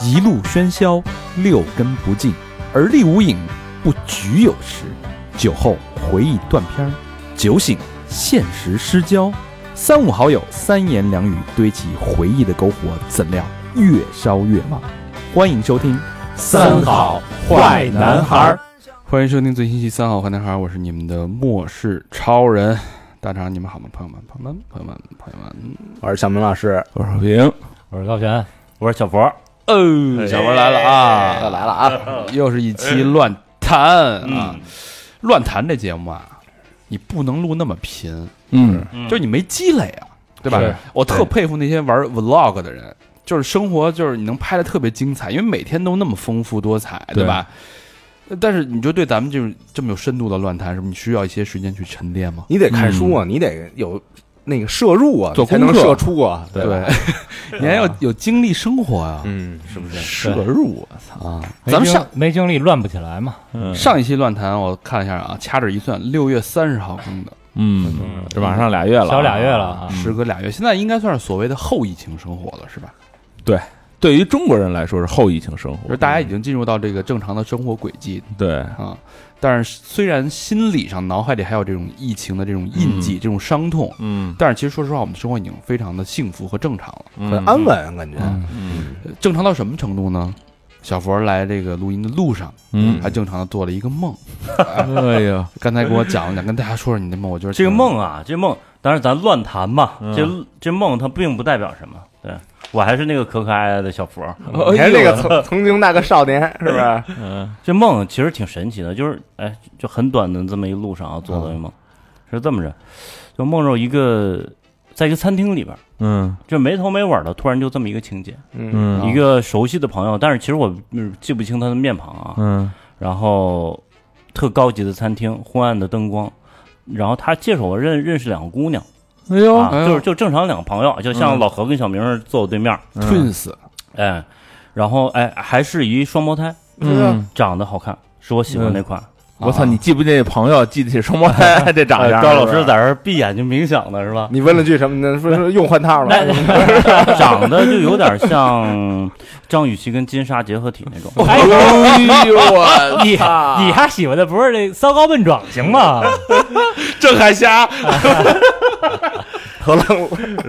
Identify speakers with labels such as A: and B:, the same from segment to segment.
A: 一路喧嚣，六根不净，而立无影，不局有时。酒后回忆断片儿，酒醒现实失焦。三五好友三言两语堆起回忆的篝火，怎料越烧越旺。欢迎收听《
B: 三好坏男孩儿
C: 欢迎收听最新期《三好坏男孩》，我是你们的末世超人大肠，你们好吗？朋友们，朋友们，朋友们，朋友们，
B: 我是小明老师，
C: 我是小平，
D: 我是高璇，
B: 我是小佛。
C: 哦，小文来了啊，又来了啊，又是一期乱谈啊，乱谈这节目啊，你不能录那么频，
A: 嗯，
C: 就是你没积累啊，对吧
D: 是？
C: 我特佩服那些玩 vlog 的人，就是生活就是你能拍的特别精彩，因为每天都那么丰富多彩，对吧？但是你就对咱们这种这么有深度的乱谈，是不是你需要一些时间去沉淀吗？
B: 你得看书啊，你得有那个摄入啊，
C: 做
B: 你才
C: 功
B: 能
C: 课
B: 射出啊，对吧？
C: 对，你还要有精力生活啊，
B: 嗯，是不是？
C: 摄入我操啊！咱
D: 没
C: 们
D: 精
C: 上
D: 没精力乱不起来嘛，
E: 嗯
C: 上一期乱谈，我看了一下啊，掐指一算，六月三十号更的，
E: 嗯，这马上俩月了，
D: 小俩月了。
F: 嗯
D: 啊，
C: 时隔俩月，现在应该算是所谓的后疫情生活了，是吧？
E: 对于中国人来说是后疫情生
C: 就
E: 活
C: 是，大家已经进入到这个正常的生活轨迹
E: 对，
C: 啊，但是虽然心理上、脑海里还有这种疫情的这种印记、这种伤痛，
E: 嗯，
C: 但是其实说实话，我们的生活已经非常的幸福和正常了。
B: 很安稳啊，感觉。
E: 嗯，
C: 呃正常到什么程度呢？小佛来这个录音的路上，
E: 嗯
C: 还正常的做了一个梦。
E: 哎呀，
C: 刚才给我讲了讲，跟大家说说你的梦，我觉得
F: 这个梦啊，这梦，当然咱乱谈嘛，
E: 嗯
F: 这这梦它并不代表什么。对我还是那个可可爱爱的小佛儿，
B: 你看那个曾曾经那个少年，是不是？
E: 嗯，
F: 这梦其实挺神奇的，就是哎，就很短的这么一路上啊，做的梦、是这么着，就梦着一个在一个餐厅里边儿，
E: 嗯
F: 就没头没尾的，突然就这么一个情节，
B: 嗯
E: 嗯
F: 一个熟悉的朋友，但是其实我嗯记不清他的面庞啊，
E: 嗯
F: 然后特高级的餐厅，昏暗的灯光，然后他介绍我认认识两个姑娘。
E: 哎呦
F: 啊，
C: 哎
F: 就
C: 呦
F: 是就正常两个朋友，就像
E: 嗯
F: 老何跟小明儿坐我对面儿，
C: twins，
F: 哎，然后哎还是一双胞胎，
B: 啊
E: 嗯，
F: 长得好看，是我喜欢那
D: 嗯
F: 款。
E: 我操，你记不记得朋友记得起双胞胎 这长
F: 哎
E: 相？
F: 高老师在这儿闭眼睛冥想呢，是吧？
B: 你问了句什么呢？说说又换套了，
F: 那长得就有点像张雨绮跟金莎结合体那种。
D: 哎
E: 哎呦我，
D: 你你还喜欢的不是这骚高笨壮型吗？
C: 郑海霞，
B: 何浪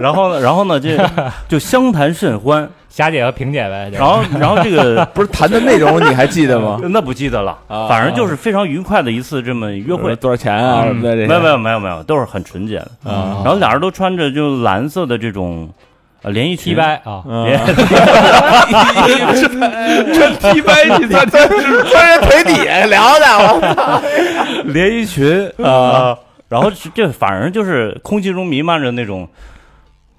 F: 然后呢，然后呢，这就相谈甚欢。
D: 霞姐和萍姐
B: 嗯
D: 呗，
F: 然后， 然后这个
E: 不是谈的内容你还记得 吗？
F: 那不记得了，
D: 啊
F: 反正就是非常愉快的一次这么约会。
E: 多少钱啊什么的这
F: 没有没有没有没有，都是很纯洁的。
E: 啊，
F: 然后俩人都穿着就蓝色的这种呃连衣裙
D: 踢，掰啊，
E: 嗯
F: 连
C: 穿 T 白你在
B: 穿着腿底下聊的，
E: 连衣裙
F: 啊，然后是这反而就是空气中弥漫着那种，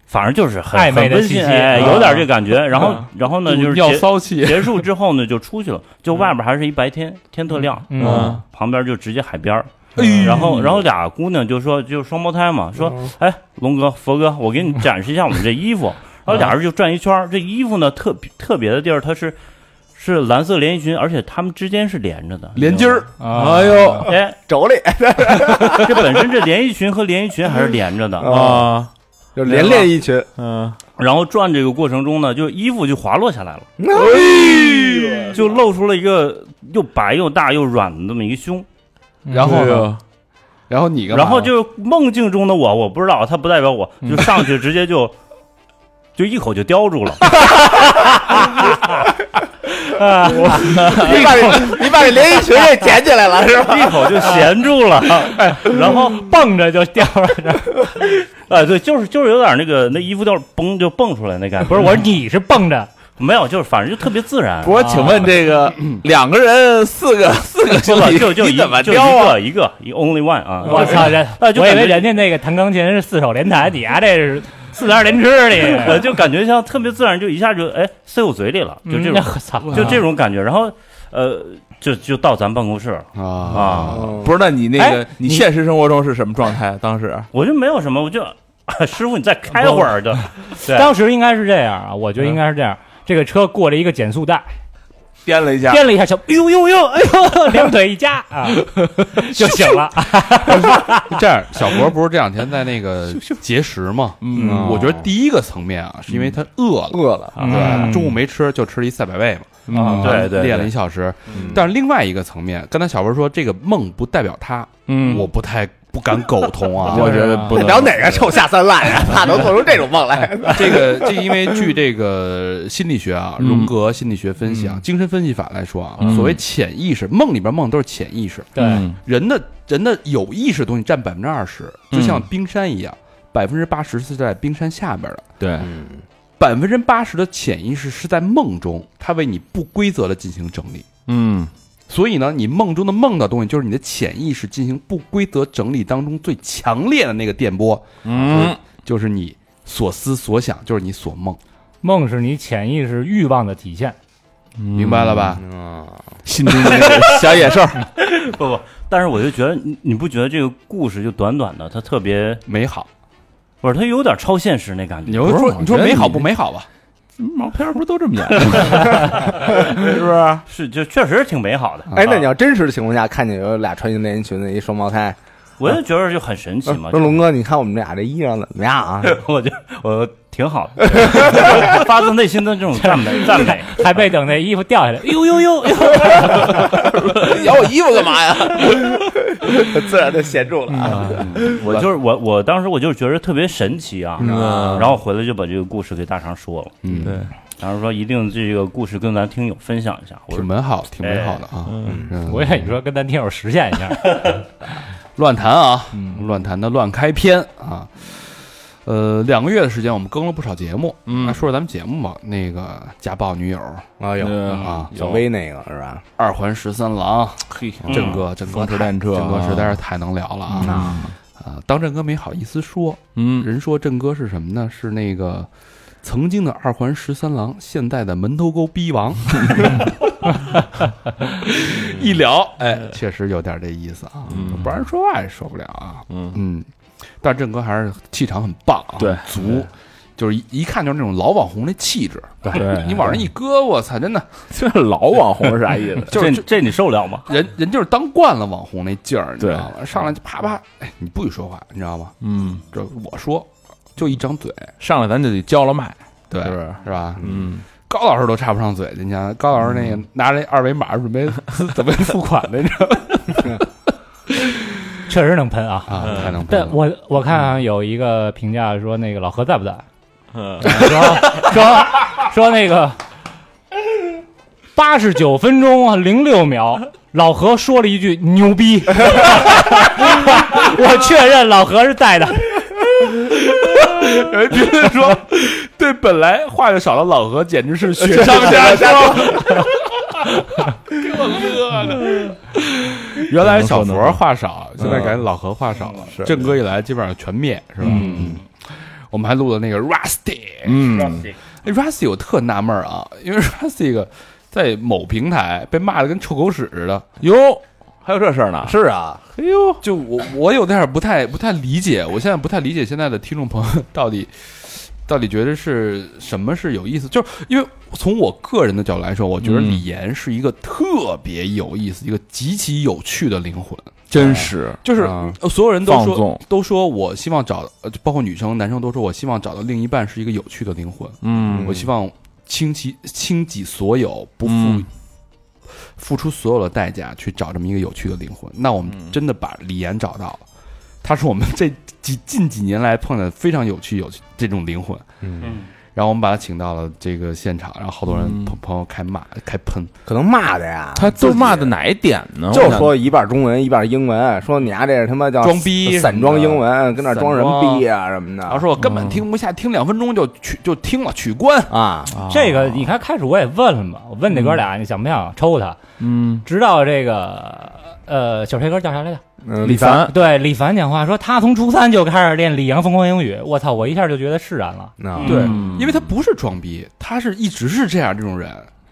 F: 反正就是很
D: 暧昧的
F: 很温
D: 气
F: 馨，
D: 息
F: 哎，
D: 啊嗯
F: 有点这感觉。然后，然后呢，就是
C: 尿
F: 结
C: 骚气，
F: 结束之后呢，就出去了，就外边还是一白天，天特亮，
D: 嗯，
F: 旁边就直接海边儿。
E: 哎
F: 嗯
C: 哎
F: 然后，然后俩姑娘就说，就是双胞胎嘛，说，
C: 嗯
F: 哎，龙哥、佛哥，我 给你展示一下我们这衣服。然
C: 嗯
F: 后俩人就转一圈儿，这衣服呢特别特别的地儿，它是是蓝色连衣裙，而且他们之间是连着的，
C: 连襟儿，
E: 哎呦
F: 哎，
B: 妯娌
F: 这本身这连衣裙和连衣裙还是连着
C: 嗯
F: 的，
E: 啊，
B: 就连练一群。
E: 嗯，
F: 然后转这个过程中呢，就衣服就滑落下来了，
B: 嗯
C: 嗯
B: 哎
F: 就露出了一个又白又大又软的那么一个胸。
E: 嗯
C: 然后呢？
E: 呢？
C: 然后你干嘛
F: 然后就是梦境中的我，我不知道，它不代表我，就上去直接就 就一口就叼住了。
B: 你把这你把这连衣裙给捡起来了 是吧？
F: 一口就衔住了，哎，然后
D: 蹦着就掉 了。
F: 哎，对，就是就是有点那个那衣服掉了嘣就蹦出来那感觉，
D: 不是，我说你是蹦着，
F: 没有，就是反正就特别自然，
E: 不是，请问这个两个人四 个四个兄弟，
F: 就就
E: 你
F: 一
E: 怎么
F: 就一
E: 撩啊？
F: 个一个一 only one 啊，
D: 我操人，
F: 哎就
D: 我以
F: 感觉
D: 为人家那个弹钢琴是四手联弹，你啊这是四十二连吃
F: 我
D: 你，
F: 就感觉像特别自然，就一下就哎塞我嘴里了，就这
D: 嗯
F: 种、
D: 我操，
F: 就这种感觉。然后呃，就就到咱办公室了
C: 啊
B: 哎
F: 啊，
E: 不是，那你那个
D: 哎
E: 你
D: 你
E: 现实生活中是什么状态？当时
F: 我就没有什么，我就、 啊师傅你再开会儿就，对嗯
D: 当时应该是这样啊，我觉得应该是这样。这个车过了一个减速带，
C: 颠了一下，
D: 颠了一下小，哎呦呦呦，哎呦，两腿一夹 啊，就醒了。
C: 这样，小博不是这两天在那 个节食嘛？
B: 嗯
C: 我觉得第一个层面啊，是因为他饿了，
B: 饿了，
D: 嗯
C: 对，中午没吃就吃了一赛百味嘛，
B: 嗯
F: 对对对
C: 练了一小时。但是另外一个层面，刚才小博说这个梦不代表他，
A: 嗯
C: 我不太不敢苟同 啊，
E: 我觉得不能
B: 聊哪个臭下三滥呀？怕能做出这种梦来？
C: 这个这因为据这个心理学啊，荣格心理学分析啊，精神分析法来说啊，所谓潜意识，梦里边梦都是潜意识，
D: 对，
F: 嗯
C: 人的人的有意识的东西占百分之二十，就像冰山一样，百分之八十是在冰山下边的，
A: 对，
C: 百分之八十的潜意识是在梦中，它为你不规则的进行整理。
A: 嗯
C: 所以呢，你梦中的梦到的东西，就是你的潜意识进行不规则整理当中最强烈的那个电波，
A: 嗯，
C: 就是你所思所想，就是你所梦，
D: 梦是你潜意识欲望的体现。
C: 嗯
B: 嗯
C: 明白了吧？
A: 心中那个小野兽，
F: 不不，但是我就觉得你你不觉得这个故事就短短的，它特别
C: 美好，
F: 不是它有点超现实那感
C: 你
F: 觉。
C: 就
A: 不是
C: 说
A: 我
C: 你说
A: 觉得
C: 美好
A: 你
C: 不美好吧？
A: 毛片儿不是都这么演的吗？
F: 是就确实挺美好的。啊
B: 哎，那你要真实的情况下看见有俩穿紧连衣裙的一双胞胎，呃
F: 我就觉得就很神奇嘛
B: 说。龙哥，你看我们俩这衣裳怎么样 啊？
F: 我就我挺好的， 发自内心的这种赞美赞美。
D: 还被等那衣服掉下来，哎呦呦呦！呦
E: 咬我衣服干嘛呀？
B: 自然就显著了啊。
F: 我就是我我当时我就觉得特别神奇啊，然后回来就把这个故事给大肠说了，
C: 嗯，
A: 对，
F: 然后说一定这个故事跟咱听友分享一下。我
C: 挺
F: 说
C: 美好，挺美好的啊。嗯
D: 我也你说跟咱听友实现一 下，
C: 乱谈啊，乱谈的乱开篇啊。呃，两个月的时间，我们更了不少节目。嗯，那说说咱们节目吧。那个家暴女友
B: 哎呦，
E: 嗯
C: 啊，
B: 小薇那个是吧？
C: 二环十三郎，嘿，振哥，振哥
A: 风驰
C: 太
A: 电掣
C: 振哥
A: 啊
C: 实在是太能聊了啊。啊，当振哥没好意思说，
A: 嗯，
C: 人说振哥是什么呢？是那个曾经的二环十三郎，现在的门头沟逼 王。一聊，哎，确实有点这意思啊，不然说话也受不了啊。
A: 嗯
C: 但振哥还是气场很棒啊，
A: 对
C: 足。就是一一看就是那种老网红那气质，
A: 对
C: 你 往上一搁，我操，真的
A: 这老网红是啥意思？
C: 就是
F: 这这你受得了吗？
C: 人人就是当惯了网红那劲儿，你知
A: 对
C: 道吗？上来就啪啪，哎，你不许说话，你知道吗？
A: 嗯，
C: 这我说，就一张嘴，
A: 上来咱就得交了麦，
C: 对，
A: 是不是？
C: 是吧？
A: 嗯，
C: 高老师都插不上嘴，你想高老师那个拿着二维码准备啊准备付款的，你知道
D: 确实能喷啊。
C: 啊，
A: 嗯
C: 太能
D: 但我我看啊有一个评价说那个老何在不在？
E: 嗯
D: 说说说那个八十九分钟零六秒，老何说了一句牛逼， 我确认老何是在的。
C: 有哎人觉得说，对本来话就少了老何简直是雪上
B: 加霜，
C: 原来小佛话少，现在感觉老何话少了。郑哥一来，基本上全灭，是吧？嗯。我们还录了那个 Rusty，嗯，Rusty 我特纳闷儿啊，因为 Rusty 个在某平台被骂的跟臭狗屎似的，
A: 哟，还有这事儿呢？
B: 是啊，
A: 哎呦，
C: 就我我有点不太不太理解，我现在不太理解现在的听众朋友到底到底觉得是什么是有意思，就是因为从我个人的角度来说，我觉得
A: 嗯
C: 李岩是一个特别有意思、一个极其有趣的灵魂，
E: 哎
A: 真是
C: 就是
A: 啊
C: 呃所有人都
A: 放
C: 说
A: 纵
C: 都说我希望找，呃包括女生男生都说我希望找到另一半是一个有趣的灵魂，
A: 嗯
C: 我希望倾其倾己所有，不付、
A: 嗯
C: 付出所有的代价去找这么一个有趣的灵魂。那我们
A: 嗯
C: 真的把李岩找到了，他是我们 这几近几年来碰的非常有趣有趣这种灵魂。
F: 嗯，
C: 然后我们把他请到了这个现场，然后好多人
A: 嗯
C: 朋朋友开骂开喷，
B: 可能骂的呀，
A: 他都骂的哪一点呢？
B: 就说一半中文一半英文，说你丫这是他妈叫
C: 装逼
B: 散装英文，跟那装什
C: 散
B: 么
C: 装
B: 逼啊什么
C: 然后
B: 的
C: 说我根本听不下，听两分钟就取就听了取关。
B: 啊，
D: 这个你看开始我也问了嘛，我问那哥俩你想不想抽他，
A: 嗯，
D: 直到这个呃小帅哥叫啥来着？
B: 嗯，
A: 李
B: 凡，
A: 凡，
D: 对李凡讲话说他从初三就开始练李阳疯狂英语，我操，我一下就觉得释然了。
B: 啊
C: 对
A: 嗯，
C: 因为他不是装逼，他是一直是这样这种人。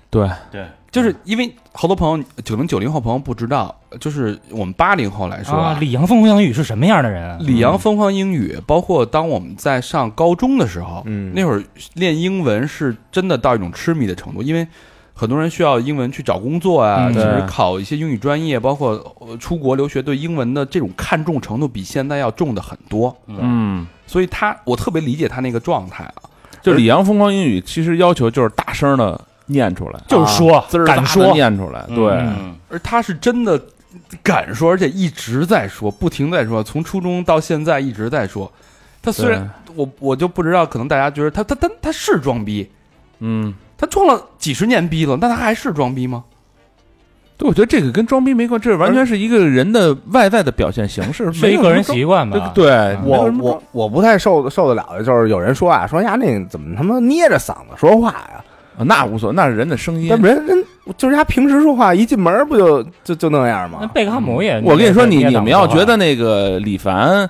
A: 对，
F: 对，
C: 就是因为好多朋友，九零九零后朋友不知道，就是我们八零后来说
D: 啊
C: 啊，，
D: 李阳疯狂英语是什么样的人啊？
C: 李阳疯狂英语，包括当我们在上高中的时候，
B: 嗯
C: 那会儿练英文是真的到一种痴迷的程度，因为很多人需要英文去找工作啊，
D: 嗯
C: 其实
B: 对
C: 考一些英语专业，包括呃出国留学，对英文的这种看重程度比现在要重的很多。
E: 嗯，
C: 所以他，我特别理解他那个状态啊。
E: 就李阳疯狂英语，其实要求就是大声的念出来，
D: 就是
B: 啊
D: 说
E: 滋儿大
D: 敢
E: 的
D: 说，
E: 念出来，对，
F: 嗯
C: 而他是真的敢说，而且一直在说，不停在说，从初中到现在一直在说。他虽然我我就不知道，可能大家觉得他他他他是装逼，
E: 嗯，
C: 他装了几十年逼了，那他还是装逼吗？
E: 对，我觉得这个跟装逼没关，这完全是一个人的外在的表现形式，
D: 是
E: 没
D: 一
E: 有
D: 个
E: 什
D: 人
E: 么装
D: 习惯吧？
E: 对，对，啊没有
B: 啊我
E: 什么
B: 我我不太受受得了的就是有人说啊，说呀那怎么他妈捏着嗓子说话呀？
E: 装那无所谓，那是人的声音
B: 但。人人就是他平时说话，一进门不就就就那样
D: 那
B: 吗？
D: 贝克汉姆也，
E: 嗯我跟你说，你
D: 也
E: 你
D: 挡
E: 们
D: 不
E: 要
D: 住啊
E: 觉得那个李凡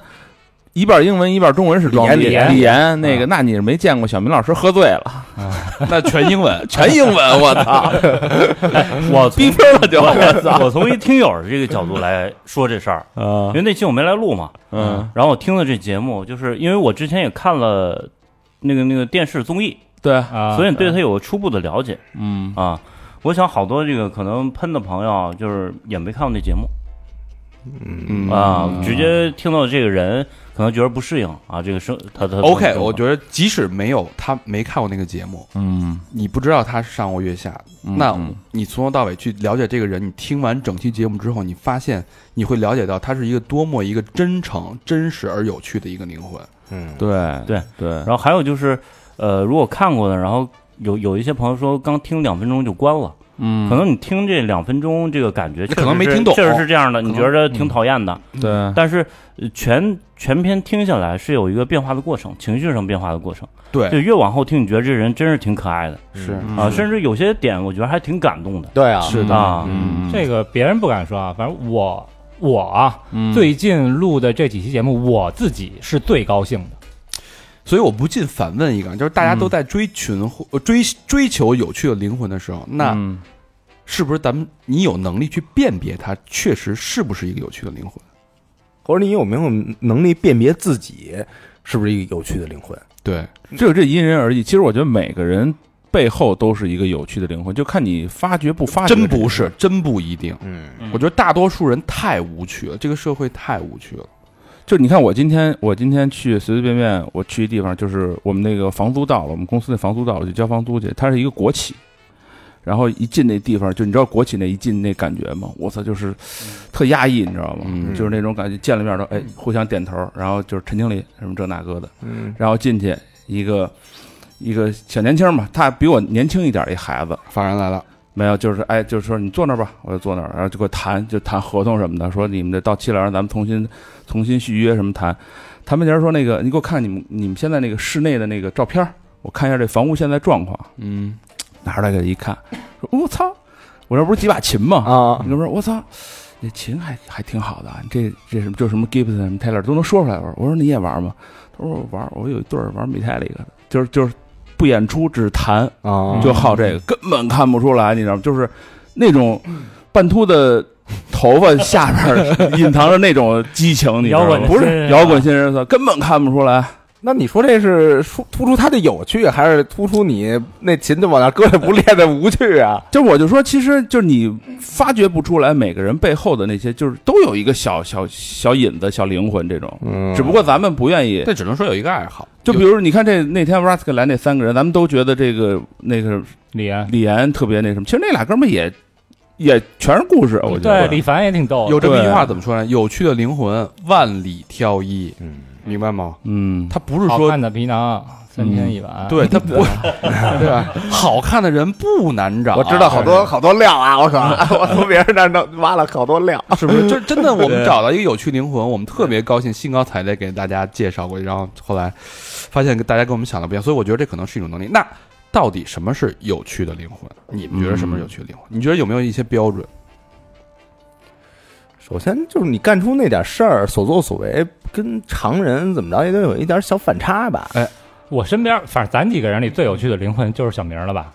E: 一半英文一半中文是装逼，
D: 李岩
E: 李岩那个，那你是没见过小明老师喝醉了，，
C: 那全英文
E: 全英文，我操，
F: 我
E: 逼
F: 从
E: 疯了就，我操，
F: 我从一听友这个角度来说这事儿，因为那期我没来录嘛，
E: 嗯，
F: 然后我听了这节目，就是因为我之前也看了那个那个电视综艺，
E: 对，
D: 啊，
F: 所以对他有个初步的了解
E: 嗯，
F: 啊。我想好多这个可能喷的朋友，啊就是也没看过那节目
C: 嗯
F: 啊，直接听到这个人可能觉得不适应啊，这个生他他
C: OK，
F: 他
C: 我觉得即使没有他没看过那个节目，
E: 嗯，
C: 你不知道他是上过月下，
E: 嗯
C: 那
E: 嗯
C: 你从头到尾去了解这个人，你听完整期节目之后，你发现你会了解到他是一个多么一个真诚、真实而有趣的一个灵魂。
B: 嗯，
E: 对
F: 对
E: 对
F: 然，后还有就是，呃，如果看过的，然后有有一些朋友说刚听两分钟就关了，
E: 嗯
F: 可能你听这两分钟这个感觉
C: 你
F: 确实是，
C: 可能没听懂
F: 确实是这样的，你
C: 可能嗯
F: 觉得挺讨厌的，
E: 对，嗯
F: 但是呃全全篇听下来是有一个变化的过程，情绪上变化的过程，就
C: 对，
F: 越往后听，你觉得这人真是挺可爱的
C: 是
E: 嗯
F: 啊，甚至有些点我觉得还挺感动的
B: 对啊，
E: 是的
F: 啊，
E: 嗯，
D: 这个别人不敢说啊，反正我我啊，
E: 嗯
D: 最近录的这几期节目，我自己是最高兴的。
C: 所以我不禁反问一个，啊就是大家都在追寻或呃追追求有趣的灵魂的时候，那
E: 嗯
C: 是不是咱们你有能力去辨别他确实是不是一个有趣的灵魂？
B: 或者你有没有能力辨别自己是不是一个有趣的灵魂？
C: 对，
E: 这这因人而异。其实我觉得每个人背后都是一个有趣的灵魂，就看你发掘不发掘。
C: 真不是，，真不一定。
B: 嗯，
C: 我觉得大多数人太无趣了，这个社会太无趣了。
E: 就是你看我今天，我今天去随随便便我去一地方，就是我们那个房租到了，我们公司那房租到了，我去交房租去。它是一个国企，然后一进那地方，就你知道国企那一进那感觉吗？我操，就是特压抑，你知道吗？
C: 嗯
E: 就是那种感觉，见了面都哎互相点头，然后就是陈经理什么这那个的，
B: 嗯，
E: 然后进去一个一个小年轻嘛，他比我年轻一点，一孩子。
C: 法人来了，
E: 没有，就是哎，就是说你坐那儿吧，我就坐那儿，然后就给我谈，就谈合同什么的，说你们这到期了，让咱们重新重新续约什么谈。谈半前说那个，你给我看看你们你们现在那个室内的那个照片儿，我看一下这房屋现在状况。
C: 嗯，
E: 拿出来给他一看，说我、操，我这不是几把琴吗？
B: 啊
E: 你就说我操，那琴还还挺好的啊，你这这什么就什么 Gibson 什么 Taylor 都能说出来。我说我说你也玩吗？他说我玩，我有一对儿玩 Metallica 的，就是就是不演出只弹。
B: 啊
E: 就好这个，根本看不出来，你知道吗？就是那种半秃的头发下边 儿隐藏着那种激情，你知道
F: 摇
E: 吗
F: 滚？的
E: 不
F: 啊新
E: 是
F: 人
E: 摇滚新人，根本看不出来。
B: 那你说这是突突出他的有趣，还是突出你那琴就往那搁着不练的无趣啊？
E: 就我就说，其实就是你发掘不出来每个人背后的那些，就是都有一个小小小引子、小灵魂这种。
B: 嗯
E: 只不过咱们不愿意，
C: 这只能说有一个爱好，
E: 就比如你看这那天 r a s k 来那三个人，咱们都觉得这个那个
D: 李岩，
E: 李岩特别那什么，其实那俩哥们儿也也全是故事，我觉
D: 对
E: 得
D: 李凡也挺逗的，
C: 有这么一句
E: 对
C: 话怎么说呢？有趣的灵魂万里挑一，
B: 嗯，
C: 明白吗？
E: 嗯，
C: 他不是
D: 好
C: 说
D: 看的皮囊三天一晚，
C: 对 他不，对 吧？好看的人不难找，啊
B: 我知道好多好多料啊！ 我靠，我从别人那儿弄挖了好多料。
C: 是不是？就是真的，我们找到一个有趣灵魂，我们特别高兴，兴高采烈给大家介绍过去，然后后来发现跟大家跟我们想的不一样，所以我觉得这可能是一种能力。那到底什么是有趣的灵魂？你们觉得什么是有趣的灵魂？你觉得有没有一些标准？
B: 首先就是你干出那点事儿，所作所为跟常人怎么着也得有一点小反差 吧？
D: 我身边反正咱几个人里最有趣的灵魂就是小明了吧？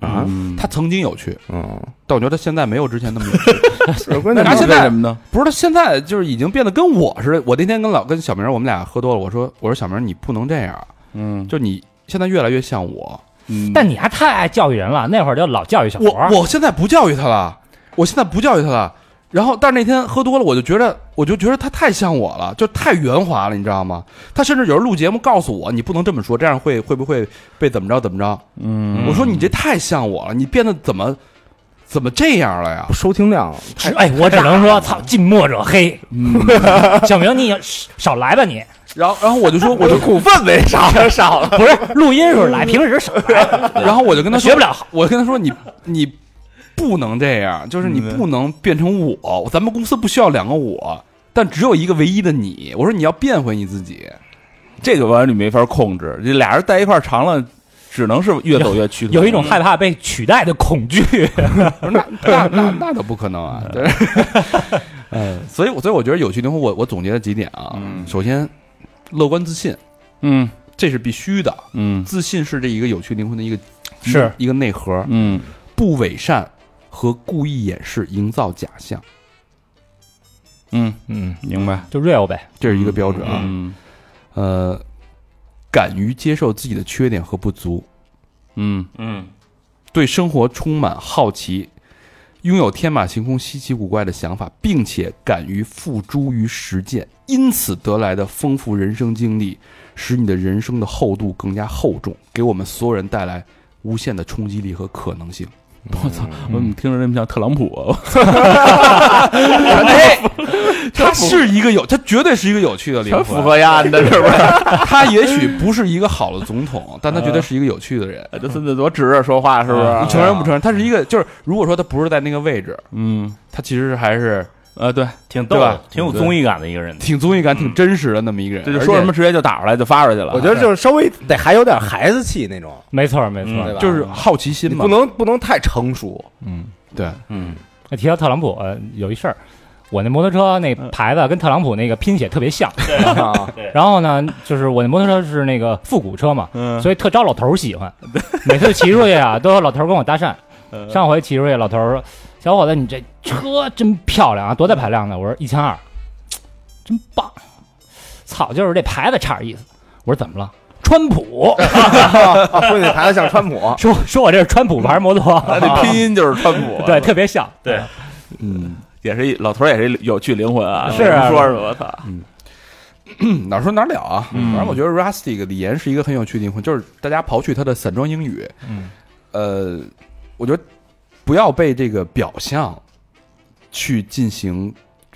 B: 啊，
C: 他曾经有趣，
B: 嗯，
C: 但我觉得他现在没有之前那么有趣。
B: 是关
C: 那
B: 键
C: 拿现
E: 为
C: 在
E: 什么呢？
C: 不是他现在就是已经变得跟我似的。我那天跟老跟小明，我们俩喝多了，我说我说小明，你不能这样，
E: 嗯，
C: 就你现在越来越像我。
E: 嗯
D: 但你还太爱教育人了，那会儿就老教育小
C: 我
D: 佛儿。
C: 我现在不教育他了，我现在不教育他了。然后，但是那天喝多了，我就觉得，我就觉得他太像我了，就太圆滑了，你知道吗？他甚至有时候录节目告诉我，你不能这么说，这样会会不会被怎么着怎么着？
E: 嗯
C: 我说你这太像我了，你变得怎么怎么这样了呀？
B: 收听量
D: 只哎，我只能说，操，近墨者黑。
E: 嗯
D: 小明，你也少来吧你，
C: 然后，然后我就 说，我
B: 我
C: 就
B: 的股份没少，
D: 少了，不是录音时候来，平时少来，
C: 然后我就跟他说
D: 学不了好。
C: 我跟他说你你不能这样，就是
D: 嗯
C: 你不能变成我，咱们公司不需要两个我，但只有一个唯一的你。我说你要变回你自己，
E: 这个玩意儿你没法控制，这俩人在一块儿长了，只能是越走越屈
D: 有一种害怕被取代的恐惧。
C: 我说 那那那那倒不可能
E: 嗯
C: 啊，对， 呃，所以我所以我觉得有趣灵魂，我我总结了几点啊，
E: 嗯
C: 首先乐观自信，
E: 嗯
C: 这是必须的，
E: 嗯
C: 自信是这一个有趣灵魂的一个
D: 是
C: 一个内核，
E: 嗯
C: 不伪善和故意掩饰、营造假象，
E: 嗯，
D: 嗯，
E: 明白。
D: 就 real 呗。
C: 这是一个标准啊，
E: 嗯
C: 呃，敢于接受自己的缺点和不足，
E: 嗯
F: 嗯
C: 对生活充满好奇，拥有天马行空、稀奇古怪的想法，并且敢于付诸于实践，因此得来的丰富人生经历，使你的人生的厚度更加厚重，给我们所有人带来无限的冲击力和可能性。
E: 我操，我怎么听着这么像特朗普啊？
C: 他是一个有，他绝对是一个有趣的灵魂。
B: 压的是不是？
C: 他也许不是一个好的总统，但他绝对是一个有趣的人。
E: 哎
C: 嗯
E: 这孙子多直着说话是不
D: 啊
C: 你
E: 是？
C: 承认不承认？他是一个，就是如果说他不是在那个位置，
E: 嗯
C: 他其实还是
E: 啊，对，嗯
F: 挺逗
C: 对吧
F: 的，挺有综艺感的一个人。
C: 挺综艺感、挺真实的那么一个人。
E: 这就说
C: 而
E: 什
C: 且
E: 么直接就打出来就发出去了。
B: 我觉得就是稍微得还有点孩子气那种，
D: 没错儿，没错
B: 对
D: 儿。
B: 吧？
C: 嗯就是
E: 啊
C: 好奇心
B: 你
C: 嘛，
B: 不能不能太成 熟，
C: 对，
E: 嗯
D: 那提到特朗普，呃，有一事儿，我那摩托车那牌子跟特朗普那个拼写特别像。
B: 啊
D: 然后呢，就是我那摩托车是那个复古车嘛，
E: 嗯
D: 所以特招老头儿喜欢。每次骑出去啊，都有老头儿跟我搭讪。上回骑出去，老头儿说：“小伙子，你这车真漂亮啊，多大排量的？”我说：“一千二，真棒。”操，就是这牌子差点意思。我说：“怎么了？”川普
B: 啊，说你孩子像川普，
D: 说说我这是川普牌摩 托，
E: 他这拼音就是川普，啊
D: 对，，特别像。
F: 对，
C: 嗯，
E: 也是一老头儿也是一有趣灵魂啊。
D: 是啊
E: 你说什么？我操，
C: 哪儿说哪儿了啊？
E: 嗯
C: 反正我觉得 Rustic 李岩是一个很有趣的灵魂，就是大家刨去他的散装英语，
D: 嗯，
C: 呃，我觉得不要被这个表象去进行。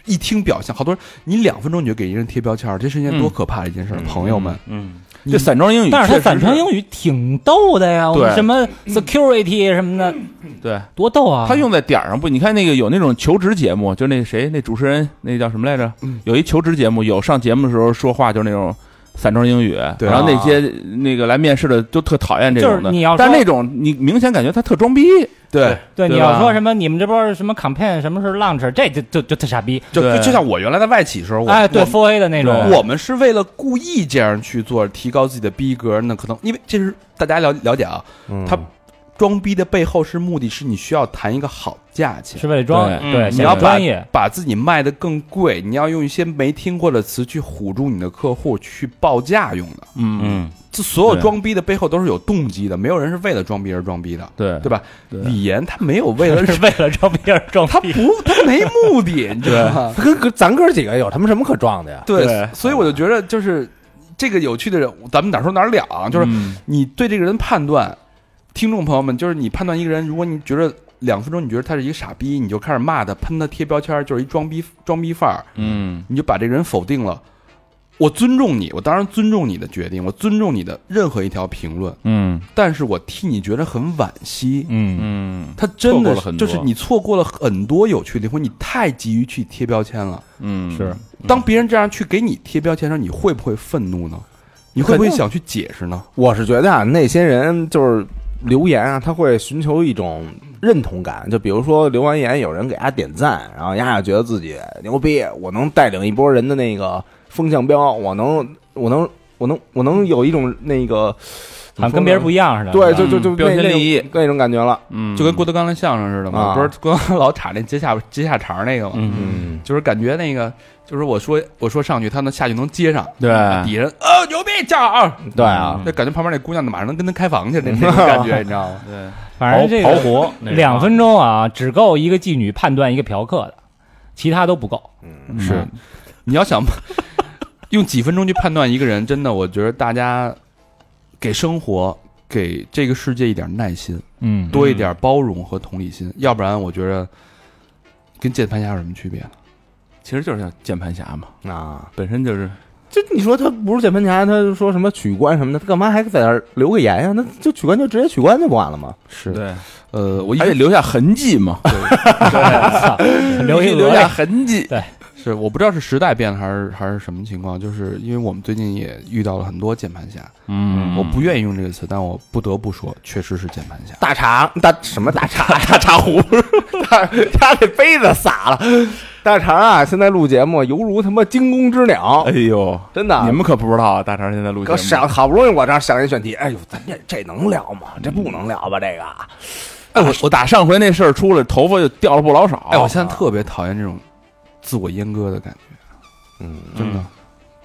C: 一听表象，好多人，你两分钟你就给一个人贴标签儿，这是一件多可怕的一件事儿！朋友们，
F: 嗯，
C: 你
E: 这散装 英语确实
D: 但是
E: 是，
D: 他反常英语挺逗的呀，我们
E: 对
D: 什么 security 什么的，
E: 对。
D: 多逗啊！
E: 他用在点儿上不？你看那个有那种求职节目，就那谁那主持人那叫什么来着？
C: 嗯
E: 有一求职节目，有上节目的时候说话就是那种散装英语，
C: 对
E: 然后那些那个来面试的都特讨厌这种
D: 就
E: 的。
D: 是你要说
E: 但那种你明显感觉他特装逼，
C: 对，
D: 对你
E: 对吧
D: 要说什么，你们这波什么 campaign，什么是 launch，这就就就特傻逼。
C: 就
E: 对
C: 就就像我原来在外企的时候，我
D: 哎，对
C: 我
D: f o A 的那种，
C: 我们是为了故意这样去做，提高自己的逼格。那可能因为这是大家了了解啊，他装逼的背后是目的是你需要谈一个好价钱，
D: 是为了装，
E: 对
D: 对，
F: 嗯
D: 显
C: 你
D: 得
C: 要把
D: 专业，
C: 把自己卖得更贵，你要用一些没听过的词去唬住你的客户去报价用的。
E: 嗯，
F: 嗯，
C: 这所有
E: 对
C: 装逼的背后都是有动机的，没有人是为了装逼而装逼的，
E: 对
C: 对吧？
E: 对
C: 李岩他没有为了
D: 是为了 装逼而装
C: 他
D: 逼。
C: 不他没目的， 你知道吗？
B: 他跟跟咱哥几个有他们什么可撞的呀？
C: 对
E: 对，
C: 所以我就觉得就是这个有趣的人，咱们哪说哪儿了啊？就是
E: 嗯
C: 你对这个人判断，听众朋友们，就是你判断一个人，如果你觉得两分钟你觉得他是一个傻逼，你就开始骂他、喷他、贴标签，就是一装逼装逼范儿，
E: 嗯
C: 你就把这个人否定了。我尊重你，我当然尊重你的决定，我尊重你的任何一条评论，
E: 嗯
C: 但是我替你觉得很惋惜。
D: 嗯，
E: 嗯
C: 他真
E: 错过
C: 的
E: 了很
C: 就
E: 多
C: 是你错过了很多有趣的灵魂，你太急于去贴标签了。
E: 嗯，
D: 是
C: 当别人这样去给你贴标签的时，候，你会不会愤怒呢？你会不会
B: 肯定
C: 想去解释呢？
B: 我是觉得啊，那些人就是留言啊，他会寻求一种认同感。就比如说留完言，有人给他点赞，然后丫丫觉得自己牛逼，我能带领一波人的那个风向标，我能我能我能我能有一种那个，
D: 好像跟别人不
B: 一
D: 一样似的。
B: 对，
D: 是吧
B: 就就就
C: 嗯标
B: 那
C: 新
B: 那
C: 立异
B: 种那种感觉了。
E: 嗯
C: 就跟郭德纲的相声似的嘛，
B: 啊
C: 不是郭德纲老插那接下接下茬儿那个嘛，
E: 嗯，
C: 就是感觉那个就是我说我说上去，他能下去能接上，
E: 对，嗯
C: 底下人啊牛逼加油啊，
B: 对啊，
C: 那感觉旁边那姑娘马上能跟他开房去那那种感 觉，你知道吗？
E: 对，
D: 反正这
F: 刨
D: 个
F: 活那个
D: 两分钟啊，只够一个妓女判断一个嫖客的，其他都不够。
B: 嗯
C: 是，你要想 用几分钟去判断一个人，真的，我觉得大家给生活、给这个世界一点耐心，
D: 嗯
C: 多一点包容和同理心，要不然我觉得跟键盘侠有什么区别呢？
E: 其实就是像键盘侠嘛，
B: 啊，
E: 本身就是
B: 这你说他不是键盘侠，他就说什么取关什么的，他干嘛还在那儿留个言呀？那就取关就直接取关就完了嘛。
C: 是
E: 对，
C: 呃，我一
E: 还得
C: 直
E: 留下痕迹嘛，
D: 留一
E: 必须
D: 额
E: 留下
D: 呀，
E: 痕迹。
C: 是我不知道是时代变了还是还是什么情况，就是因为我们最近也遇到了很多键盘侠，
E: 嗯
C: 我不愿意用这个词，但我不得不说，确实是键盘侠。
B: 大茶大什么大茶大茶壶，大 他这杯子洒了。大肠啊，现在录节目犹如他妈惊弓之鸟
E: 哎，呦，
B: 真的。
E: 你们可不知道啊，大肠现在录节
B: 哥
E: 目
B: 想好不容易我这儿想一选题，哎呦，咱这这能聊吗？这不能聊吧？这个
E: 哎，我我打上回那事儿出来，头发就掉了不老少。
C: 哎，我现在特别讨厌这种自我阉割的感觉，
B: 嗯，
C: 真的。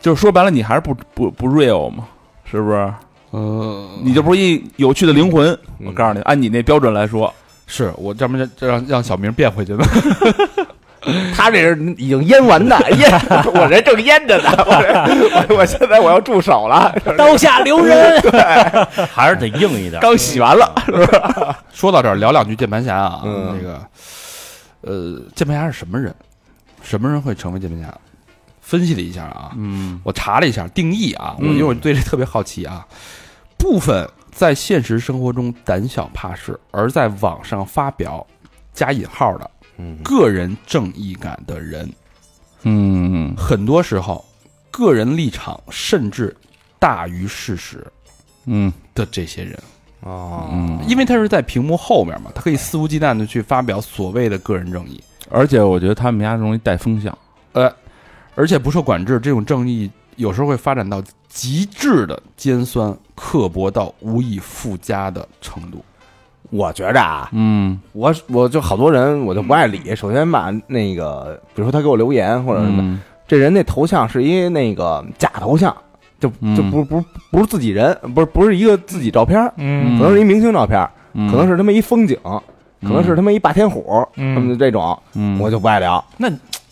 E: 就是说白了，你还是不不不 real 嘛，是不是？
C: 呃，
E: 你就不是一有趣的灵魂。
B: 嗯
E: 我告诉你，按你那标准来说，
C: 是我这么着这让让小明变回去吧。
B: 他这是已经腌完的，腌我这正腌着呢， 我这我我现在我要住手了，
D: 刀下留人。
F: 还是得硬
E: 嗯
F: 一点。
B: 刚洗完了，
C: 说到这儿，聊两句键盘侠啊，
B: 嗯
C: 那个，呃，键盘侠是什么人？什么人会成为键盘侠？分析了一下啊，
E: 嗯，
C: 我查了一下定义啊，我
E: 嗯
C: 因为我对这特别好奇啊。部分在现实生活中胆小怕事，而在网上发表加引号的
B: 嗯
C: 个人正义感的人，
E: 嗯，
C: 很多时候个人立场甚至大于事实
E: 嗯，
C: 的这些人。
B: 哦，
E: 嗯，
C: 因为他是在屏幕后面嘛，他可以肆无忌惮的去发表所谓的个人正义，
E: 而且我觉得他们家容易带风向，
C: 而且不受管制，这种正义有时候会发展到极致的尖酸刻薄到无以复加的程度。
B: 我觉着啊，
E: 嗯
B: 我我就好多人我就不爱理。首先吧，那个比如说他给我留言或者什么，
E: 嗯
B: 这人那头像是一那个假头像，就
E: 嗯
B: 就不不不是自己人，不是不是一个自己照片，可
D: 嗯
B: 能是一明星照片，
E: 嗯
B: 可能是他妈一风景，可能是他妈一霸天虎，
D: 嗯
B: 他们这种
E: 嗯，
B: 我就不爱聊。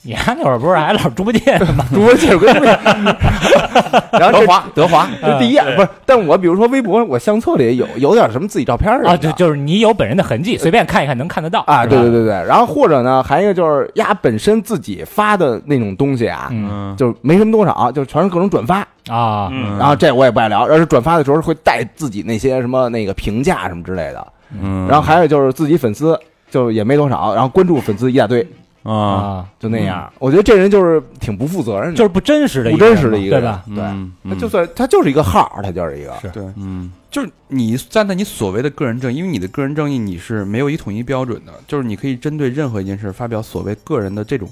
D: 你看那会儿不是还老猪八戒吗？
B: 主播介绍跟 然后德华德华这第一
D: 嗯
B: 眼
F: 对
B: 不是，但我比如说微博，我相册里也有有点什么自己照片什么的
D: 啊，就就是你有本人的痕迹，随便看一看能看得到
B: 啊，
D: 是
B: 对
D: 吧
B: 对对对，然后或者呢，还有一个就是丫本身自己发的那种东西啊，
D: 嗯
E: 嗯
B: 就是没什么多少，就是全是各种转发，
D: 啊，
F: 嗯，
B: 然后这我也不爱聊，而是转发的时候会带自己那些什么那个评价什么之类的，
E: 嗯，
B: 然后还有就是自己粉丝就也没多少，然后关注粉丝一大堆，
E: 啊，
D: 啊，
B: 就那样，我觉得这人就是挺不负责任的，
D: 就是不真实的，
B: 不真实的一个
D: 对
B: 人
D: 吧？
B: 对
E: 嗯
B: 他就算他就是一个号儿，他就是一个，
C: 是
E: 嗯
C: 就是你站在你所谓的个人正义，因为你的个人正义你是没有一统一标准的，就是你可以针对任何一件事发表所谓个人的这种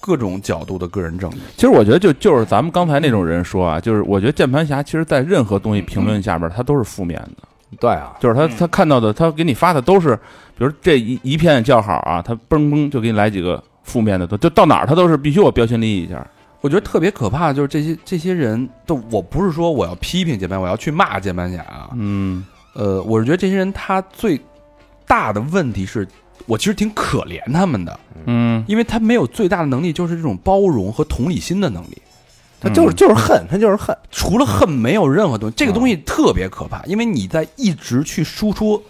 C: 各种角度的个人正义。
E: 其实我觉得就就是咱们刚才那种人说啊，就是我觉得键盘侠其实，在任何东西评论下边，他都是负面的，
B: 对啊，
E: 就是他
F: 嗯
E: 他看到的，他给你发的都是，比如这一一片叫好啊，他嘣嘣就给你来几个负面的，都就到哪儿他都是必须我标新立异一下，
C: 我觉得特别可怕的就是这些这些人都，我不是说我要批评键盘，我要去骂键盘侠啊，
E: 嗯
C: 呃，我是觉得这些人他最大的问题是，我其实挺可怜他们的，
E: 嗯，
C: 因为他没有最大的能力，就是这种包容和同理心的能力。
B: 他就是就是恨，他就是恨，
C: 除了恨，没有任何东西。这个东西
E: 嗯
C: 特别可怕，因为你在一直去输出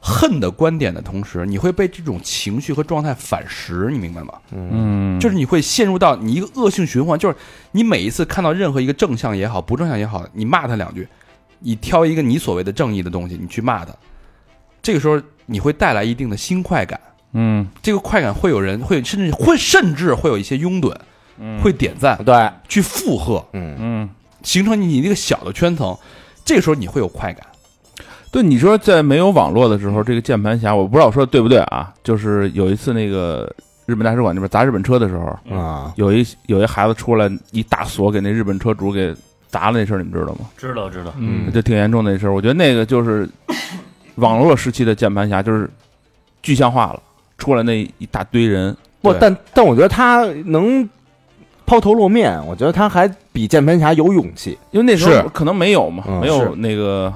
C: 恨的观点的同时，你会被这种情绪和状态反噬，你明白吗？
E: 嗯，
C: 就是你会陷入到你一个恶性循环，就是你每一次看到任何一个正向也好，不正向也好，你骂他两句，你挑一个你所谓的正义的东西，你去骂他，这个时候你会带来一定的新快感，
E: 嗯
C: 这个快感会有人会甚至会甚至会有一些拥趸，会点赞
B: 对，
C: 去附和，
B: 嗯，
E: 嗯。
C: 形成你一个小的圈层，这个时候你会有快感。
E: 对，你说在没有网络的时候，这个键盘侠，我不知道我说的对不对啊？就是有一次那个日本大使馆那边砸日本车的时候，
B: 啊，
E: 有一有一孩子出来一大锁给那日本车主给砸了那事儿，你们知道吗？
F: 知道知道，
B: 嗯
E: 就挺严重的那事儿。我觉得那个就是网络时期的键盘侠，就是具象化了，出来那一大堆人，
B: 不，
C: 对
B: 但但我觉得他能抛头露面，我觉得他还比键盘侠有勇气。
E: 因为那时候
B: 是
E: 可能没有嘛，
B: 嗯
E: 没
C: 是
E: 有那个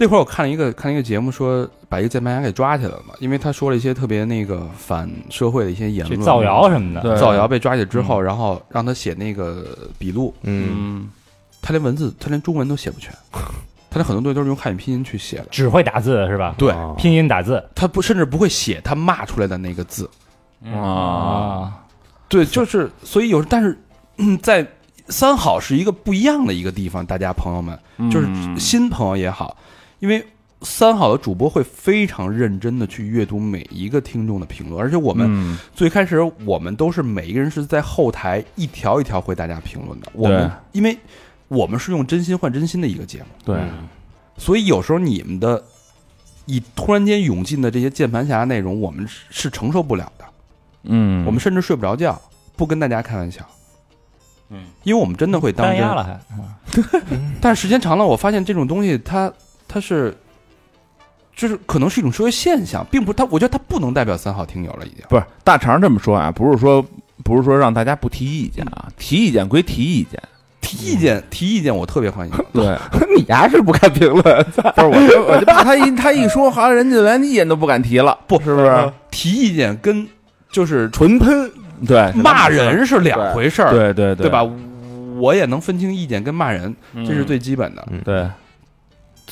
C: 那会儿我看了一个看了一个节目，说把一个键盘侠给抓起来了嘛，因为他说了一些特别那个反社会的一些言
D: 去
C: 论，
D: 造谣嗯什么的，
E: 对
C: 造谣被抓起来之后，然后让他写那个笔录，
B: 嗯，
E: 嗯，
C: 他连文字他连中文都写不全，他连很多东西都是用汉语拼音去写的，
D: 只会打字是吧？
C: 对
B: 啊
D: 拼音打字
C: 他不甚至不会写他骂出来的那个字，
E: 啊，
D: 啊，
C: 对，就是所以有，但是嗯在三好是一个不一样的一个地方，大家朋友们，就是
E: 嗯
C: 新朋友也好，因为三好的主播会非常认真的去阅读每一个听众的评论，而且我们
E: 嗯
C: 最开始我们都是每一个人是在后台一条一条回大家评论的，我们
E: 对
C: 因为我们是用真心换真心的一个节目，
E: 对，
C: 所以有时候你们的以突然间涌进的这些键盘侠内容，我们是是承受不了的，
E: 嗯，
C: 我们甚至睡不着觉，不跟大家开玩笑，
F: 嗯，
C: 因为我们真的会当
E: 嗯
D: 单
C: 真
D: 压。了还。
C: 但是时间长了，我发现这种东西它它是就是可能是一种社会现象，并不它我觉得它不能代表三好听友了已经。
E: 不是大肠这么说啊，不是说不是说让大家不提意见啊，提意见归提意见，
C: 提意见提意见我特别欢迎，
E: 对，
B: 你还是不看评论，
E: 不是我就我就怕他一他一说，好像人家连意见都不敢提了，
C: 不
E: 是不是？
C: 提意见跟就是
B: 纯喷。
E: 对
C: 骂人是两回事儿，
E: 对对
C: 对吧？？我也能分清意见跟骂人，
E: 嗯
C: 这是最基本的。
E: 对，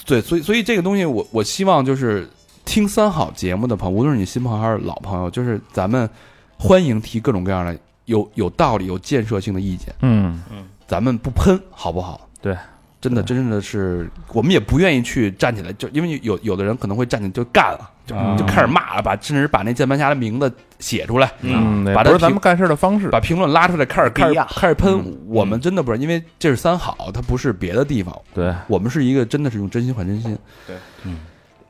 C: 对，所以所以这个东西我，我希望就是听三好节目的朋友，无论是你新朋友还是老朋友，就是咱们欢迎提各种各样的有有道理、有建设性的意见，
E: 嗯，
C: 咱们不喷，好不好？
E: 对，
C: 真的真的是我们也不愿意去站起来，就因为有有的人可能会站起来就干了，就、
D: 啊
C: 就开始骂了，把甚至把那键盘侠的名字写出来，
E: 嗯，
C: 把
E: 也
C: 它
E: 不是
C: 评
E: 咱们干事的方式，
C: 把评论拉出来，开始开
B: 不一
C: 始
B: 样
C: 开始喷。
E: 嗯
C: 我们真的不是，因为这是三好，它不是别的地方，
E: 对，
C: 我们是一个真的是用真心换真心。
E: 对，
F: 嗯，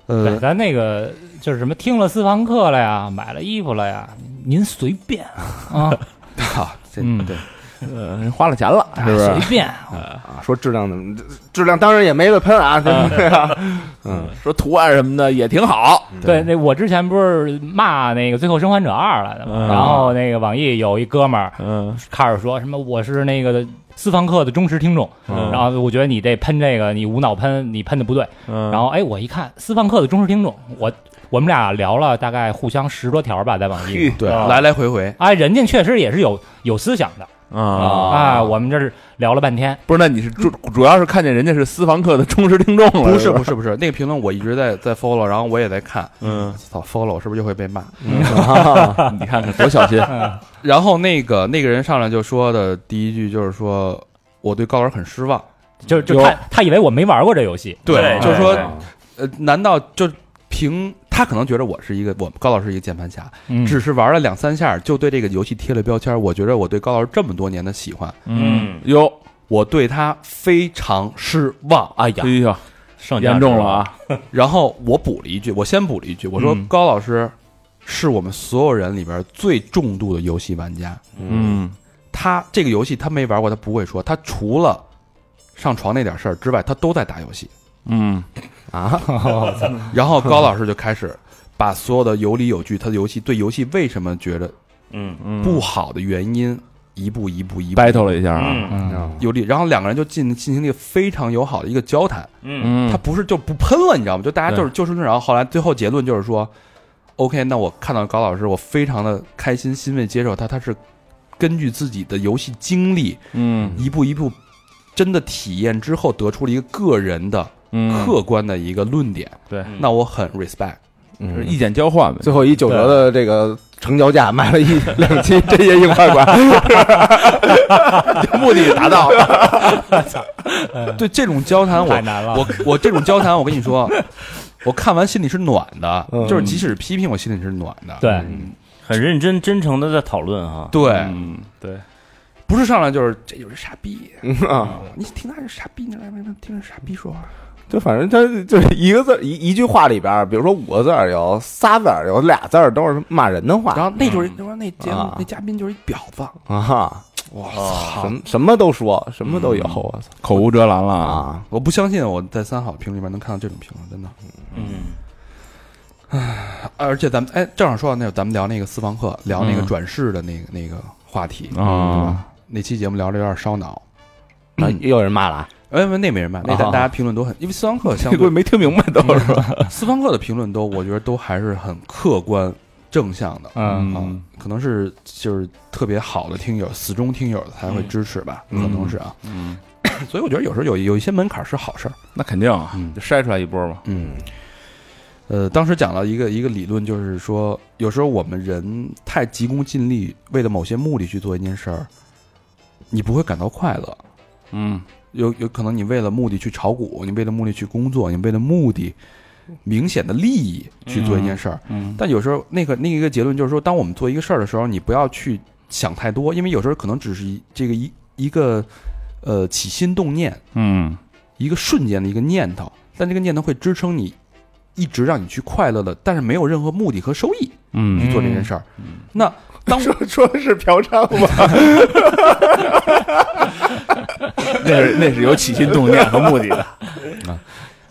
D: 对，
C: 呃，
D: 咱那个就是什么听了私房课了呀，买了衣服了呀，您随便啊，
C: 好，这
E: 嗯
C: 对，
E: 呃人花了钱了，是不是？
D: 随 便，
B: 啊，说质量怎么，质量当然也没得喷啊，对吧？嗯，
E: 说图案什么的也挺好，
D: 对，那我之前不是骂那个《最后生还者二》来的嘛，
E: 嗯
D: 然后那个网易有一哥们儿
E: 嗯，
D: 开始说什么我是那个私房课的忠实听众，
E: 嗯
D: 然后我觉得你这喷这个你无脑喷，你喷的不对。
E: 然
D: 然后哎，我一看私房课的忠实听众，我我们俩聊了大概互相十多条吧，在网易。
C: 对，来来回回，
D: 哎，人家确实也是有有思想的
E: 啊，
D: 啊，我们这是聊了半天，
E: 不是，那你是主主要是看见人家是私房课的忠实听众了，
C: 不是
E: 吧
C: 不是不是，那个评论我一直在在 follow，然后我也在看，
E: 嗯，
C: 操 follow 是不是就会被骂？
E: 啊你看看多小心，
C: 然后那个那个人上来就说的第一句就是说我对高玩很失望，
D: 就就他他以为我没玩过这游戏，
F: 对
C: 就是
F: 对
C: 说呃，难道就凭他可能觉得我是一个我们高老师一个键盘侠，
D: 嗯
C: 只是玩了两三下就对这个游戏贴了标签，我觉得我对高老师这么多年的喜欢，
F: 嗯
E: 哟，
C: 我对他非常失望。
D: 哎呀
E: 哎，呀，
F: 上
E: 严重了！啊，
C: 然后我补了一句，我先补了一句，我说
E: 嗯
C: 高老师是我们所有人里边最重度的游戏玩家，
E: 嗯
C: 他这个游戏他没玩过，他不会说，他除了上床那点事儿之外，他都在打游戏。
E: 嗯，
B: 啊，
C: 然后高老师就开始把所有的有理有据，他的游戏对游戏为什么觉得
F: 嗯
E: 嗯
C: 不好的原因，一步一步一步
E: battle 了一下啊，
F: 嗯
C: 有理，然后两个人就进进行了一个非常友好的一个交谈。
F: 嗯
E: 嗯
C: 他，不是就不喷了，你知道吗？就大家就是就事论事。然后后来最后结论就是说，OK，那我看到高老师，我非常的开心、欣慰接受他，他是根据自己的游戏经历
E: 嗯
C: 一步一步真的体验之后，得出了一个个人的
E: 嗯，
C: 客观的一个论点。
E: 对
F: 嗯
C: 那我很 respect。
E: 就是
B: 嗯
E: 意见交换呗，
B: 最后以九折的这个成交价买了一两期这些 硬饭馆，
E: 目的达到了，
C: 对这种交谈我，
D: 太难了，
C: 我我这种交谈，我跟你 说，我看完心里是暖的，
B: 嗯
C: 就是即使批评，我心里是暖的。
D: 对，
F: 很认真真诚的在讨论哈，
C: 对，
E: 嗯对，
C: 不是上来就是这就是傻 逼，
B: 嗯啊，
C: 你听他是傻逼，你来来来听着傻逼说话。
B: 就反正他就是一个字儿一一句话里边儿，比如说五个字儿有仨字儿有俩字儿都是骂人的话
C: 嗯然后那就是就说那节目
B: 啊
C: 那嘉宾就是一婊子，
B: 啊哈，
C: 我
B: 什
C: 操！
B: 么什么都说，什么都有，我操
E: 口无遮拦了嗯啊！
B: 啊！
C: 我不相信我在三好评论里面能看到这种评论，真的。
F: 嗯，
C: 而且咱们哎，正好说到那个，咱们聊那个私房课，聊那个
E: 嗯
C: 转世的那个那个话题。
E: 啊，
C: 那期节目聊的有点烧脑，
B: 啊又有人骂了啊，
C: 哎，那没人骂，那大
B: 啊
C: 大家评论都很，因为私 房课相
E: 这
C: 对
E: 个 没听明白都是吧？
C: 私房课的评论都，我觉得都还是很客观正向的。
D: 嗯，
C: 啊，可能是就是特别好的听友、死忠听友才
B: 嗯
C: 会支持吧，可能是啊。
E: 嗯，
C: 所以我觉得有时候有有一些门槛是好事儿。
E: 那肯定啊
C: 嗯，
E: 就筛出来一波嘛。
C: 嗯，呃，当时讲了一个一个理论，就是说，有时候我们人太急功近利，为了某些目的去做一件事儿，你不会感到快乐。
E: 嗯，
C: 有有可能你为了目的去炒股，你为了目的去工作，你为了目的明显的利益去做一件事儿。
E: 嗯
C: 但有时候那个那一个结论就是说，当我们做一个事儿的时候，你不要去想太多，因为有时候可能只是一这个一一个呃起心动念，
E: 嗯
C: 一个瞬间的一个念头，但这个念头会支撑你，一直让你去快乐的，但是没有任何目的和收益去
E: 嗯，
C: 做这件事儿。那当
B: 说 说是嫖娼吗？
E: 那是那是有起心动念和目的的。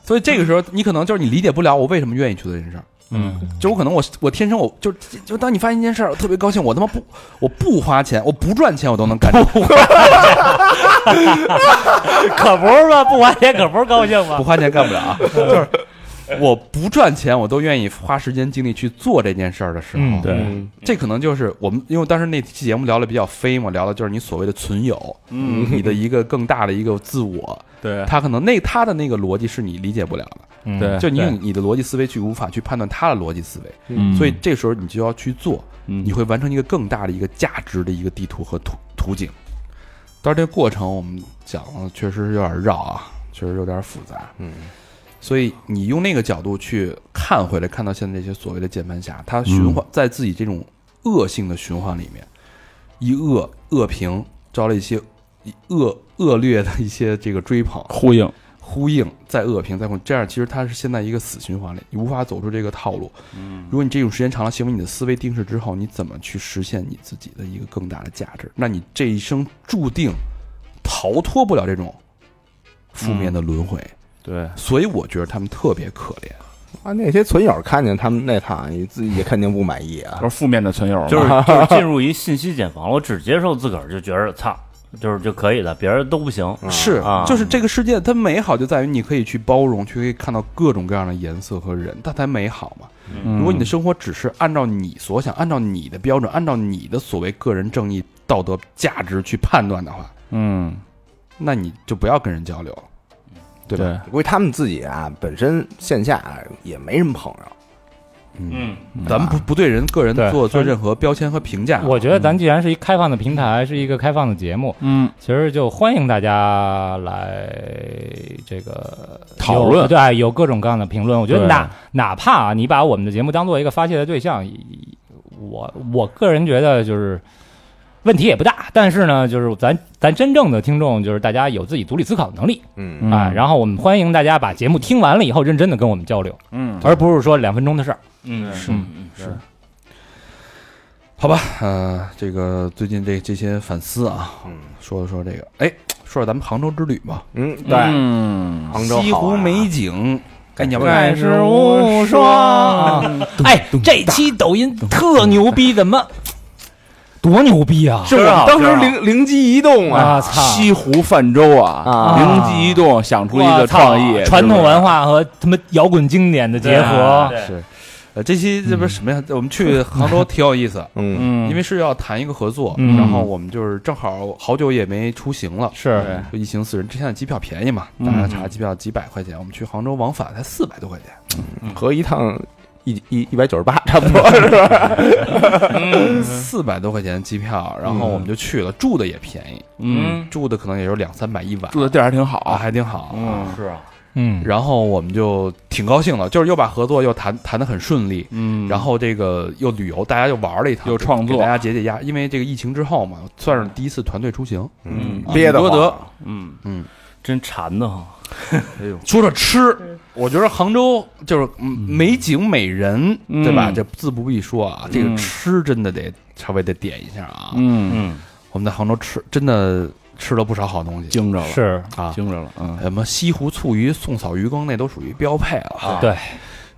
C: 所以这个时候，你可能就是你理解不了我为什么愿意去做这件事儿。
E: 嗯，
C: 就我可能我我天生我就就当你发现一件事儿，我特别高兴，我他妈不我不花钱，我不赚钱，我都能干。
F: 可不是嘛，不花钱可不是高兴
C: 不
F: 吗？
C: 花钱干不了啊， 就是我不赚钱，我都愿意花时间精力去做这件事儿的时候，
D: 嗯
E: 对，
C: 这可能就是我们，因为当时那期节目聊的比较飞嘛，聊的就是你所谓的存有，嗯，你的一个更大的一个自我，
E: 对
C: 他可能那他的那个逻辑是你理解不了的，
D: 嗯
E: 对，
C: 就你
E: 对
C: 用你的逻辑思维去无法去判断他的逻辑思维，
E: 嗯
C: 所以这时候你就要去做，
E: 嗯
C: 你会完成一个更大的一个价值的一个地图和图图景。但是这个过程我们讲了，确实有点绕啊，确实有点复杂。
B: 嗯，
C: 所以你用那个角度去看回来，看到现在这些所谓的键盘侠，他循环在自己这种恶性的循环里面，一恶恶评招了一些一恶恶劣的一些这个追捧
E: 呼应。
C: 呼应，再恶评再呼，这样其实它是现在一个死循环里，你无法走出这个套路。嗯，如果你这种时间长了，形成你的思维定式之后，你怎么去实现你自己的一个更大的价值？那你这一生注定逃脱不了这种负面的轮回。
E: 对，
C: 所以我觉得他们特别可怜。
B: 啊，那些存友看见他们那趟，你自己也肯定不满意啊
E: 都。是负面的存友嘛，
F: 就是就是进入一信息茧房，我只接受自个儿，就觉得操，就是就可以了，别人都不行。
C: 是
F: 啊
C: 就是这个世界它美好就在于你可以去包容，去可以看到各种各样的颜色和人，它才美好嘛。
E: 嗯
C: 如果你的生活只是按照你所想，按照你的标准，按照你的所谓个人正义、道德价值去判断的话，
E: 嗯，
C: 那你就不要跟人交流了，对吧？
E: 对，
B: 估计他们自己啊，本身线下啊也没什么朋友，啊
F: 嗯，
C: 咱们不不啊对人个人
D: 对
C: 做做任何标签和评价。
D: 我觉得咱既然是一开放的平台，是一个开放的节目，
E: 嗯，
D: 其实就欢迎大家来这个
E: 讨论
D: 有对，有各种各样的评论。我觉得
E: 对
D: 哪哪怕啊，你把我们的节目当做一个发泄的对象，以我我个人觉得就是问题也不大。但是呢，就是咱咱真正的听众，就是大家有自己独立思考的能力
B: 嗯，
E: 嗯
D: 啊。然后我们欢迎大家把节目听完了以后，认真的跟我们交流，
E: 嗯，
D: 而不是说两分钟的事儿。
F: 嗯
E: 是是，
C: 好吧，呃，这个最近这这些反思啊，
B: 嗯
C: 说了说这个，哎，说说咱们杭州之旅吧。
B: 嗯，对，
E: 嗯，
B: 杭州
C: 西
B: 好
C: 湖
B: 玩啊
C: 美景，哎，你要不要？
D: 盖世无双。哎，这期抖音特牛逼，怎么多牛逼啊？
B: 是啊，当时灵灵机一动啊，
D: 啊操！
E: 西湖泛舟啊，
B: 啊
E: 灵机一动，想出一个
D: 我操
E: 创意，
D: 传统
E: 化，
D: 文化和他妈摇滚经典的结合，
C: 是，呃，这期这不是什么呀？我们去杭州挺有意 思，
B: 嗯，
E: 嗯，
C: 因为是要谈一个合作，
D: 嗯
C: 然后我们就是正好好久也没出行了，
D: 是
C: 就一行四人，之前的机票便宜嘛，
E: 嗯
C: 大家查机票几百块钱，我们去杭州往返才四百多块钱，
B: 合一趟一一一百九十八差不多是吧？
E: 嗯
C: 四百多块钱机票，然后我们就去了，住的也便宜，
E: 嗯，
C: 住的可能也就两三百一晚
E: 住的地儿还挺
C: 啊，
E: 好，
C: 还挺好。
E: 嗯
F: 是啊，
D: 嗯，
C: 然后我们就挺高兴的，就是又把合作又谈谈的很顺利，
E: 嗯，
C: 然后这个又旅游，大家又玩了一趟，
E: 又创作
C: 给大家解解压。因为这个疫情之后嘛，算是第一次团队出行。
E: 嗯
B: 憋得
C: 多
B: 慌
C: 得，
E: 嗯
C: 嗯，
F: 真馋的慌。
C: 说说吃，我觉得杭州就是嗯美景美人，
E: 嗯
C: 对吧？这自不必说啊，这个
E: 嗯
C: 吃真的得稍微得点一下啊。
E: 嗯
F: 嗯，
C: 我们在杭州吃，真的吃了不少好东西
E: 惊着了，
D: 是
C: 啊，
E: 惊着了，嗯，
C: 什么西湖醋鱼、宋嫂鱼羹，那都属于标配了啊。
D: 对，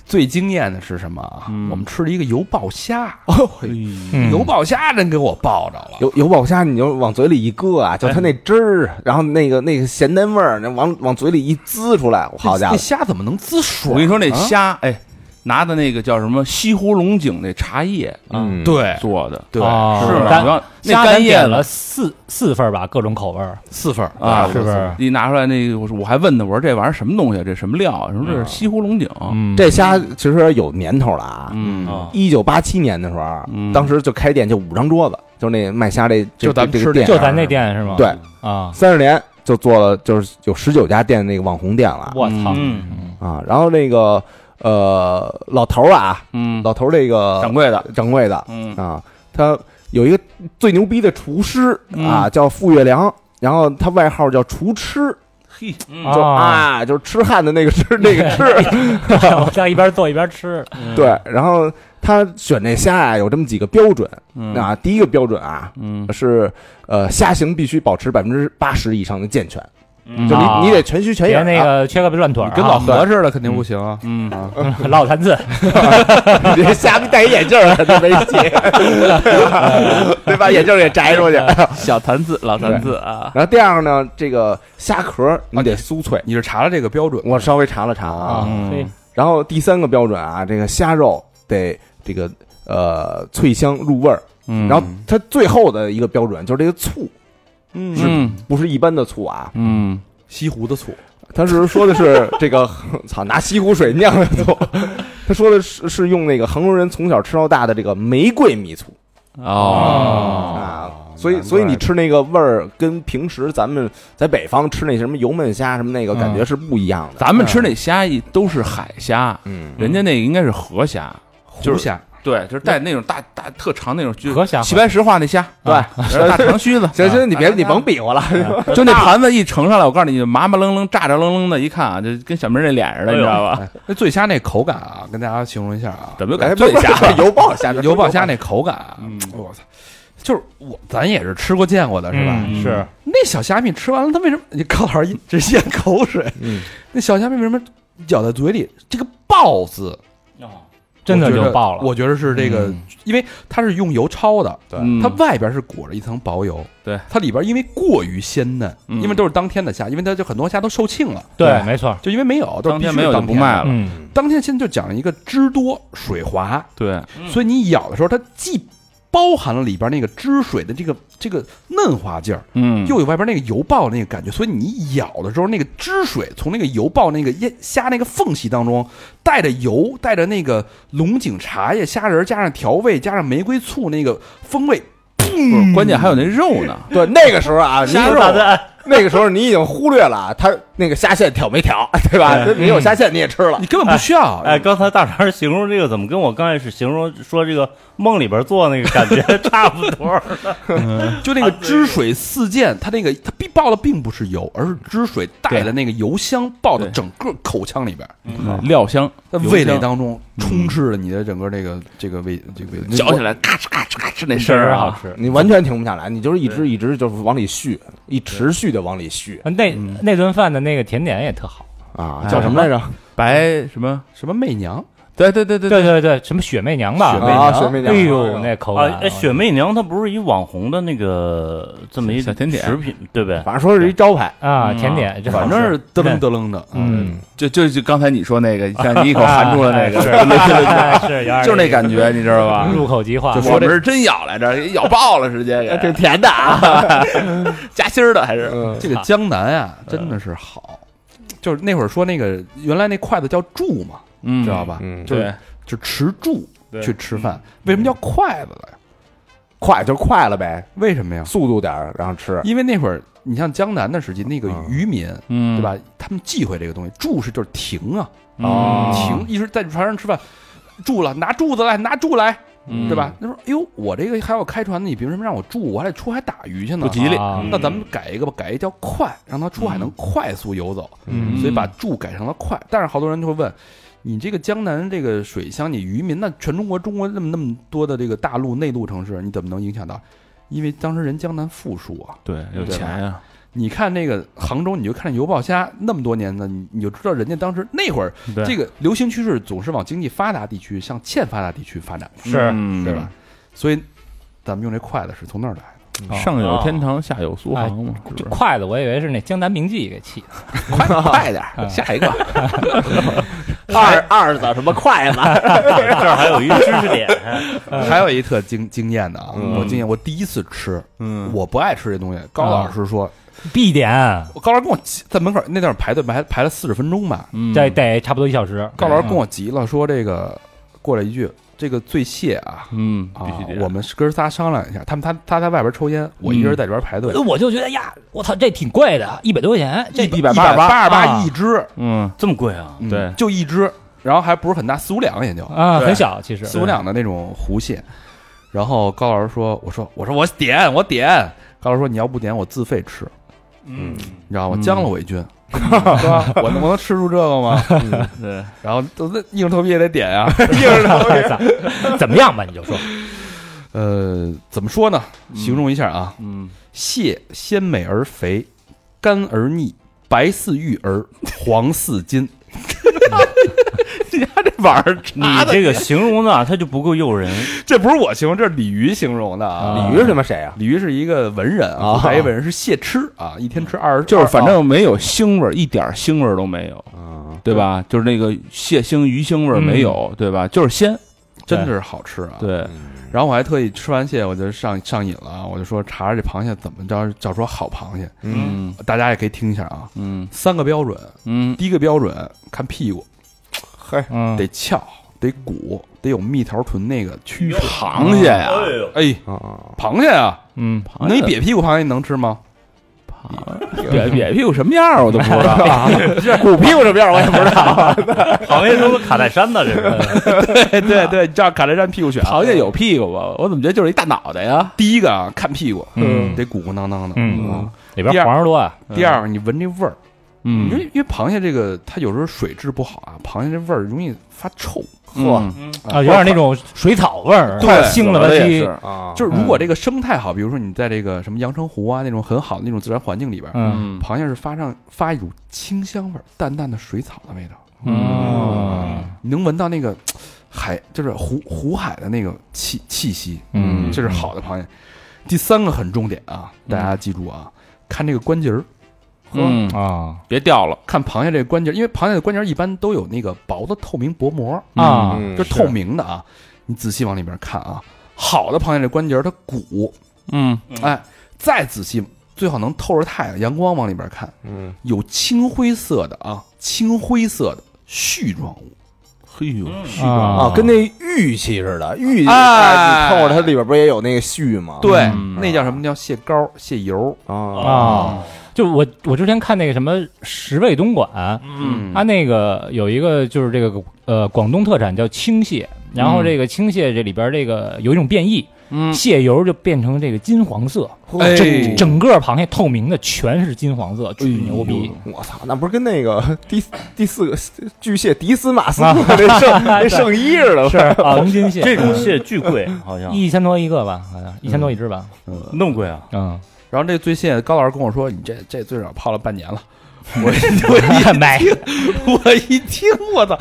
C: 最惊艳的是什么啊？
E: 嗯
C: 我们吃了一个油爆虾，
D: 嗯
C: 油爆虾真给我爆着了。
B: 油油爆虾，你就往嘴里一搁啊，就它那汁儿，然后那个那个咸淡味儿，那往往嘴里一滋出来，好家
C: 那
B: 伙！
C: 虾怎么能滋水？
E: 我跟你说那
C: 啊，
E: 虾，哎，拿的那个叫什么西湖龙井那茶叶啊
B: 嗯，
C: 对
E: 做的，
C: 对，
D: 哦
E: 是吗？然
D: 咱
E: 后那
D: 虾咱
E: 干叶
D: 点
E: 子
D: 了四四份儿吧，各种口味儿，
C: 四份儿
E: 啊，
D: 是不是
E: 一拿出来那个，我说我还问他，我说这玩意儿什么东西啊？这什么料啊？什么这是西湖龙井？
D: 嗯，哦
B: 这虾其实有年头了啊。
E: 嗯，
F: 啊，
B: 一九八七年的时候，啊
E: 嗯
B: 当时就开店就五张桌子，就那卖虾这这
C: 就咱们
B: 这
C: 吃
B: 个
C: 的
B: 店，
D: 就咱那店是吗？
B: 对
D: 啊，
B: 三十年就做了，就是有十九家店那个网红店了
D: 我操，
F: 嗯
B: 啊。然后那个呃老头儿啊，
E: 嗯，
B: 老头儿这个
E: 掌柜的，
B: 掌柜的
E: 嗯
B: 啊，他有一个最牛逼的厨师
E: 嗯
B: 啊，叫傅月良，然后他外号叫厨痴，
E: 嘿，
F: 嗯
B: 就
D: 啊
B: 啊就是痴汉的那个痴那个痴，
D: 我在一边做一边吃，
B: 对。然后他选这虾啊有这么几个标准
E: 嗯
B: 啊，第一个标准啊
E: 嗯
B: 是呃虾型必须保持百分之八十以上的健全，
F: 嗯
B: 就
D: 啊
B: 你你得全须全
D: 别
B: 眼
D: 那
B: 啊，
D: 个缺个乱腿儿啊，
C: 跟老何似的，肯定不行啊。
E: 嗯，
D: 老坛子，
B: 你这 瞎逼戴一眼镜 儿都没戏，得把眼镜儿给摘出去。
F: 小坛子老坛子啊，
B: 然后第二个呢，这个虾壳你得酥脆。
C: 你是查了这个标准，
B: 我稍微查了查啊，
E: 嗯
D: 嘿
B: 然后第三个标准啊，这个虾肉得这个呃脆香入味儿，
E: 嗯
B: 然后它最后的一个标准就是这个醋，
C: 嗯，
E: 嗯
B: 不是一般的醋啊，
E: 嗯，
C: 西湖的醋，
B: 他是说的是这个， 操，拿西湖水酿的醋，他说的是是用那个杭州人从小吃到大的这个玫瑰米醋
E: 哦，
B: 啊，所以所以你吃那个味儿跟平时咱们在北方吃那什么油焖虾什么那个感觉是不一样的，
E: 咱们
D: 嗯
E: 吃那虾一都是海虾，
B: 嗯，
E: 人家那个应该是河虾，
D: 嗯
E: 就是
C: 湖虾，
E: 对，就是带那种大大特长那种，就
D: 河虾
E: 齐白石画那 虾，
B: 对，
E: 啊然后大长须子
B: 行
E: 啊
B: 行，你别你甭比划了，
E: 就那盘子一盛上来，我告诉你，麻麻愣愣、炸炸愣愣的，一看啊，就跟小明那脸似的，你知道吧？
C: 哎那醉虾那口感啊，跟大家形容一下啊，
E: 啊怎么又
B: 哎
E: 改醉虾？
B: 不是油爆虾，
C: 油爆虾那口感啊，
E: 嗯
C: 我操，就是我咱也是吃过见过的是吧？
D: 嗯是
C: 那小虾米吃完了，它为什么？你高老师一直咽口水，
B: 嗯
C: 那小虾米为什么咬在嘴里？这个“爆”字
D: 哦真的
C: 我觉
D: 就
C: 得
D: 爆了，
C: 我觉得是这个，因为它是用油焯的，
B: 对
E: 嗯
C: 它外边是裹着一层薄油，
E: 对，
C: 它里边因为过于鲜嫩，
E: 嗯
C: 因为都是当天的虾，因为它就很多虾都售罄了，
D: 对，没错，
C: 就因为没有，都是
E: 当天
C: 必须
E: 没有就
C: 当
E: 不卖了，
D: 嗯，
C: 当天现在就讲一个汁多水滑，
E: 对，
F: 嗯
C: 所以你咬的时候，它既包含了里边那个汁水的这个这个嫩滑劲儿，
E: 嗯，
C: 又有外边那个油爆那个感觉，所以你咬的时候，那个汁水从那个油爆那个烟虾那个缝隙当中，带着油，带着那个龙井茶叶、虾仁儿，加上调味，加上玫瑰醋那个风味，
E: 不是关键还有那肉呢，
B: 对，那个时候啊，你已
F: 虾肉
B: 经
F: 大餐，
B: 那个时候你已经忽略了它那个虾线挑没挑，对吧？没有虾线嗯你也吃了
C: 你，根本不需要。
F: 哎，刚才大肠形容这个怎么跟我刚开始形容说这个梦里边做那个感觉 差不多？
C: 就那个汁水四溅，它那个它必爆的并不是油，而是汁水带着那个油香爆到
E: 对
C: 整个口腔里边，
E: 嗯料香，
C: 在味蕾当中充斥着你的整个这个这个味这个味
E: 嚼起来咔哧咔哧咔
B: 嗯
E: 哧那声儿
D: 好
E: 啊，
D: 吃。
B: 你完全停不下来，你就是一直一直就是往里续，一持续的往里续
D: 呃那那顿饭的那个甜点也特好，
B: 啊，
E: 哎
B: 叫什么来着？
E: 白什么？
C: 什么媚娘，
E: 对对对对
D: 对，对对，什么雪媚娘吧，
B: 雪媚娘啊雪媚娘
D: 哎呦，那口
F: 啊，哎
D: 感，
F: 雪媚娘她不是一网红的那个这么一
E: 小甜点
F: 食品，对呗？
B: 反正说是一招牌，
D: 啊，
F: 嗯
D: 甜点，这好
C: 反正
D: 吃
C: 是嘚楞嘚楞的，啊
D: 嗯，
E: 就就就刚才你说那个，像你一口含住了 那个，
D: 是
E: 就是那感觉，你知道吧？
D: 入口即化，
E: 就我们是真咬来着，咬爆了，直接给挺甜的啊，夹心儿的还是
B: 嗯，
C: 这个江南啊，真的是好。就是那会儿说那个原来那筷子叫箸嘛，
E: 嗯
C: 知道吧？
B: 嗯
C: 就是
E: 对
C: 就持箸去吃饭，为什么叫筷子呀？
B: 快就快了呗，
C: 为什么呀？
B: 速度点儿，然后吃，
C: 因为那会儿你像江南的时期，那个
B: 嗯
C: 渔民
E: 嗯
C: 对？吧？他们忌讳这个东西，箸是就是停啊，
E: 哦
C: 停，一直在船上吃饭，住了拿柱子来，拿柱来，
E: 嗯
C: 对吧？他说，哎呦，我这个还要开船呢，你凭什么让我住？我还得出海打鱼去呢。
E: 不吉利嗯
D: 啊
C: 那咱们改一个吧，改一叫快，让它出海能快速游走，
D: 嗯
C: 所以把住改成了快。但是好多人就会问，你这个江南这个水乡，你渔民那全中国中国那么那么多的这个大陆内陆城市，你怎么能影响到？因为当时人江南富庶啊，
E: 对，有钱呀，
C: 你看那个杭州，你就看油爆虾那么多年呢，你你就知道人家当时那会儿
E: 对
C: 这个流行趋势总是往经济发达地区向欠发达地区发展，
D: 是
E: 嗯
C: 对吧？？所以咱们用这筷子是从那儿来的。
E: 上有天堂，下有苏杭嘛，是
D: 哎这
E: 不是？
D: 筷子我以为是那江南名妓给气的，
B: 快快点，下一个 二二子什么筷
E: 啊
B: 子？
F: 这儿还有一个知识点，
C: 还有一特惊惊艳的啊，
B: 嗯
C: 我惊艳，我第一次吃，
B: 嗯
C: 我不爱吃这东西。高老师说，
D: 必点，
C: 我高老师跟我急在门口那段排队排排了四十分钟吧，
E: 嗯
D: 这得差不多一小时。嗯
C: 高老师跟我急了，说这个过来一句，这个醉蟹啊。
E: 嗯，
C: 啊
E: 必须，得
C: 我们是哥仨商量一下，他们他他在外边抽烟，我一个人在里边排队，
D: 呃我就觉得呀，我操，这挺贵的，一百多块钱，这
C: 一百
B: 八
C: 十八十
D: 啊
C: 八一只，
E: 嗯，
F: 这么贵啊？
C: 嗯
E: 对
C: 就一只，然后还不是很大，四五两也就
D: 啊很小，其实
C: 四五两的那种湖蟹。然后高老师说：“我说我说我点我点。”高老师说：“你要不点，我自费吃。”
F: 嗯，
C: 你知道吗？
E: 嗯
C: 将了我一军， 嗯是吧？我能我能吃出这个吗？
F: 对，
C: 然后都那硬着头皮也得点呀。
D: 嗯 怎么样吧？你就说，
C: 呃，怎么说呢？形容一下啊，
E: 嗯，
C: 蟹鲜美而肥，干而腻，白似玉儿，黄似 金。
F: 你这个形容的啊它就不够诱人，
C: 这不是我形容，这是鲤鱼形容的啊。
B: 鲤鱼是他妈谁啊？
C: 鲤鱼是一个文人啊，
B: 啊
C: 还一文人是蟹吃啊，一天吃二十，
E: 就是反正没有腥味儿，一点儿腥味儿都没有，
B: 嗯，
E: 对嗯吧？就是那个蟹腥、鱼腥味儿没有，对吧？就是鲜，
C: 真的是好吃啊。
E: 对，
B: 嗯
C: 然后我还特意吃完蟹，我就上上瘾了啊，我就说查查这螃蟹怎么着叫出好螃蟹，
E: 嗯
C: 大家也可以听一下啊。
E: 嗯
C: 三个标准，
E: 嗯
C: 第一个标准看屁股，
E: 嗯，
C: 得翘，得鼓，得有蜜桃臀那个曲势。
E: 螃蟹呀，
C: 哎，
E: 哦
B: 啊，
C: 螃蟹啊，
E: 嗯，
C: 能一瘪屁股螃蟹能吃 吗？
E: 瘪瘪屁股什么样儿我都不 知道，
B: 骨屁股什么样我也不知道。
F: 螃蟹都是卡戴珊的，这是
C: 对对对，你知道卡戴珊屁股选
E: 螃蟹有屁股吧？啊我怎么觉得就是一大脑袋呀？
C: 第一个啊，看屁股，
E: 嗯
C: 得鼓鼓囊囊的。
D: 嗯，里边
C: 第二
D: 黄油多啊，
C: 第二个，你闻这味儿，因为
E: 嗯，
C: 因为螃蟹这个它有时候水质不好啊，螃蟹这味儿容易发臭。
E: 嚯，
D: 啊，有点那种水草味儿，
C: 对
D: 腥了吧
E: 我的也
D: 唧，
E: 是，
B: 啊，
C: 就是如
E: 嗯
C: 果这个生态好，比如说你在这个什么阳澄湖啊那种很好的那种自然环境里边，
D: 嗯，
E: 嗯
C: 螃蟹是发上发一股清香味儿，淡淡的水草的味道，
E: 嗯
D: 嗯
C: 你能闻到那个嘖海就是湖湖海的那个气气息，
E: 嗯
C: 这是好的螃蟹。第三个很重点啊，大家记住啊，看这个关节儿，
E: 嗯，
D: 啊
E: 别掉了
C: 看螃蟹这个关节儿，因为螃蟹的关节儿一般都有那个薄的透明薄膜，
D: 啊，
B: 嗯
C: 就是透明的啊，你仔细往里边看啊，好的螃蟹这关节儿它鼓，
E: 嗯
C: 哎，再仔细最好能透着太阳阳光往里边看，
B: 嗯，
C: 有青灰色的啊，青灰色的絮状物，
E: 嘿呦，
B: 啊
E: 哦
D: 啊，，
B: 跟那玉器似的，玉
C: 哎
B: 哎你透着它里边不也有那个絮吗？
C: 对，
E: 嗯
C: 那叫什么叫蟹膏、蟹油，
E: 哦
B: 啊，
D: 啊，就我我之前看那个什么十味东馆，
C: 嗯
D: 它那个有一个就是这个呃广东特产叫青蟹，然后这个青蟹这里边这个有一种变异，
E: 嗯
D: 蟹油就变成这个金黄色，
C: 哎
D: 整整个螃蟹透明的全是金黄色，巨牛逼。
B: 我操，那不是跟那个 第第四个巨蟹迪斯马斯克那 圣那圣衣似的吗？
D: 是啊，红金蟹
F: 这种蟹巨贵，好像
D: 一千多一个吧，好像一千多一只吧，
F: 那么贵啊？
D: 嗯，
C: 然后这醉蟹，高老师跟我说，你这这最少泡了半年了，
D: 买
C: 我一听，我操，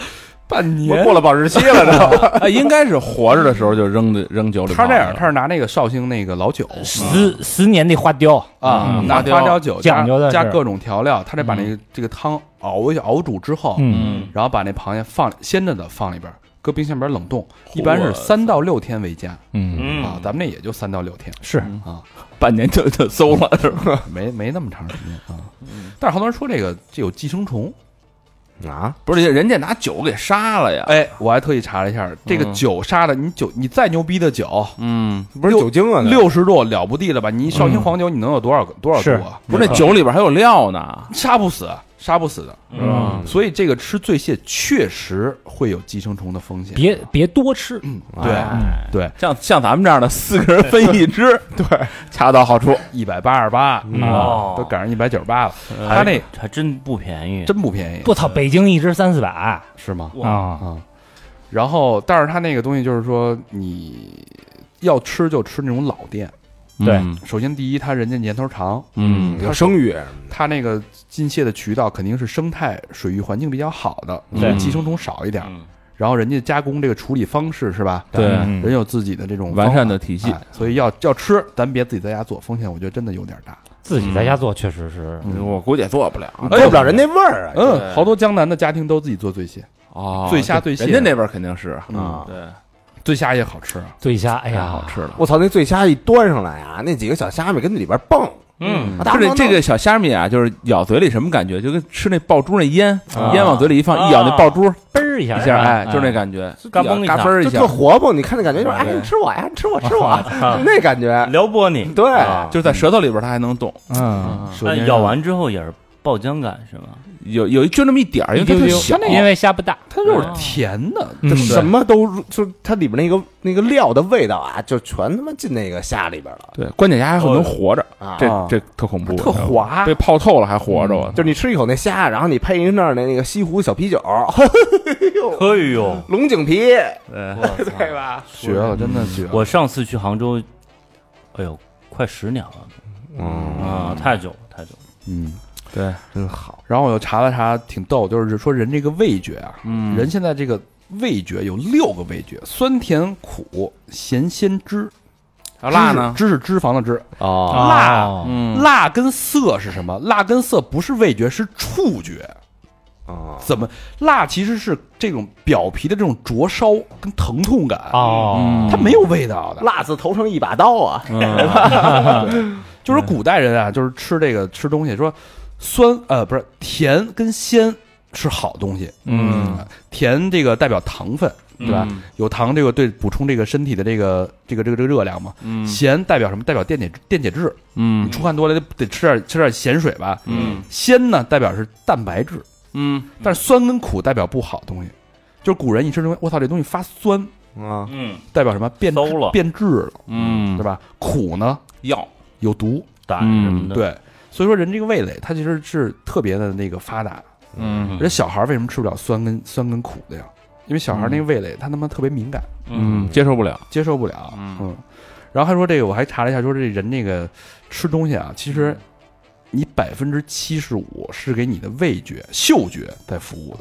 C: 半
B: 不
C: 年
B: 是。过了保质期了，这
E: 哎，应该是活着的时候就扔的扔酒里泡
C: 他
E: 了。
C: 那样，他是拿那个绍兴那个老酒
D: 十十年的花雕，
C: 啊，
E: 嗯
C: 拿
E: 花雕
C: 花雕酒加
D: 讲究的是
C: 加各种调料，他得把那个这个汤熬一下，熬煮之后，
D: 嗯，
C: 然后把那螃蟹放鲜着的放里边儿，搁冰箱里边儿冷冻，一般是三到六天为佳
D: 嗯，
C: 啊
F: 嗯，，
C: 咱们那也就三到六天，啊
D: 是
E: 嗯半年就就馊了，是吧？
C: 没没那么长时间啊。
E: 嗯
C: 但是好多人说这个这有寄生虫，
B: 啊，
E: 不是，人家拿酒给杀了呀。
C: 哎，我还特意查了一下，这个
E: 啊嗯
C: 酒杀的，你酒你再牛逼的酒，
E: 嗯，
B: 不是酒精啊，那
C: 六十度了不地了吧？你绍兴黄酒你能有多少个多少
D: 嗯是
C: 度啊？
E: 不是那酒里边还有料呢。
C: 杀不死，杀不死的。
F: 嗯，
C: 所以这个吃醉蟹确实会有寄生虫的风险。啊
D: 别别多吃，
C: 对
F: 嗯
D: 哎
C: 对，
E: 像像咱们这样的四个人分一只，对，恰到好处。
C: 一百八十八
E: 嗯
B: 嗯啊
F: 哦
C: 都赶上一百九十八了，
F: 还
C: 他那
F: 还真不便宜，
C: 真不便宜，
D: 我操，北京一只三四百啊
C: 是吗？
D: 啊
C: 啊，然后但是他那个东西就是说你要吃就吃那种老店，
D: 对
E: 嗯
C: 首先第一，它人家年头长，
E: 嗯
B: 有生育，
C: 它那个进蟹的渠道肯定是生态水域环境比较好的，
E: 对
C: 寄生虫少一点儿。
E: 嗯
C: 然后人家加工这个处理方式是吧？
E: 对
C: 人有自己的这种
E: 嗯完善的
C: 方
E: 体
C: 法
E: 系，
C: 哎所以要要吃，咱别自己在家做，风险我觉得真的有点大。
D: 自己在家做确实是，
E: 我估计也哎做不了
B: 做不了人那味儿啊。
C: 嗯，好多江南的家庭都自己做醉蟹，
E: 哦
C: 醉虾醉蟹
E: 人家那边肯定是
C: 嗯，
E: 对，
C: 醉虾也好吃啊。
D: 醉虾，哎
E: 太
D: 呀
E: 好，吃了。
B: 我操，那醉虾一端上来啊，那几个小虾米跟那里边蹦，啊
F: 嗯，
B: 大
E: 不是
B: 王
E: 这个小虾米啊，就是咬嘴里什么感觉？就跟吃那爆珠那烟，
D: 啊
E: 烟往嘴里一放，
F: 啊
E: 一咬那爆珠一
D: 嘣儿一下，
E: 下，哎，就是那感觉，
F: 嘎嘣一下
E: 嘎嘣
B: 就
E: 一下
B: 特，活蹦，你看那感觉就是，哎，
E: 对
B: 你吃我呀，你吃我，吃我，就那感 觉，
F: 哎撩拨你，
B: 对，
F: 啊
E: 就是在舌头里边它还能动，
D: 嗯，
C: 舌尖
F: 但
C: 上
F: 咬完之后也是爆浆感是吧？
E: 有有一就那么一点儿，因为它特小，
D: 因为虾不大，
C: 它就是甜的，
D: 嗯
B: 就什么都入就是它里边那个那个料的味道啊，就全他妈进那个虾里边了
E: 对，关键虾还能活着，
B: 啊！
E: 这这哦特恐怖，嗯
C: 特滑
E: 被泡透了还活着，我
B: 就是你吃一口那虾，然后你配一那儿的那个西湖小啤酒，哦
F: 哎呦，
B: 龙井啤，
F: 对
B: 对吧？
C: 绝
E: 嗯
C: 了，真的绝了。
F: 我上次去杭州，哎呦，快十年了
B: 嗯，
F: 啊，太久了太久了。
C: 嗯，
E: 对，
B: 真好，
C: 然后我又查了查，挺逗，就是说人这个味觉啊，
E: 嗯
C: 人现在这个味觉有六个味觉：酸、甜、苦、咸、鲜、汁。
E: 还有啊辣呢
C: 汁是脂肪的脂，
F: 啊
B: 哦，
C: 辣
D: 哦
E: 嗯，
C: 辣跟涩是什么？辣跟涩不是味觉，是触觉。
E: 哦
C: 怎么辣其实是这种表皮的这种灼烧跟疼痛感，
E: 啊
F: 嗯
D: 哦，
C: 它没有味道的。
B: 辣子头成一把刀啊！
C: 就是
E: 嗯
C: 古代人啊，就是吃这个吃东西说酸呃不是甜跟鲜是好东西，
E: 嗯，
C: 甜这个代表糖分，对吧？有糖这个对补充这个身体的这个这个这个这个热量嘛。
E: 嗯
C: 咸代表什么？代表电解电解质，你
E: 嗯
C: 出汗多了得吃点吃点咸水吧。
E: 嗯
C: 鲜呢代表是蛋白质，
E: 嗯，
C: 但是酸跟苦代表不好东西。就是古人一吃东西，我操，这东西发酸，
B: 啊，
F: 嗯，
C: 代表什么？变质
F: 馊了
C: 变质了，
E: 嗯
C: 对吧？苦呢
E: 药，
C: 有毒，
F: 胆什么的，，
C: 嗯对，所以说人这个味蕾，它其实是特别的那个发达。
E: 嗯
C: 人小孩为什么吃不了酸跟酸跟苦的呀？因为小孩那个味蕾，他他妈特别敏感，
E: 嗯，接受不了，
C: 接受不了。
E: 嗯
C: 然后还说这个，我还查了一下，说这人那个吃东西啊，其
E: 嗯
C: 实你百分之七十五是给你的味觉、嗅觉在服务的，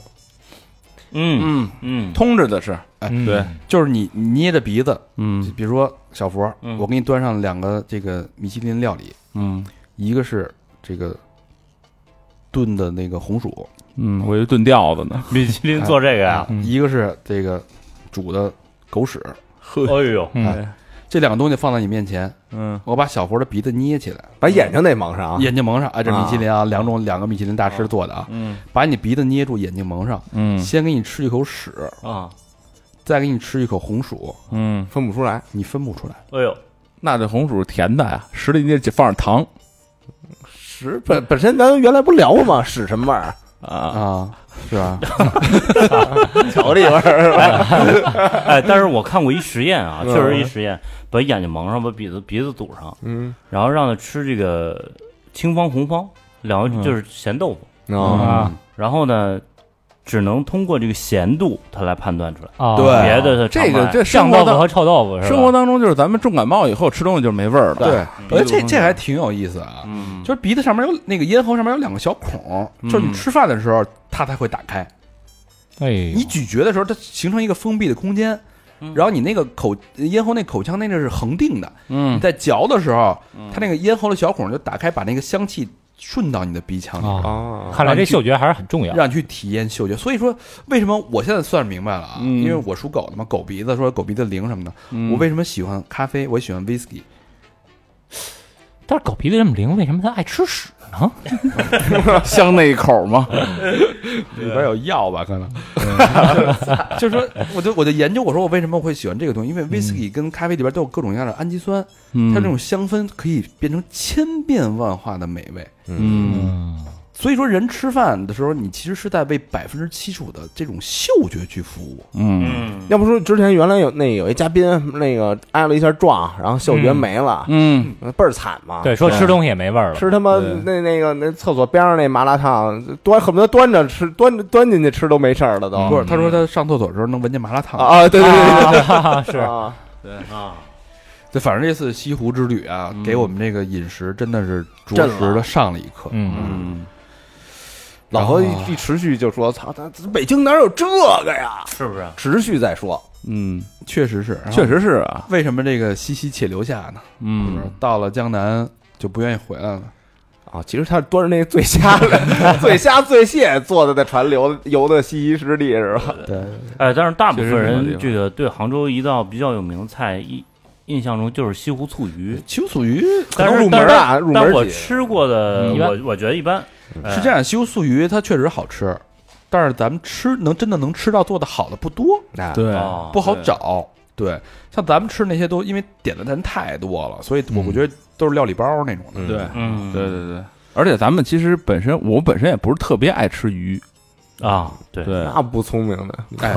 F: 嗯
E: 嗯，
F: 嗯，
E: 通着的是，
D: 嗯
E: 对
C: 就是你你捏着鼻子，
E: 嗯
C: 比如说小佛，
F: 嗯
C: 我给你端上两个这个米其林料理，
E: 嗯
C: 一个是这个炖的那个红薯，
E: 嗯，我以为炖吊子呢，
F: 米其林做这 个呀，
E: 嗯
C: 啊一个是这个煮的狗屎，
F: 哎呦，
D: 嗯
C: 这两个东西放在你面前，
E: 嗯
C: 我把小佛的鼻子捏起来，
B: 把眼睛得蒙上啊！
C: 眼睛蒙上，哎，这
B: 啊
C: 米其林啊，两种两个米其林大师做的啊，
E: 嗯
C: 把你鼻子捏住，眼睛蒙上，
E: 嗯
C: 先给你吃一口屎，
F: 啊，
C: 再给你吃一口红薯，
E: 嗯，
B: 分不出来，
C: 你分不出来，
F: 哎呦，
E: 那这红薯甜的呀，实里你得放点糖
B: 屎本本身咱原来不聊过吗？屎什么味儿？
E: 啊，
C: 啊，是吧？
B: 巧克力味儿。
F: 哎，但是我看过一实验啊，
B: 嗯
F: 确实一实验，把眼睛蒙上，把鼻子鼻子堵上，
B: 嗯，
F: 然后让他吃这个青方红方，两个就是咸豆腐，
B: 哦，
D: 啊
F: 然后呢，只能通过这个咸度他来判断出来，
D: 哦，
C: 对
F: 别的他尝
E: 这
F: 不
E: 个
F: 来
E: 这
D: 酱
E: 生活
D: 豆腐
E: 当
D: 和臭豆腐是吧？
E: 生活当中就是咱们重感冒以后吃东西就没味儿了，
C: 对，
E: 鼻
C: 哎，
E: 子
C: 这
E: 蒙
C: 这
E: 上
C: 还挺有意思啊，
E: 嗯
C: 就是鼻子上面有那个咽喉上面有两个小孔，就是你
E: 嗯
C: 吃饭的时候它才会打开，
D: 哎呦，
C: 你咀嚼的时候它形成一个封闭的空间。
E: 嗯
C: 然后你那个口咽喉那口腔那个是恒定的，你
E: 嗯
C: 在嚼的时候，它那个咽喉的小孔就打开，把那个香气顺到你的鼻腔里，
D: 啊，
B: 哦，
D: 看来这嗅觉还是很重要。
C: 让你去体验嗅觉。所以说，为什么我现在算是明白了啊？
E: 嗯
C: 因为我属狗的嘛，狗鼻子说狗鼻子灵什么的。我为什么喜欢咖啡？我喜欢 whisky，
D: 但是狗鼻子这么灵，为什么它爱吃屎呢？
E: 香那一口嘛，
C: 里边有药吧？可能就是说，我就我就研究，我说我为什么会喜欢这个东西？因为 whisky 跟咖啡里边都有各种各样的氨基酸，
E: 嗯
C: 它这种香氛可以变成千变万化的美味。
E: 嗯
D: 嗯，
C: 所以说，人吃饭的时候，你其实是在为百分之七十五的这种嗅觉去服务。
E: 嗯
F: 嗯，
B: 要不说之前原来有那有一嘉宾那个挨了一下撞，然后嗅觉没了，
E: 嗯
B: 倍儿惨嘛。
D: 对，，说吃东西也没味儿了。
B: 吃他妈
E: 对
B: 那那个那厕所边上那麻辣烫，端恨不得端着吃，端着端进去吃都没事儿了都。
C: 不是，他说他上厕所的时候能闻见麻辣烫。
B: 啊，对对对对
D: 啊，是
B: 对，啊，
C: 对，反正这次西湖之旅
E: 嗯
C: 啊，给我们这个饮食真的是着
E: 啊
C: 实的上了一课。
D: 嗯，
F: 嗯，
B: 老何
C: 然后
B: 一一持续就说：“操，他北京哪有这个呀
F: 是啊不是？”？
B: 持续在说，
E: 嗯，
C: 确实是，
E: 确。实是啊，
C: 为什么这个西西且留下呢？是不是
E: 嗯，
C: 到了江南就不愿意回来了。
B: 啊，其实他端着那醉虾的 醉虾醉蟹坐在那船流游的西夷湿地是吧？
C: 对，
F: 哎，但是大部
E: 确
F: 分
E: 实是这个地方
F: 人这个对杭州一道比较有名的菜，印印象中就是西湖醋鱼。
C: 西湖醋鱼
F: 但是
B: 入门啊，入
F: 但
B: 门
F: 我
B: 级
F: 吃过的，
D: 嗯一般
F: 我我觉得一般。
C: 是这样，西湖醋鱼它确实好吃，但是咱们吃能真的能吃到做的好的不多，
B: 啊，
E: 对
F: 哎，，哦
C: 不好找。对，像咱们吃那些都因为点的人太多了，所以我
B: 嗯
C: 觉得都是料理包那种的。
B: 嗯
E: 对，
F: 嗯，
E: 对对对。而且咱们其实本身，我本身也不是特别爱吃鱼，
F: 啊，对，
E: 对，
B: 那不聪明的，
C: 哎，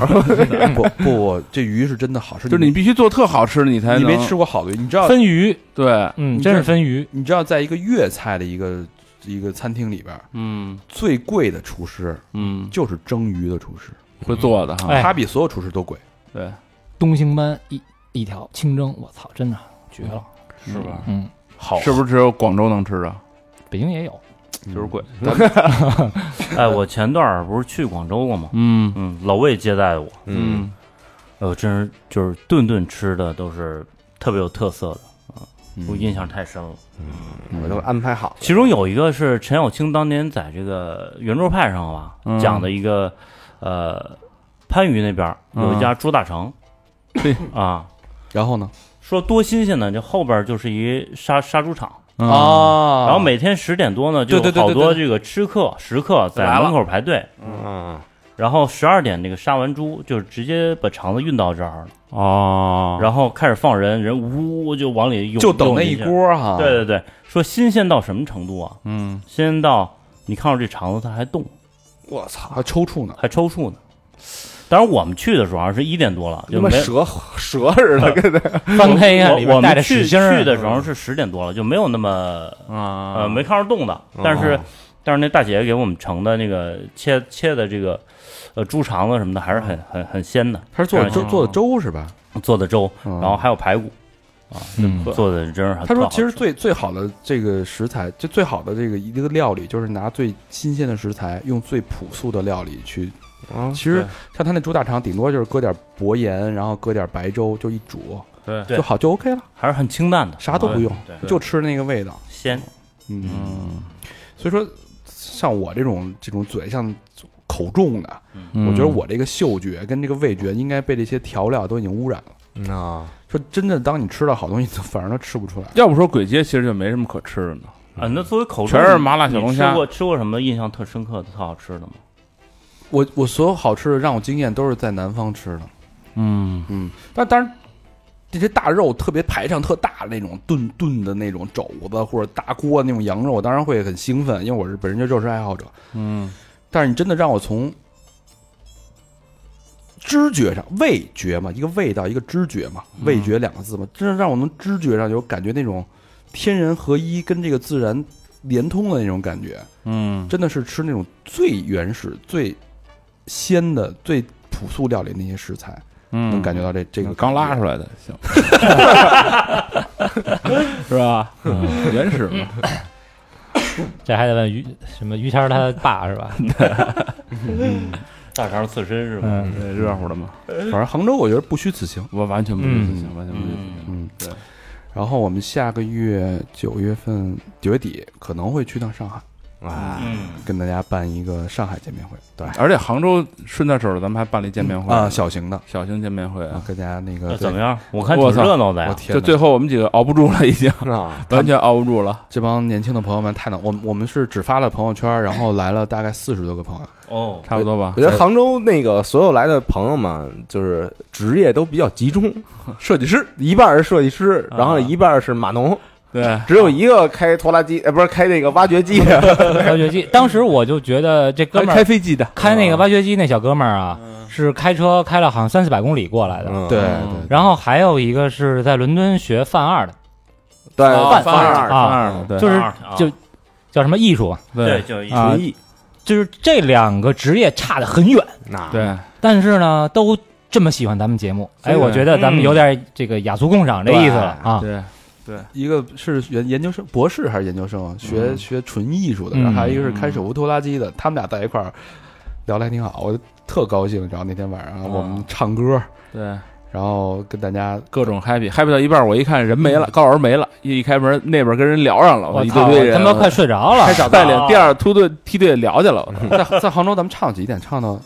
C: 不不，这鱼是真的好吃，
E: 就是你必须做特好吃的，你才
C: 你没
E: 能
C: 吃过好的鱼，你
F: 嗯
C: 知道
D: 分鱼，
E: 对，
D: 嗯，
C: 你
D: 真
C: 这
D: 是分鱼，
C: 你知道在一个粤菜的一个一个餐厅里边，
F: 嗯
C: 最贵的厨师
F: 嗯，
C: 就是蒸鱼的厨师，
E: 会做的哈。
D: 哎
C: 他比所有厨师都贵。
E: 对，
D: 东星斑一一条清蒸，我操，真的绝了，
E: 是吧？
D: 嗯，
C: 好
E: 是不是只有广州能吃啊？
D: 北京也有，
E: 就是贵。
F: 哎，我前段儿不是去广州了吗？
E: 嗯
F: 嗯，老魏接待我，
B: 嗯，
F: 哎呦，真是就是顿顿吃的都是特别有特色的，
C: 嗯
F: 我印象太深了。
B: 嗯我都安排好了，
F: 嗯其中有一个是陈小青当年在这个圆桌派上吧、
E: 嗯
F: 讲的一个，呃，番禺那边儿有一家猪大肠，
E: 对
F: 啊，
C: 然后呢？
F: 说多新鲜呢，这后边就是一杀杀猪场，
E: 啊，
F: 然后每天十点多呢，就
C: 对对对
F: 有好
C: 对
F: 多
C: 对
F: 这个吃客食客在
E: 来了
F: 门口排队，
B: 嗯，
F: 然后十二点那个杀完猪，就是直接把肠子运到这儿了，
E: 哦，
F: 然后开始放人，人呜呜就往里涌，
C: 就等那
F: 涌
C: 一
F: 进去。
C: 锅啊哈。
F: 对对对，说新鲜到什么程度啊？
E: 嗯，
F: 新鲜到你看到这肠子它还动。
B: 我操，
C: 还抽搐呢。
F: 还抽搐呢。当然，我们去的时候啊是一点多了，
B: 他
F: 就
B: 妈
F: 没
B: 蛇蛇似的，跟那
D: 翻开一看啊里
F: 我我
D: 边带
F: 们
D: 着
F: 去
D: 屎星儿，啊
F: 去的时候是十点多了，就没有那么
E: 啊
F: 呃没看着冻的。但是
B: 哦
F: 但是那大姐给我们盛的那个切切的这个呃猪肠子什么的还是很很很鲜的，
C: 他是做的粥
F: 嗯
C: 做的粥是吧？
F: 做的粥，
C: 嗯
F: 然后还有排骨
D: 嗯，
F: 做的真是很
C: 他
F: 特
C: 说
F: 好，
C: 其实最最好的这个食材，就最好的这个一个料理，就是拿最新鲜的食材，用最朴素的料理去。
B: 啊
C: 其实
F: 嗯对
C: 像他那猪大肠，顶多就是搁点薄盐，然后搁点白粥，就一煮
E: 对
F: 对
C: 就好，就 OK 了，
F: 还是很清淡的，
C: 啥都不用，
F: 对
E: 对
C: 就吃那个味道。
F: 鲜。
C: 嗯，
E: 嗯，
C: 所以说像我这种这种嘴像口重的，
E: 嗯
C: 我觉得我这个嗅觉跟这个味觉应该被这些调料都已经污染了。
B: 啊，
C: 说真的，当你吃到好东西，反而都吃不出来。
E: 要不说鬼街其实就没什么可吃的呢，
F: 啊，那作为口
E: 全是麻辣小龙虾
F: 你吃过吃过什么印象特深刻的、特好吃的吗？
C: 我我所有好吃的让我惊艳都是在南方吃的，
E: 嗯，
C: 嗯，但当然这些大肉特别排上特大的那种炖炖的那种肘子或者大锅那种羊肉，我当然会很兴奋，因为我是本身就肉食爱好者。
E: 嗯，
C: 但是你真的让我从知觉上，味觉嘛，一个味道，一个知觉嘛，
E: 嗯
C: 味觉两个字嘛，真的让我能知觉上有感觉那种天人合一跟这个自然连通的那种感觉。
E: 嗯，
C: 真的是吃那种最原始、最鲜的、最朴素料理那些食材，
E: 嗯，
C: 能感觉到这这个
E: 刚拉
C: 来。
E: 出来的，行，是吧？ 原始嘛，
D: 这还得问于什么于谦儿他爸是吧？
F: 大肠刺身是吧？
D: 嗯，
E: 对热乎的嘛，
C: 反正杭州我觉得不虚此行。
E: 我完全不是自信，完全不是自
F: 嗯
E: 信。
C: 嗯，
E: 对。
C: 然后我们下个月九月份九月底可能会去趟上海，
B: 啊，
F: 嗯，
C: 跟大家办一个上海见面会。对
E: 而且杭州顺带手，咱们还办了一见面会
C: 啊，小型的
E: 小型见面会嗯啊
C: 啊，，跟大家那
F: 那
C: 个
F: 怎么啊样？呃我看挺
E: 我操
F: 热闹的
C: 我
F: 呀。
C: 天
E: 就
C: 哪，
E: 最后我们几个熬不住了，已经
B: 啊，
E: 完全熬不住了。
C: 这帮年轻的朋友们太难，我们我们是只发了朋友圈，然后来了大概四十多个朋友。
F: 哦，
E: 差不多吧
B: 我。觉得杭州那个所有来的朋友们，就是职业都比较集中，
E: 设计师，
B: 一半是设计师，
F: 啊
B: 然后一半是码农，
E: 对，
B: 只有一个开拖拉机，呃，不是开那个挖掘机，
D: 挖掘机，当时我就觉得这哥们
E: 哎
F: 哎
E: 开
D: 儿
E: 飞机的，
D: 开
F: 嗯
D: 那个挖掘机那小哥们儿啊，是开车开了好像三四百公里过来的。
B: 嗯
C: 对
F: 嗯
C: 对，
D: 然后还有一个是在伦敦学范二的，
B: 对，
E: 哦
B: 万
D: 范
B: 二
E: 二
D: 二啊，
E: 二对
D: 就是
F: 二啊
D: 就叫什么艺术啊，
F: 对，就一
D: 啊
B: 纯艺，
D: 就是这两个职业差得很远，
B: 那
E: 对，
D: 但是呢，都这么喜欢咱们节目，哎，
E: 对
D: 我觉得咱们有点这个雅俗共赏这意思了啊。
E: 对，
C: 一个是研研究生博士还是研究生啊，学、学纯艺术的，
D: 嗯
C: 然后还有一个是看手无拖拉机的，他们俩在一块儿聊的还挺好，我特高兴。然后那天晚上我们唱歌，
E: 对，
C: 然后跟大 家
E: 各种 happy，happy 到一半，我一看人没了，高老师没了，一一开门那边跟人聊上了，
D: 我
E: 一
D: 操，
E: 堆堆
D: 我
E: 人，
D: 他妈快睡着了
E: 开。小带领第二突队梯队聊去了，我操
C: 在在杭州，咱们唱几点？唱到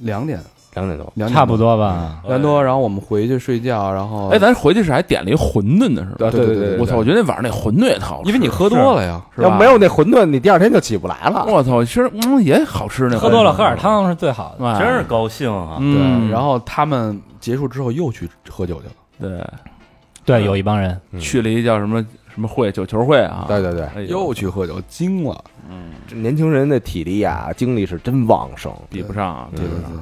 C: 两点，
B: 两点多，
C: 两点
D: 差不多吧，
C: 两点多。然后我们回去睡觉，然后
E: 哎，咱回去是还点了一馄饨呢，是吧？
C: 对对对对对
E: 我操，我觉得那晚上那馄饨也特好吃，
C: 因为你喝多了呀，
E: 是
B: 要
E: 吧？
B: 没有那馄饨，你第二天就起不来了。
E: 我操，其实嗯也好吃那
D: 喝多了喝点
E: 点，
D: 汤是最好的。
E: 哎
F: 真是高兴啊！
E: 嗯，
C: 然后他们结束之后又去喝酒去了。
E: 对，
D: 对，有一帮人，
B: 嗯
E: 去了一叫什么什么会九球会啊，
B: 对对对，
E: 哎呦
C: 又去喝酒，惊了，
B: 这年轻人的体力啊，精力是真旺盛。
E: 比不上啊，
C: 对对对。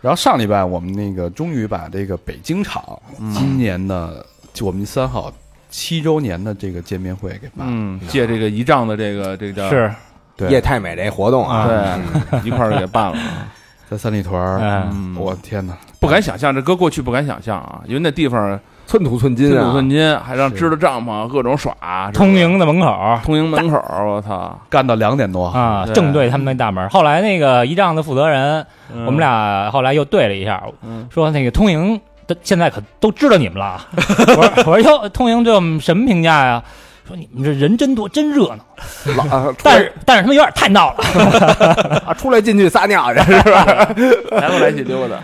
C: 然后上礼拜我们那个终于把这个北京场
E: 嗯
C: 今年的就我们三号七周年的这个见面会给办了，
E: 嗯，借这个仪仗的这个这个叫
D: 是
C: 对
B: 夜太美这活动啊，
E: 对，一块儿给办了。
C: 在三里屯儿，
D: 哎
E: 嗯，
C: 我天哪，
E: 不敢想象，这搁过去不敢想象啊，因为那地方
B: 寸土寸金
E: 寸
B: 啊，
E: 土寸金，还让
C: 是
E: 支着帐篷各种耍，是吧
D: 通营的门口啊，
E: 通营门口，我操，
C: 干到两点多，
E: 对
D: 正对他们那大门。后来那个仪仗的负责人，
C: 嗯
D: 我们俩后来又对了一下，
E: 嗯
D: 说那个通营的现在可都知道你们了 啊。我说我说哟，通营对我们什么评价呀？说你们这人真多，真热闹，
B: 老啊出
D: 但
B: 来
D: 是但是他们有点太闹 了。
B: 啊出来进去撒尿，这是
E: 来不来去溜达，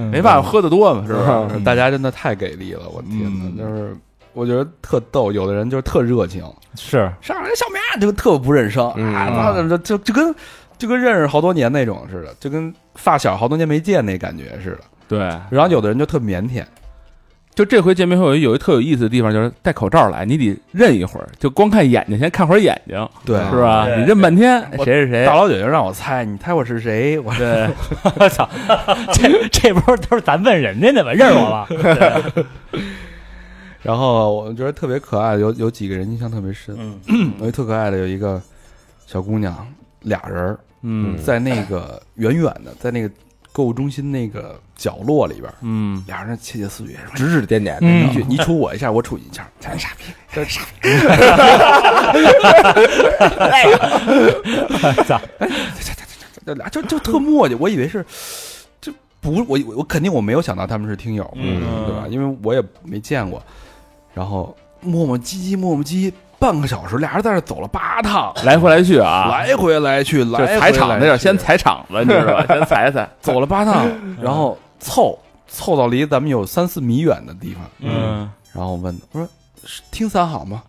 E: 没办法，喝的多嘛，是吧？
C: 大家真的太给力了，我天
E: 嗯
C: 哪，就是我觉得特逗，有的人就是特热情，
D: 是
C: 上来小明啊就特不认生，
B: 嗯
C: 啊，妈的，就就跟就跟认识好多年那种似的，就跟发小好多年没见那感觉似的。
E: 对。
C: 然后有的人就特腼腆，
E: 就这回见面会有一有一特有意思的地方，就是戴口罩来，你得认一会儿，就光看眼睛，先看会儿眼睛，
C: 对
E: 是吧？
F: 对
E: 你认半天，
C: 我
E: 谁是谁
C: 大？老远就让我猜，你猜我是谁？我
E: 对，
D: 我操，这这不是都是咱问人家的吗？认识我 吧？
C: 然后我觉得特别可爱，有有几个人印象特别深，
F: 嗯，
C: 有一特可爱的有一个小姑娘，俩人儿
E: 嗯
C: 在那个远远的，在那个购物中心那个角落里边儿，
E: 嗯，
C: 俩人窃窃私语，
B: 指指点点的。
D: 嗯
C: 你去你杵我一下，我杵你一下，咱傻逼，咱傻逼，
D: 操，
C: 哎这俩就就特磨叽，我以为是。这不，我我肯定我没有想到他们是听友，
B: 嗯
C: 对吧？因为我也没见过，然后磨磨唧唧磨磨唧，唧，半个小时，俩人在这走了八趟，
E: 来回来去啊，
C: 来回来去，来
E: 就
C: 回
E: 踩场
C: 来
E: 子要
C: 去
E: 先踩嗯场子，你知 道吧？先踩踩，
C: 走了八趟，然后凑凑到离咱们有三四米远的地方，
F: 嗯，
C: 然后我问他，我说是听三好吗？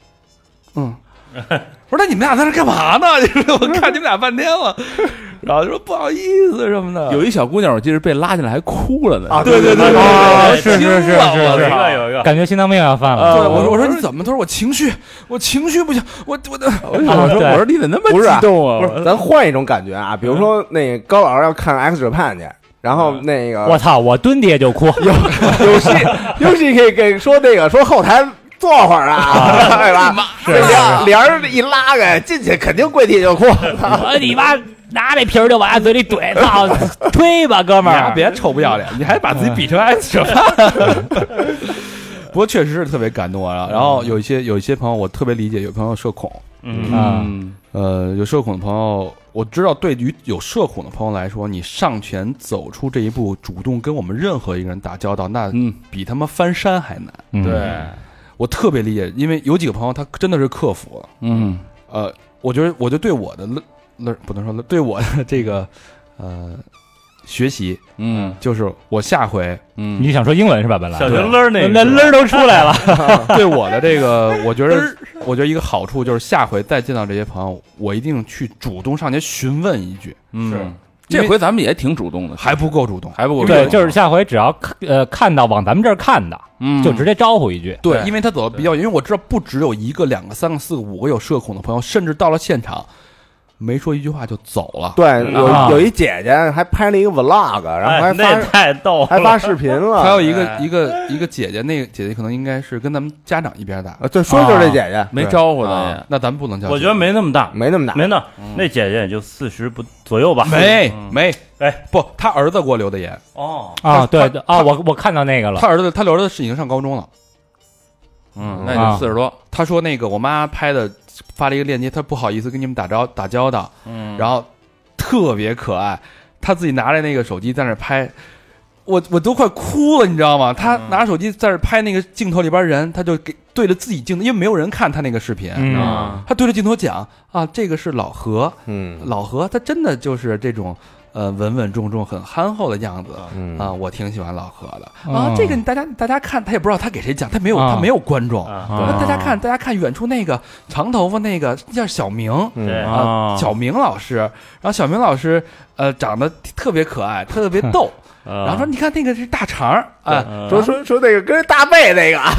C: 嗯，我说那你们俩在这干嘛呢？ 就是我看你们俩半天了， 然后就说不好意思什么的，
E: 有一小姑娘，我记得被拉进来还哭了呢。
B: 啊
C: 对对对对
F: 哎
D: 哦，是是
C: 惊了
D: 是是
F: 有一
D: 是，
F: 个有一个，
D: 感觉心脏病要犯
C: 对，
D: 了。
C: 我说我说你怎么？他说我情绪，我情绪不行，我 我的
E: 我就想说，
D: 对
E: 我说你怎么那
B: 不
E: 么
B: 是啊
E: 激动啊？
B: 不是，咱换一种感觉啊，比如说那高老师要看 X 判去，然后那个
D: 我操，我蹲地就 哭。
B: 有戏有戏可以给说那个说后台坐会儿啊， 对吧？帘帘儿一拉开进去，肯定跪地就哭。
D: 我你妈拿这皮儿就往俺嘴里怼，操，推吧，哥们
C: 你还
D: 儿！
C: 别臭不要脸，你还把自己比成 X 了。不过确实是特别感动
E: 嗯
C: 啊。然后有一些有一些朋友，我特别理解，有朋友社恐，
F: 嗯
D: 啊，
E: 嗯，
C: 呃，有社恐的朋友，我知道对于有社恐的朋友来说，你上前走出这一步，主动跟我们任何一个人打交道，那
E: 嗯
C: 比他妈翻山还难。
E: 对，
C: 我特别理解，因为有几个朋友他真的是克服了。
E: 嗯，
C: 呃，我觉得我就对我的乐乐不能说乐，对我的这个呃学习，
E: 嗯
C: 就是我下回
E: 嗯，
D: 你想说英文是吧？本来
F: 小学乐儿那个，
D: 那那儿都出来了。
C: 对我的这个，我觉得， 我觉得一个好处就是，下回再见到这些朋友，我一定去主动上前询问一句，
E: 嗯是，这回咱们也挺主动的，
C: 还不够主动，
E: 还不够主动，
D: 对，就是下回只要看呃看到往咱们这儿看的，
E: 嗯
D: 就直接招呼一句。
C: 对，
E: 对
C: 因为他走的比较远，因为我知道不只有一个、两个、三个、四个、五个有社恐的朋友，甚至到了现场，没说一句话就走了。
B: 对
D: 啊
B: 我有一姐姐还拍了一个 vlog，然后
F: 哎
B: 还，
F: 那也
B: 发
F: 太逗了，
B: 还发视频了。
C: 还有一
F: 哎
C: 个一个一个姐姐，那个姐姐可能应该是跟咱们家长一边大，
B: 啊，对，说就是这姐姐，
E: 没
B: 对
E: 招呼他
C: 啊
E: 也。嗯
C: 那咱们不能叫姐姐。
F: 我觉得没那么大，
B: 没那么大，
F: 没呢，那姐姐也就四十不左右吧。
C: 没
F: 嗯
C: 没
F: 哎
C: 不，他儿子给我留的言，
F: 哦，
D: 啊，对
C: 他
D: 对啊，
C: 他
D: 我我看到那个了
C: 他儿子他留的是已经上高中了。
E: 嗯，那
D: 啊
E: 也就四十多，
C: 他说那个我妈拍的，发了一个链接，他不好意思跟你们打招打交道，
F: 嗯，
C: 然后特别可爱，他自己拿着那个手机在那儿拍，我我都快哭了，你知道吗？他
F: 嗯
C: 拿着手机在那儿拍那个镜头里边人，他就给对着自己镜头，因为没有人看他那个视频，
D: 嗯
F: 啊
C: 他对着镜头讲啊，这个是老何，
B: 嗯
C: 老何他真的就是这种呃稳稳重重、很憨厚的样子。
B: 嗯
C: 啊，我挺喜欢老何的
D: 哦
C: 啊。这个你大家大家看，他也不知道他给谁讲，他没有
D: 啊
C: 他没有观众，
F: 啊，
D: 啊
C: 那大家看，大家看远处那个长头发那个叫小明
B: 嗯
F: 对
C: 啊，小明老师。然后小明老师呃长得特别可爱，特别逗。然后说你看那个是大肠儿啊，
F: 嗯
B: 说说说那个跟人搭背那个，啊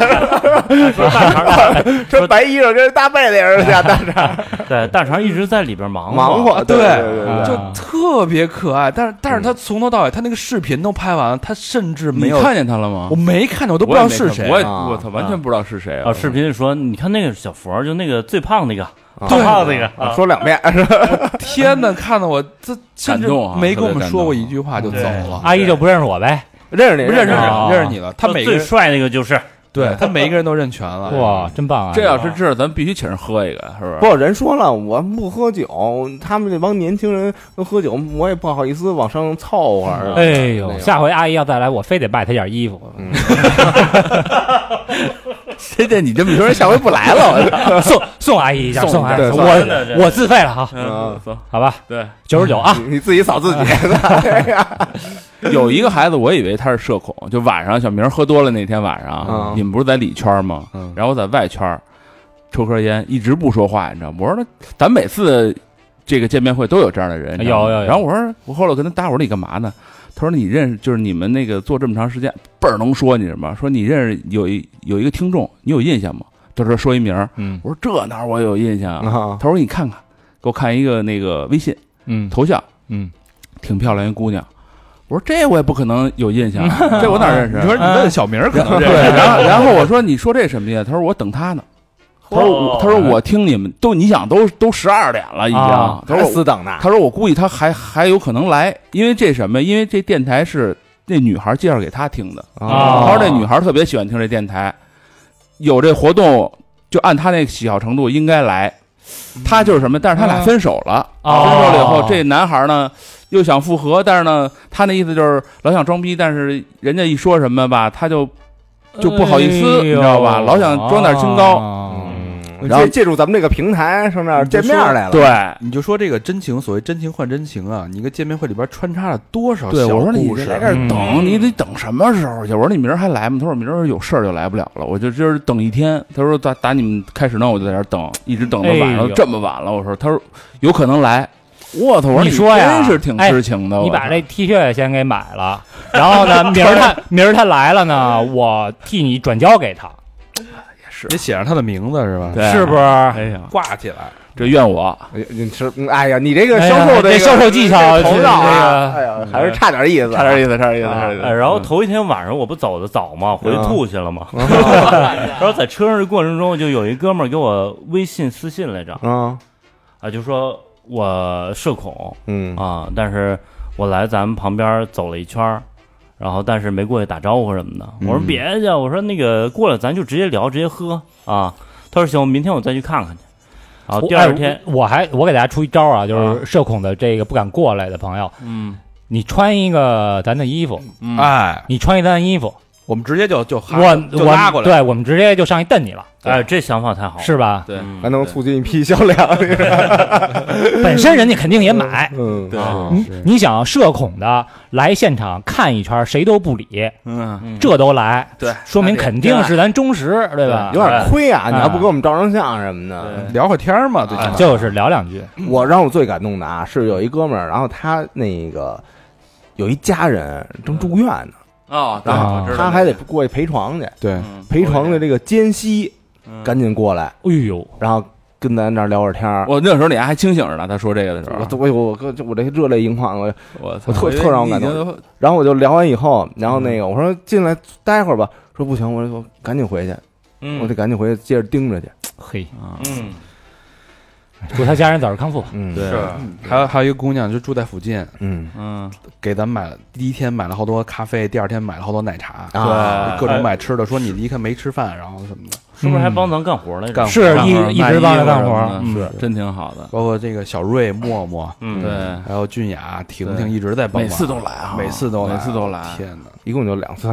B: 说白衣裳跟人搭背那人家大肠
F: 对，大肠一直在里边忙
B: 忙活，哦对
C: 对
B: 对对
D: 啊
B: 对，
C: 就特别可爱。但是但是他从头到尾，他那个视频都拍完了，他甚至没
E: 你
C: 有
E: 看见他了吗
C: 我？没看见，我都
E: 我
C: 不知道
E: 也没
C: 是
E: 看
C: 谁
E: 我。也
B: 啊
E: 我操，完全不知道是谁
F: 啊，视频里说，你看那个小佛儿，就那个最胖那个，
B: 啊
F: 最胖那个
B: 啊
F: 啊
B: 说两遍是吧？
C: 天哪，看得我这甚
E: 感
C: 至
E: 动啊
C: 没跟我
E: 特别
C: 们
E: 感
C: 说过
E: 动
C: 一句话就走
F: 对
C: 了。
D: 阿姨就不认识我呗，
B: 认识你，
C: 不认识
B: 你
D: 啊
C: 你，认识你了。他
F: 说
C: 每个
F: 最
C: 人
F: 帅那个就是
C: 对 他每一个人都认全了。
D: 哇，真棒啊！
E: 这要是这，咱必须请人喝一个，是不是？
B: 不，人说了，我不喝酒，他们这帮年轻人都喝酒，我也不好意思往上凑合啊。
D: 哎
B: 那
D: 呦，
B: 个
D: 下回阿姨要再来，我非得卖她件衣服。
E: 这这你这么一说，
B: 下回不来 了，
D: 送送阿姨一下，
E: 送
D: 送阿姨一下，
B: 对
F: 真的真
D: 我
F: 的
D: 我自费了哈，
B: 啊
E: 嗯走
D: 好吧，
E: 对，
D: 九十九啊
B: 我，你自己扫自己。
E: 有一个孩子，我以为他是社恐，就晚上小明喝多了那天晚上
B: 嗯，
E: 你们不是在里圈吗？
B: 嗯
E: 然后我在外圈抽根烟，一直不说话，你知道吗？我说那咱每次这个见面会都有这样的人，你知道吗
D: 有有有
E: 然后我说我后来我跟他搭伙，我说你干嘛呢？他说你认识，就是你们那个做这么长时间倍儿能说，你知道吗？说你认识有一有一个听众，你有印象吗？他说说一名儿，
A: 嗯
E: 我说这哪儿我有印象啊？
B: 啊
E: 他说你看看，给我看一个那个微信
A: 嗯
E: 头像，
A: 嗯，
E: 挺漂亮一姑娘。我说这我也不可能有印象啊， 这我哪认识
C: 你？说你问小明儿可能
E: 对，
C: 认识。
E: 哎然后然后我说你说这什么呀？他说我等他呢。他说我
F: 哦
E: 他说我听你们都你想都都十二点了已经。
D: 啊
E: 他说我
B: 死等呢，
E: 他说我估计他还还有可能来，因为这什么？因为这电台是那女孩介绍给他听的。
B: 哦
D: 啊
E: 他说这女孩特别喜欢听这电台，有这活动就按他那个喜好程度应该来。他就是什么？但是他俩分手了，
D: 哦
E: 分手了以后，这男孩呢又想复合，但是呢，他那意思就是老想装逼，但是人家一说什么吧，他就就不好意
D: 哎
E: 思，你知道吧？老想装点清高。
D: 高
B: 嗯，然后借助咱们这个平台上面见面来了，
E: 对，
C: 你就说这个真情，所谓真情换真情啊！你一个见面会里边穿插了多少
E: 对，
C: 啊小
E: 我说你
C: 故
E: 这
C: 事
E: 来这儿
D: 嗯
E: 等，你得等什么时候去？我说你明儿还来吗？他说我明儿有事儿就来不了了，我就今儿等一天。他说打打你们开始弄，我就在这儿等，一直等到晚
D: 哎
E: 上
D: 呦
E: 这么晚了。我说他说有可能来，我操！我说
D: 你说呀
E: 真是挺痴情的。
D: 你
E: 我操
D: 把这 T 恤先给买了，然后呢，明儿他明儿他来了呢，我替你转交给他，
C: 得写上他的名字是吧？
E: 对
D: 是不是？
E: 哎呀，
C: 挂起来，
E: 这怨我，
B: 哎呀你是，嗯哎呀，你这个
D: 哎呀
B: 销售
D: 这
B: 这个
D: 销售技巧
B: 这头
D: 是
B: 脑
D: 这
B: 啊，
D: 个
B: 哎呀，还是差点意思，啊
E: 差点意思，差点意思，差点意
F: 哎，
E: 思。
F: 然后头一天晚上我不走的早嘛，回去吐去了嘛。 然后在车上的过程中，就有一哥们儿给我微信私信来着，
B: 嗯
F: 啊，就说我社恐
B: 嗯
F: 啊，但是我来咱们旁边走了一圈儿，然后但是没过去打招呼什么的。我说别去，我说那个过来咱就直接聊，直接喝啊。他说行，明天我再去看看去。然后第二天
D: 哎，我我还我给大家出一招啊，就是
F: 啊
D: 社恐的这个不敢过来的朋友，
F: 嗯，
D: 你穿一个咱的衣服，
E: 嗯
C: 哎，
D: 你穿一咱的衣服，
C: 我们直接就就哈
D: 我
C: 就拉过
D: 我
C: 来，
D: 对我们直接就上去瞪你了，
F: 哎，这想法太好了，
D: 是吧？
E: 对，
F: 嗯
B: 还能促进一批销量，你说
D: 本身人家肯定也买。
B: 嗯，
E: 对
F: 啊
D: 你你想社恐的来现场看一圈，谁都不理，
E: 嗯，
F: 嗯
D: 这都来，
E: 对，
D: 说明肯定是咱忠实，对吧？
B: 有点亏啊，
D: 哎
B: 你还不给我们照张相啊什么的。
C: 聊会儿天儿嘛，最起码
E: 哎
D: 就是聊两句，
B: 我让我最感动的啊，是有一哥们儿，然后他那个有一家人正住院呢，
E: 哦，对
B: 然
D: 后
E: 我知道
B: 啊他还得过去陪床去，
C: 对
E: 嗯
B: 陪床的这个间隙
E: 嗯
B: 赶紧过来，
D: 哎呦，
B: 然后跟咱这儿聊会儿天儿。
E: 我那时候你还清醒着呢，他说这个的时候，
B: 我我哎我哥，就我这热泪盈眶，我
E: 我
B: 我特特让我感动。然后我就聊完以后，然后那个我说进来待会儿吧，说不行，我说我赶紧回去，我
F: 嗯
B: 得赶紧回去接着盯着去。
D: 嘿，
F: 嗯，
D: 祝他家人早日康复。
B: 嗯，
F: 对，
C: 还有还有一个姑娘就住在附近，
B: 嗯
F: 嗯，
C: 给咱买了第一天买了好多咖啡，第二天买了好多奶茶，
B: 啊，
C: 各
E: 哎
C: 种买吃的，说你一看没吃饭，然后什么的，
F: 是不是还帮咱干活来
C: 干
F: 着？
C: 活
D: 是
C: 干活
D: 一
C: 卖
D: 一直
C: 衣
D: 帮着
C: 服
D: 干
C: 什么
D: 活
C: 的
E: 嗯，是真挺好的，
C: 包括这个小瑞、默默，
F: 嗯，
E: 对，
C: 还有俊雅、婷婷
E: 哎对
C: 一直在帮忙，
E: 每次都来啊
C: 每次都来，
E: 每次都来
C: 天哪！
B: 一共就两次，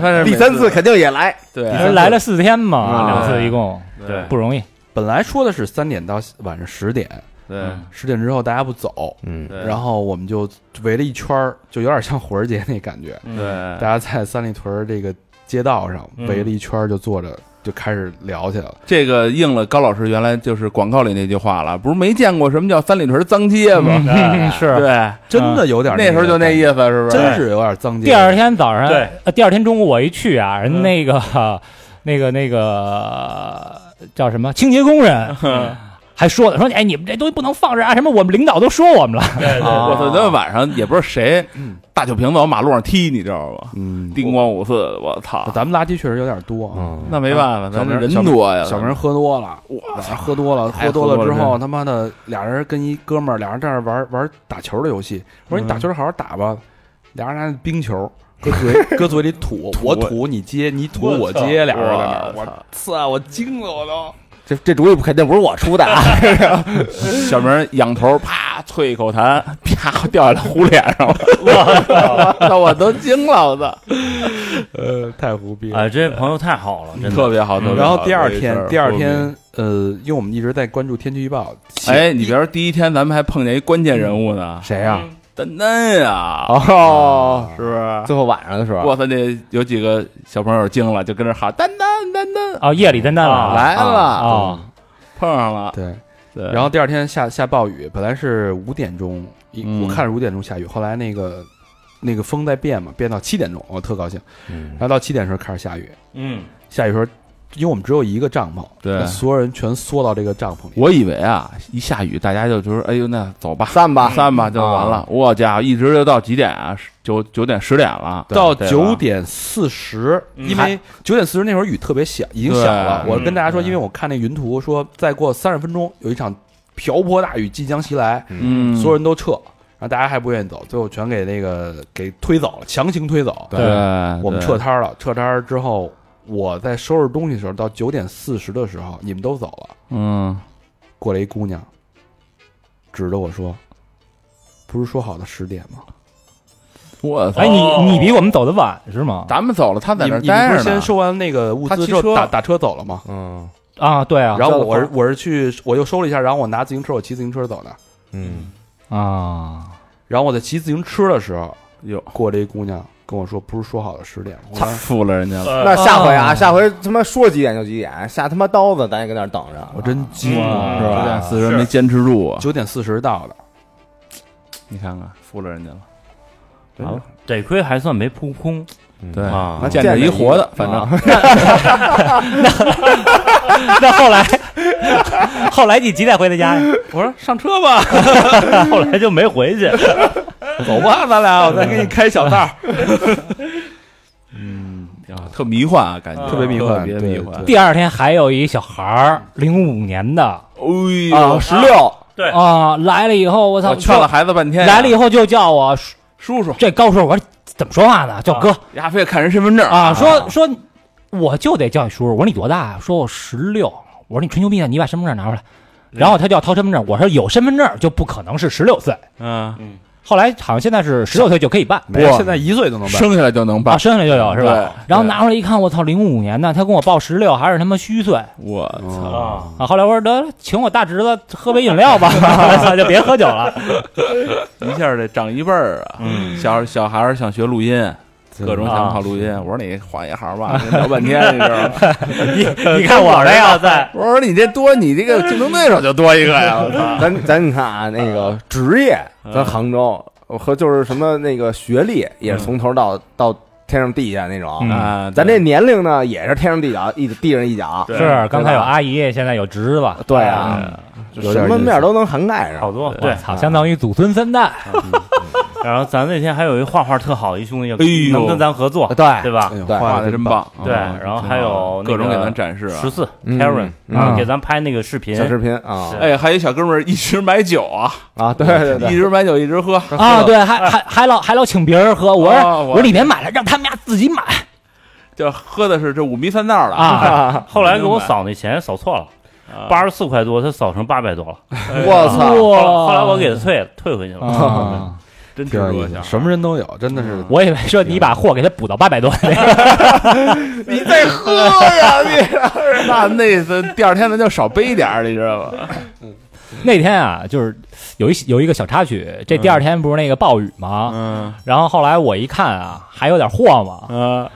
E: 但是
B: 第三次肯定也来。
E: 对
D: 人来了四天嘛，
B: 啊
D: 两次一共
F: 对
D: 不容易。
C: 本来说的是三点到晚上十点，
E: 对
C: 十点之后大家不走，
B: 嗯，
F: 对，
C: 然后我们就围了一圈儿，就有点像火儿节那感觉，
E: 嗯
F: 对
C: 大，家在三里屯儿这个街道上
F: 嗯
C: 围了一圈儿，就坐着就开始聊起来了。
E: 这个应了高老师原来就是广告里那句话了，不是没见过什么叫三里屯脏街吗？
D: 嗯是。
E: 对，
C: 真的有点儿
E: 那时候就那意
C: 思，
E: 思，是不是？
C: 真是有点脏街。
D: 第二天早上，
F: 对
D: 呃，第二天中午我一去啊，人
F: 嗯
D: 那个那个那个叫什么清洁工人 还说呢，说哎，你们这东西不能放这儿啊，什么我们领导都说我们了。
F: 对对，
E: 我操！那晚上也不知道谁大酒瓶子往马路上踢，你知道吗？
C: 嗯，
E: 叮咣五四，我操！
C: 咱们垃圾确实有点多啊。
B: 嗯，
E: 那没办法，
C: 小
E: 咱
C: 明
E: 这人多呀，
C: 小明喝多了，哇，喝多了，
E: 太
C: 喝多了之
E: 哎喝多
C: 后，他妈的俩人跟一哥们儿，俩人在那玩玩打球的游戏。我
E: 嗯
C: 说你打球好好打吧，俩人拿 冰球搁嘴搁嘴里吐，我吐你接，你吐我接，俩人在那儿，
E: 我
C: 我操，我惊了我都。
B: 这这主意肯定不是我出的啊。
E: 小明仰头啪啐一口痰，啪掉下来糊脸上了， 我操！我都惊了，我操！
C: 呃，太胡逼
F: 啊，这些朋友太好了，真
E: 特
F: 的，
E: 别好，特哎别好
C: 嗯然后第二
E: 这事
C: 天
E: 儿，
C: 第二
E: 我
C: 天，呃，因为我们一直在关注天气预报，
E: 哎，你别嗯说，第一天咱们还碰见一关键人物呢，
C: 谁啊呀？
E: 丹丹呀，啊
B: 哦，
E: 是不是？
B: 最后晚上的时候
E: 我操，那有几个小朋友惊了，就跟那喊丹丹丹丹
D: 哦，夜里真的
E: 啊
D: 来
E: 来了，
D: 啊，
E: 碰上了。
C: 对，
E: 对，
C: 然后第二天下下暴雨，本来是五点钟，一
E: 嗯
C: 我看是五点钟下雨，后来那个那个风在变嘛，变到七点钟，我特高兴。然后到七点时候开始下雨，
F: 嗯，
C: 下雨时候，因为我们只有一个帐篷，
E: 对
C: 那所有人全缩到这个帐篷里。
E: 我以为啊，一下雨大家就就说，哎呦，那走吧，
B: 散吧，
E: 散吧，就完
C: 啊
E: 了。我家伙一直就到几点啊？十九九点十点了，
C: 到
E: 对吧
C: 九。点四十，
F: 嗯
C: 因为九点四十那会儿雨特别小，已经小了。
E: 对
C: 我跟大家说，
E: 嗯
C: 因为我看那云图说，再过三十分钟有一场瓢泼大雨即将袭来，
E: 嗯，
C: 所有人都撤，然后大家还不愿意走，最后全给那个给推走了，强行推走。
E: 对，对
C: 我们撤摊儿了，撤摊儿之后，我在收拾东西的时候，到九点四十的时候，你们都走了，
E: 嗯，
C: 过来一姑娘，指着我说：“不是说好的十点吗？
E: 我操
D: 哎，，你你比我们走的晚是吗？
E: 咱们走了，他在
C: 你
E: 那儿
C: 们你们不
E: 待
C: 是
E: 着
C: 先
E: 呢。
C: 收完那个物
E: 他骑
C: 资之后
E: 车
C: 打打车走了吗？
B: 嗯
D: 啊，对啊，
C: 然后我
B: 交
C: 是
B: 了
C: 我是去我又收了一下，然后我拿自行车，我骑自行车走的。
B: 嗯，
D: 啊，
C: 然后我在骑自行车的时候，
E: 哟，
C: 过来一姑娘跟我说：不是说好的十点吗？我
E: 操，
C: 说
E: 服了人家了。
B: 那
F: 那
B: 下回啊，下回他妈说几点就几点，下他妈刀子，咱也搁那儿等着。啊
C: 我真惊了，呃
F: 嗯
C: 啊是
E: 九
C: 吧？
E: 点四十
F: 是
E: 没坚持住啊！
C: 九点四十到的，
E: 你看看，服了人家了。
F: 完了，得亏还算没扑空
E: 对，
F: 啊，
E: 嗯见着一活的，啊反正
D: 那后来 后来你几点回的家呀？
C: 我说上车吧，
F: 后来就没回去。
C: 走吧，咱俩，我再给你开小道。
E: 啊特迷幻啊，感觉
C: 特别迷幻
E: 特别迷幻。
D: 第二天还有一小孩儿，零五年的
E: 哎
B: 啊，
E: 呦，
B: 十六，
F: 对
D: 啊，来了以后，我操，
E: 我劝了孩子半天呀，
D: 来了以后就叫我
E: 叔
D: 叔
E: 叔，
D: 这高叔，我说怎么说话呢？叫哥
E: 你还非得看人身份证
D: 啊，说说我就得叫你叔叔。我说你多大呀？啊说我十六。我说你吹牛逼呢？你把身份证拿出来。然后他就要掏身份证，我说有身份证就不可能是十六岁。
E: 嗯，
D: 后来好像现在是十六岁就可以办，
C: 没有现在一岁都能办。
E: 生下来就能
D: 啊，
E: 办。
D: 生下来就有是吧
E: 对？
D: 然后拿出来一看，我操，零五年的，他跟我报十六，还是他妈虚岁
E: 我
C: 嗯
E: 操，
F: 啊，
D: 啊！后来我说得请我大侄子喝杯饮料吧，操就别喝酒了。
E: 一下得长一辈儿啊！
F: 嗯
E: 小小孩儿想学录音，各种想考录音。我说你换一行吧，跟你聊半天，你知道吗？
D: 你你看我这要在
E: 我说你这多，你 这个竞争对手就多一个呀！ 我操，
B: 咱咱你看啊，那个职业，咱杭州和就是什么那个学历，也是从头到到天上地下那种。
D: 嗯
E: 啊，
B: 咱这年龄呢，也是天上地脚，一地上一脚，
F: 对
D: 是刚才有阿姨，现在有侄子，
B: 对啊，就什么面都能涵盖上。
F: 好多啊对。
D: 操，相当于祖孙三代，
F: 然后咱那天还有一画画特好的一兄弟，
E: 哎呦
F: 能跟咱合作，
B: 对
F: 对吧
E: 哎？呦
B: 对
E: 画的真棒，
F: 对
E: 啊
F: 然后还有
E: 各种
F: 那
E: 给
F: 个
E: 咱展示啊
F: 十。四
B: 嗯
F: Karen
B: 嗯
F: 啊，给咱拍那个视频，
B: 小视频啊
F: 是
E: 哎，还有一小哥们儿一直买酒啊，
B: 啊，对对
E: 一
B: 对，
E: 直买酒一直喝
D: 啊，，对，还还还老还老请别人喝，我
E: 啊
D: 说
E: 我
D: 我里面买了，让他们家自己买
E: 就喝的是这五迷三道了。
D: 啊，
F: 后来给我扫那钱扫错了，八十四块多，他扫成八百多了。
E: 哎
B: 我
E: 啊
B: 操，
F: 后
D: 哇
F: 来后来我给他退了，退回去了。
D: 啊
E: 真值
A: 挺有
E: 得
A: 意思
E: 想。
A: 什么人都有，真的
C: 嗯
A: 是
D: 我以为说你把货给他补到八百多，
E: 你再喝呀，你 那那次第二天咱就少背点儿，你知道吧？
D: 那天啊，就是有一有一个小插曲，这第二天不是那个暴雨吗？
E: 嗯
D: 然后后来我一看啊，还有点晃嘛，
E: 啊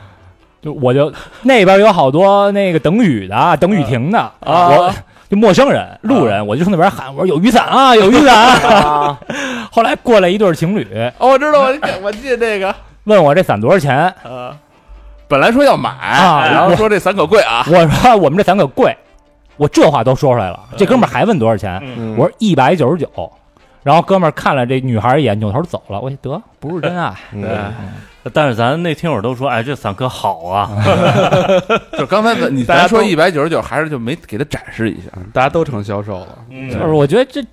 D: 就我就那边有好多那个等雨的、等雨停的，
E: 嗯
D: 我就陌生人、路人，我就冲那边喊，我说有雨伞啊，有雨伞 啊。后来过来一对情侣，
E: 哦，我知道，我我记得这个，
D: 问我这伞多少钱，
F: 呃
E: 本来说要买，哎
D: 啊
E: 然后说这伞可贵啊，
D: 我说 我们这伞可贵，我这话都说出来了，这哥们儿还问多少钱，
B: 嗯
D: 我说一百九十九。然后哥们儿看了这女孩一眼，扭头走了。我一得不是真爱，
B: 嗯
F: 但是咱那听友都说，哎，这伞可好啊，
E: 就刚才咱你
C: 大家
E: 咱说
C: 都
E: 一百九十九，还是就没给他展示一下。
C: 大家都成销售了，
F: 嗯
D: 就是我觉得这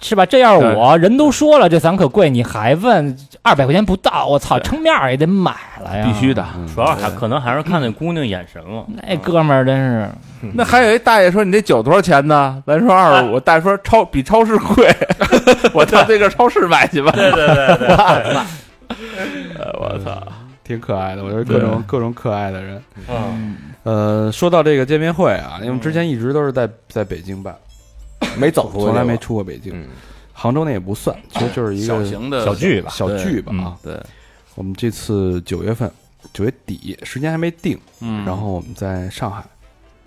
D: 是吧？这要是我人都说了这伞可贵，你还问二百块钱不到，我操，撑面儿也得买了呀！
E: 必须。的。
F: 主要还可能还是看那姑娘眼神了。
D: 那哥们儿真是，
E: 那还有一大爷说你这酒多少钱呢？咱说二十五，大爷说超比超市贵，我到这个超市买去吧。
F: 对对对对，
E: 我操，
C: 挺可爱的。我觉得各种各种可爱的人。
F: 嗯，
C: 啊呃，说到这个见面会啊，因为我们之前一直都是在在北京 办，
B: 没走出去，
C: 从来没出过北京
B: 嗯，
C: 杭州那也不算，其实就是一个
E: 小型的
D: 小聚吧
C: 小聚吧啊。
E: 对，
C: 我们这次九月份九月底时间还没定，
E: 嗯
C: 然后我们在上海，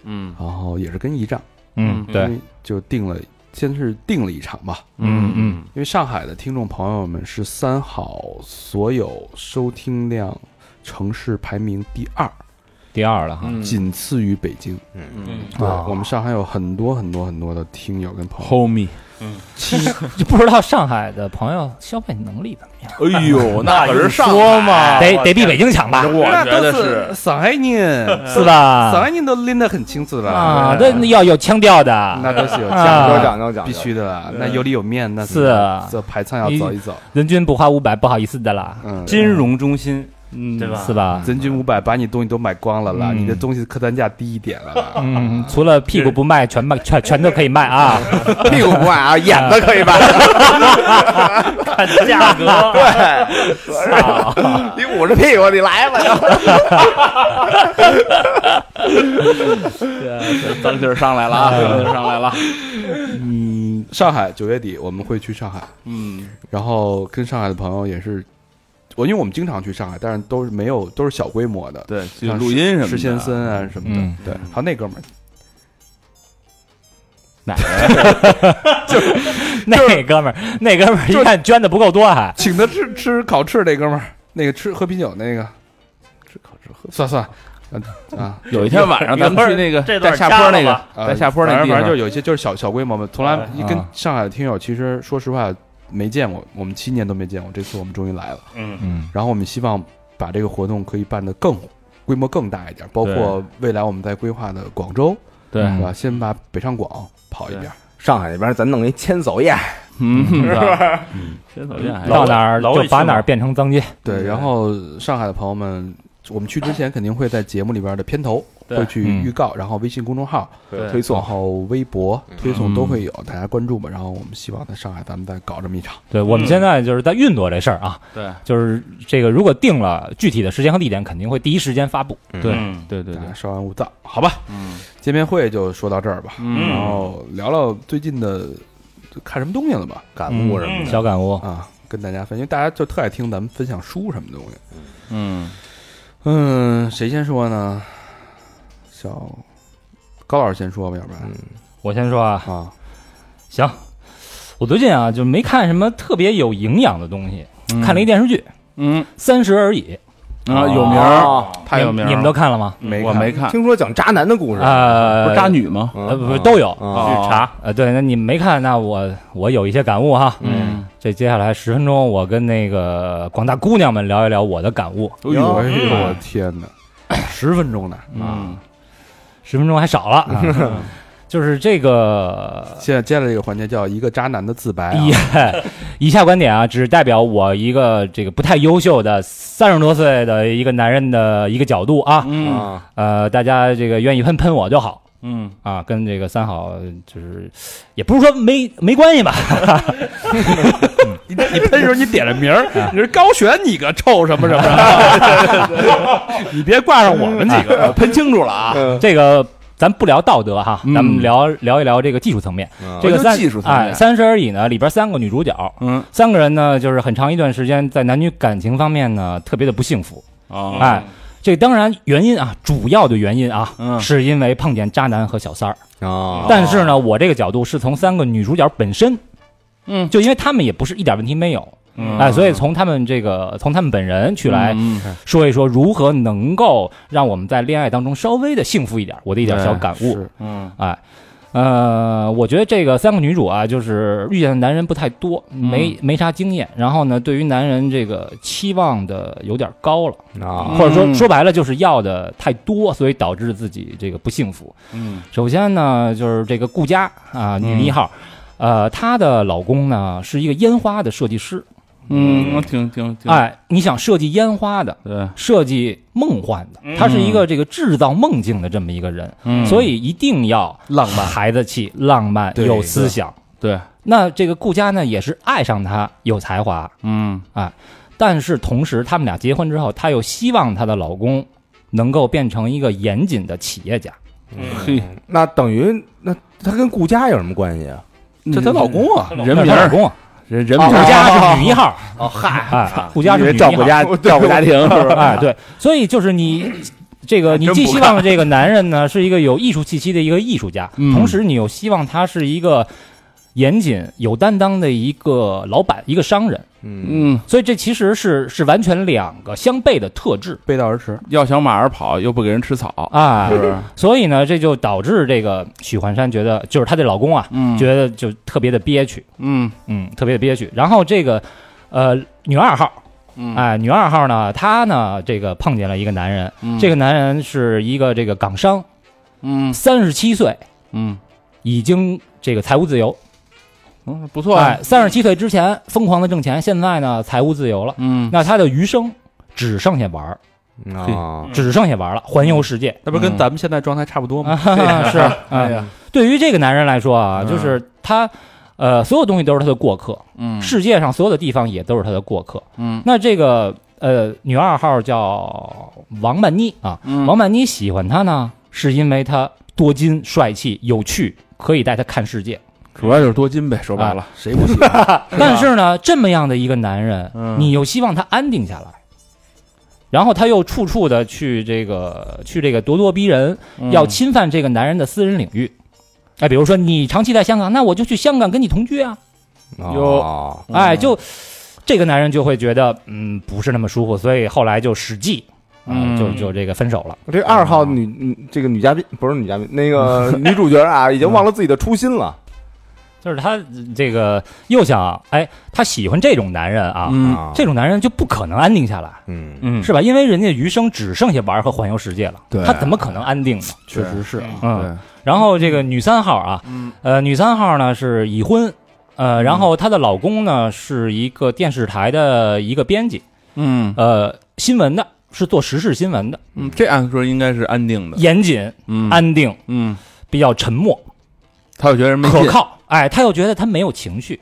E: 嗯
C: 然后也是跟仪仗，
D: 嗯，对，
C: 因为就定了，先是定了一场吧。
D: 嗯嗯，
C: 因为上海的听众朋友们是三好所有收听量城市排名第二，
D: 第二了哈，
C: 仅次于北京。
E: 嗯
C: 对，
D: 哦
C: 我们上海有很多很多很多的听友跟朋友。
E: ，homie，
D: 嗯就不知道上海的朋友消费能力怎么样，
E: 哎呦，那可是上
F: 说
E: 啊
F: 嘛
D: 得得比北京强吧，
E: 我觉得
C: 那都
E: 是
C: 上海人，
D: 是
C: 上海
D: 吧？
C: 人都拎得很清楚了
D: 啊，那那要有腔调的，
C: 那都是有
D: 啊
C: 讲
B: 有
C: 究
B: 讲究讲
C: 必
B: 究，
C: 须的啦，那有里有面，那
D: 是啊
C: 这排场要走一走，
D: 人均不花五百，不好意思的啦，
C: 嗯，
F: 金融中心，
C: 嗯
F: 对吧？
D: 是吧？
C: 人均五百，把你东西都买光了啦，
D: 嗯
C: 你的东西客单价低一点了啦，
D: 嗯，除了屁股不卖，全卖全全都可以卖啊！
B: 屁股不外 啊，眼子可以吧？
F: 看价格，
B: 你捂着屁股，你 来吧。
E: 脏劲儿上来了啊，脏劲儿 上来了。
C: 嗯，上海九月底我们会去上海，
E: 嗯
C: 然后跟上海的朋友也是，我因为我们经常去上海，但是都是没有都是小规模的，，
E: 对，就
C: 像
E: 录音什么的，
C: 石先森啊什么的，
D: 嗯
C: 对，还有那哥们儿，
D: 那哥们儿，那哥们儿一看捐的不够多，啊还
C: 请他吃吃烤翅那哥们儿，那个吃喝啤酒那个，吃烤翅喝，算算，啊啊，
E: 有一天晚上咱们去那个
F: 这
E: 在
F: 段
E: 下坡那
F: 掐
E: 个
F: 了，
C: 啊
E: 在下坡那
C: 反
E: 个
C: 正
E: 地
C: 反
E: 方，
C: 正就是有一些就是小小规模嘛，从来
F: 哎
C: 一跟上海的听友，其实说实话没见过，我们七年都没见过，这次我们终于来了。
F: 嗯，
D: 嗯
C: 然后我们希望把这个活动可以办得更规模更大一点，包括未来我们在规划的广州，
E: 对
C: 对吧？先把北上广跑一遍，
B: 上海那边咱弄一千叟宴，
E: 嗯，是吧？
F: 先走下
D: 到哪儿就把哪儿变成脏街，
C: 对。然后上海的朋友们，我们去之前肯定会在节目里边的片头
F: 对
C: 会去
D: 嗯
C: 预告，然后微信公众号
B: 推
C: 然
B: 送
C: 后微博推送都会有，大家关注吧。然后我们希望在上海咱们再搞这么一场。
D: 对我们现在就是在运作这事儿啊，
E: 嗯对
D: 就是这个如果定了具体的时间和地点，肯定会第一时间发布。
E: 对
F: 嗯
E: 对对
C: 大家
E: 对，
C: 稍安勿躁，好吧？
E: 嗯
C: 见面会就说到这儿吧，
E: 嗯
C: 然后聊聊最近的就看什么东西了吧？
B: 感悟什么
F: 嗯
B: 的。
D: 小感悟，
C: 啊，跟大家分，因为大家就特爱听咱们分享书什么东西。
E: 嗯，
C: 嗯，谁先说呢？小高老师先说吧，要不然
D: 我先说啊，
C: 啊，
D: 行，我最近啊就没看什么特别有营养的东西，看了一电视剧《
E: 嗯
D: 三十而已》，
E: 啊，有名儿，
B: 哦
E: 太有名儿了。
D: 你们都看了吗？
F: 没
E: 我没看，啊
B: 听说讲渣男的故事，
D: 呃，
E: 不是渣女吗？
B: 嗯
D: 呃不是都有。
B: 啊
F: 去查，
D: 呃，对，那你们没看，那我我有一些感悟哈。嗯，这接下来十分钟，我跟那个广大姑娘们聊一聊我的感悟。
E: 哦
C: 哎呦，哎呦，我天哪，十分钟呢，
E: 嗯，
D: 十分钟还少了， 就是这个
C: 现在接下来这个环节叫一个渣男的自
E: 哎
C: 白、啊
D: 以。 以下观点啊，只代表我一个这个不太优秀的三十多岁的一个男人的一个角度啊。
E: 嗯
B: 啊
D: 呃，大家这个愿意喷喷我就好
E: 嗯，
D: 啊，跟这个三好就是也不是说没没关系吧。
C: 你你喷的时候你点了名儿，
E: 嗯
C: 你是高璇，你个臭什么什么， 你别挂上我们几个。
E: 呃喷清楚了啊，
D: 这个咱不聊道德哈，
E: 嗯啊
D: 咱们聊聊一聊这个技术层面。
B: 嗯
D: 这个
E: 就
D: 三
E: 技术层面
D: 哎，三十而已呢，里边三个女主角，
E: 嗯
D: 三个人呢，就是很长一段时间在男女感情方面呢，特别的不幸福。
E: 啊，
D: 哎，这当然原因啊，主要的原因啊，
E: 嗯哦
D: 是因为碰见渣男和小三儿。
B: 啊
D: 但是呢，我这个角度是从三个女主角本身，
E: 嗯
D: 就因为她们也不是一点问题没有，
E: 嗯
D: 哎，所以从她们这个从她们本人去来
E: 嗯
D: 说一说如何能够让我们在恋爱当中稍微的幸福一点，我的一点小感悟。
C: 是
E: 嗯
D: 哎，呃，我觉得这个三个女主啊，就是遇见的男人不太多，
E: 嗯
D: 没、没啥经验，然后呢，对于男人这个期望的有点高了，
B: 啊
D: 或者说
E: 嗯
D: 说白了就是要的太多，所以导致自己这个不幸福。
E: 嗯
D: 首先呢，就是这个顾佳啊，女一号。呃，她的老公呢是一个烟花的设计师，
E: 嗯，我挺挺挺，
D: 哎，你想设计烟花的，
E: 对，
D: 设计梦幻的，他是一个这个制造梦境的这么一个人，
E: 嗯
D: 所以一定要
C: 浪漫
D: 孩子气、浪漫、
C: 对
D: 有思想。
E: 对，
D: 那这个顾佳呢，也是爱上他，有才华，
E: 嗯
D: 但是同时他们俩结婚之后，她又希望她的老公能够变成一个严谨的企业家。
E: 嘿，
B: 那等于那他跟顾佳有什么关系啊？
C: 这她老公啊，
E: 嗯人
D: 她
E: 名
D: 老
E: 儿哦
D: 公啊，
E: 人人名
D: 顾
E: 儿啊
D: 佳是女一号。哦
F: 啊
D: 嗨，顾佳是女一号。
B: 照顾家庭是吧？
D: 哎，对，所以就是你这个，你
E: 真
D: 既
E: 不
D: 希望这个男人呢是一个有艺术气息的一个艺术家，
E: 嗯
D: 同时你又希望他是一个严谨、有担当的一个老板、一个商人，
B: 嗯
E: 嗯，
D: 所以这其实是是完全两个相悖的特质
C: 背道而驰。
E: 要想马儿跑，又不给人吃草，
D: 啊
E: 是。不是？
D: 所以呢，这就导致这个许幻山觉得，就是她这老公啊，
E: 嗯
D: 觉得就特别的憋屈，
E: 嗯
D: 嗯，特别的憋屈。然后这个呃女二号。
E: 嗯
D: 哎，女二号呢，她呢，这个碰见了一个男人，
E: 嗯
D: 这个男人是一个这个港商，
E: 嗯
D: 三十七岁，
E: 嗯
D: 已经这个财务自由。
E: 嗯，不错啊
D: 哎，，三十七岁之前疯狂的挣钱，现在呢财务自由了。
E: 嗯
D: 那他的余生只剩下玩儿，
E: 嗯
B: 啊，
D: 只剩下玩儿了，环游世界。
C: 那不是跟咱们现在状态差不多
D: 啊，
C: 吗？
D: 哈哈是，
E: 哎
D: 哎
E: 呀，
D: 对于这个男人来说啊，就是他，呃，所有东西都是他的过客，
E: 嗯
D: 世界上所有的地方也都是他的过客。
E: 嗯
D: 那这个呃，女二号叫王曼妮啊，
E: 嗯
D: 王曼妮喜欢他呢，是因为他多金、帅气、有趣，可以带他看世界。
E: 主要就是多金呗，说白了，
C: 谁不喜欢？
E: 啊
D: 但是呢，这么样的一个男人，
E: 嗯
D: 你又希望他安定下来，然后他又处处的去这个去这个咄咄逼人，
E: 哎
D: 要侵犯这个男人的私人领域。哎，比如说你长期在香港，那我就去香港跟你同居啊。
B: 有
D: 哎，就这个男人就会觉得嗯不是那么舒服，所以后来就使计，啊、
E: 嗯
D: 就就这个分手了。
B: 这二
D: 啊
B: 号女女这个女嘉宾不是女嘉宾，那 个女主角啊，已经忘了自己的初心了。
D: 就是他这个又想哎，他喜欢这种男人啊，
E: 嗯
B: 啊
D: 这种男人就不可能安定下来。
B: 嗯
E: 嗯
D: 是吧？因为人家余生只剩下玩儿和环游世界了，
E: 对
D: 他怎么可能安定呢？
C: 确实是啊，
D: 嗯，然后这个女三号啊，
E: 嗯
D: 呃，女三号呢是已婚，呃，然后她的老公呢是一个电视台的一个编辑，
E: 嗯
D: 呃，新闻的，是做时事新闻的，
E: 嗯，这按说应该是安定的，
D: 严谨、
E: 嗯
D: 安定，
E: 嗯，
D: 比较沉默、
E: 他又觉得人没
D: 可
E: 劲，
D: 靠。哎，她又觉得她没有情绪，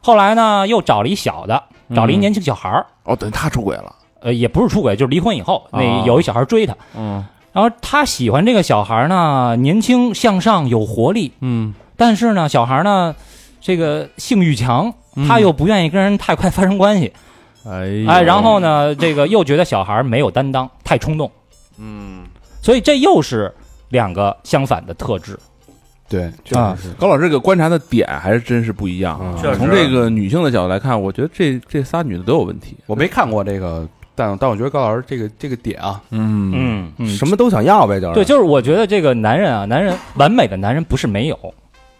D: 后来呢又找了一小的，
E: 嗯
D: 找了一年轻小孩儿，
E: 哦，等于他出轨了，
D: 呃，也不是出轨，就是离婚以后，那
E: 啊
D: 有一小孩追她。
E: 嗯
D: 然后她喜欢这个小孩呢，年轻向上有活力，
E: 嗯
D: 但是呢，小孩呢，这个性欲强，他又不愿意跟人太快发生关系，
E: 哎
D: 哎，然后呢，这个又觉得小孩没有担当，太冲动，嗯，所以这又是两个相反的特质。
C: 对，
D: 啊
C: 确实是。
E: 高老师这个观察的点还是真是不一样啊
F: 确实
E: 从这个女性的角度来看，我觉得这这仨女的都有问题。
C: 我没看过这个但但我觉得高老师这个这个点啊，
A: 嗯
F: 嗯，
C: 嗯
B: 什么都想要呗，就是
D: 对，就是我觉得这个男人啊，男人完美的男人不是没有，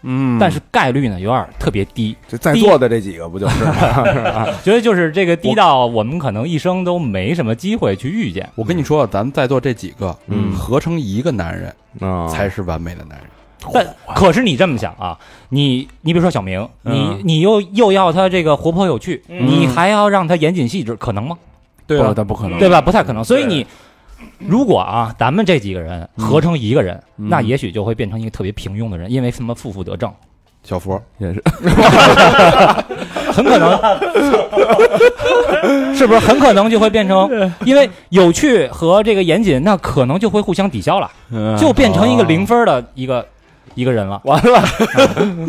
C: 嗯，
D: 但是概率呢有点儿特别低，
B: 就在座的这几个不就是吗？是吧
D: 觉得就是这个低到我们可能一生都没什么机会去遇见。
C: 我跟你说，咱们在座这几个，
B: 嗯
C: 合成一个男人
B: 啊，
C: 才是完美的男人。
D: 但可是你这么想啊，你你比如说小明，你你又又要他这个活泼有趣，你还要让他严谨细致，可能吗？
C: 对
E: 不
C: 啊，
E: 但不可能，
D: 对吧？不太可能。所以你如果啊，咱们这几个人合成一个人，那也许就会变成一个特别平庸的人，因为什么负负得正，
C: 小佛，
E: 也是
D: 很可能是不是？很可能就会变成，因为有趣和这个严谨，那可能就会互相抵消了，就变成一个零分的一个一个人了。
B: 完了，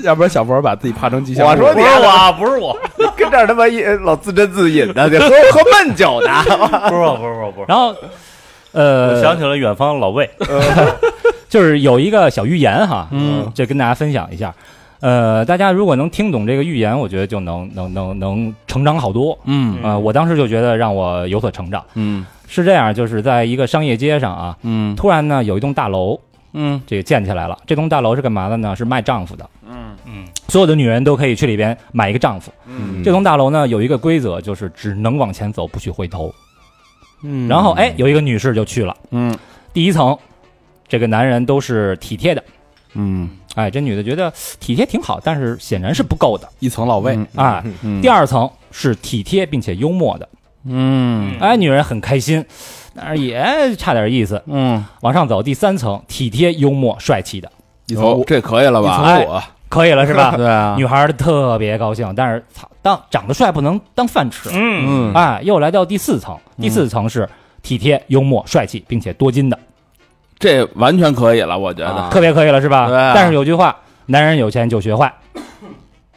A: 要不然小博把自己怕成吉祥物。
B: 我说
F: 不
B: 你
F: 是我啊，不是我，
B: 跟这儿他妈一老自斟自饮的， 得喝喝闷酒的，
F: 不是我，不是我，不是我。
D: 然后，
F: 我
D: 呃，
F: 想起了远方老魏，
D: 就是有一个小寓言哈，
C: 嗯，
D: 这跟大家分享一下。呃，大家如果能听懂这个寓言，我觉得就能能能能成长好多。
C: 嗯
F: 啊
D: 呃，我当时就觉得让我有所成长。
C: 嗯
D: 是这样，就是在一个商业街上啊，
C: 嗯
D: 突然呢有一栋大楼，
C: 嗯，
D: 这个建起来了。这栋大楼是干嘛的呢？是卖丈夫的。嗯嗯，所有的女人都可以去里边买一个丈夫。
B: 嗯
D: 这栋大楼呢有一个规则，就是只能往前走，不许回头。
C: 嗯
D: 然后哎，有一个女士就去了。
C: 嗯
D: 第一层，这个男人都是体贴的。
C: 嗯，
D: 哎，这女的觉得体贴挺好，但是显然是不够的
C: 一层老魏，
D: 啊。
C: 嗯
D: 第二层是体贴并且幽默的，
C: 嗯
D: 哎，女人很开心，但是也差点意思。
C: 嗯，
D: 往上走，第三层体贴、幽默、帅气的，
C: 一层我
B: 这可以了
C: 一
B: 吧？
C: 层我，
D: 可以了 是吧？
C: 对啊，
D: 女孩儿特别高兴，但是操，当长得帅不能当饭吃。
C: 嗯
F: 嗯，
D: 哎，又来到第四层，第四层是体贴、幽默、帅气并且多金的，
E: 这完全可以了，我觉
B: 啊
E: 得。
D: 嗯
B: 嗯
D: 特别可以了是吧？
E: 对啊
D: 但是有句话，男人有钱就学坏，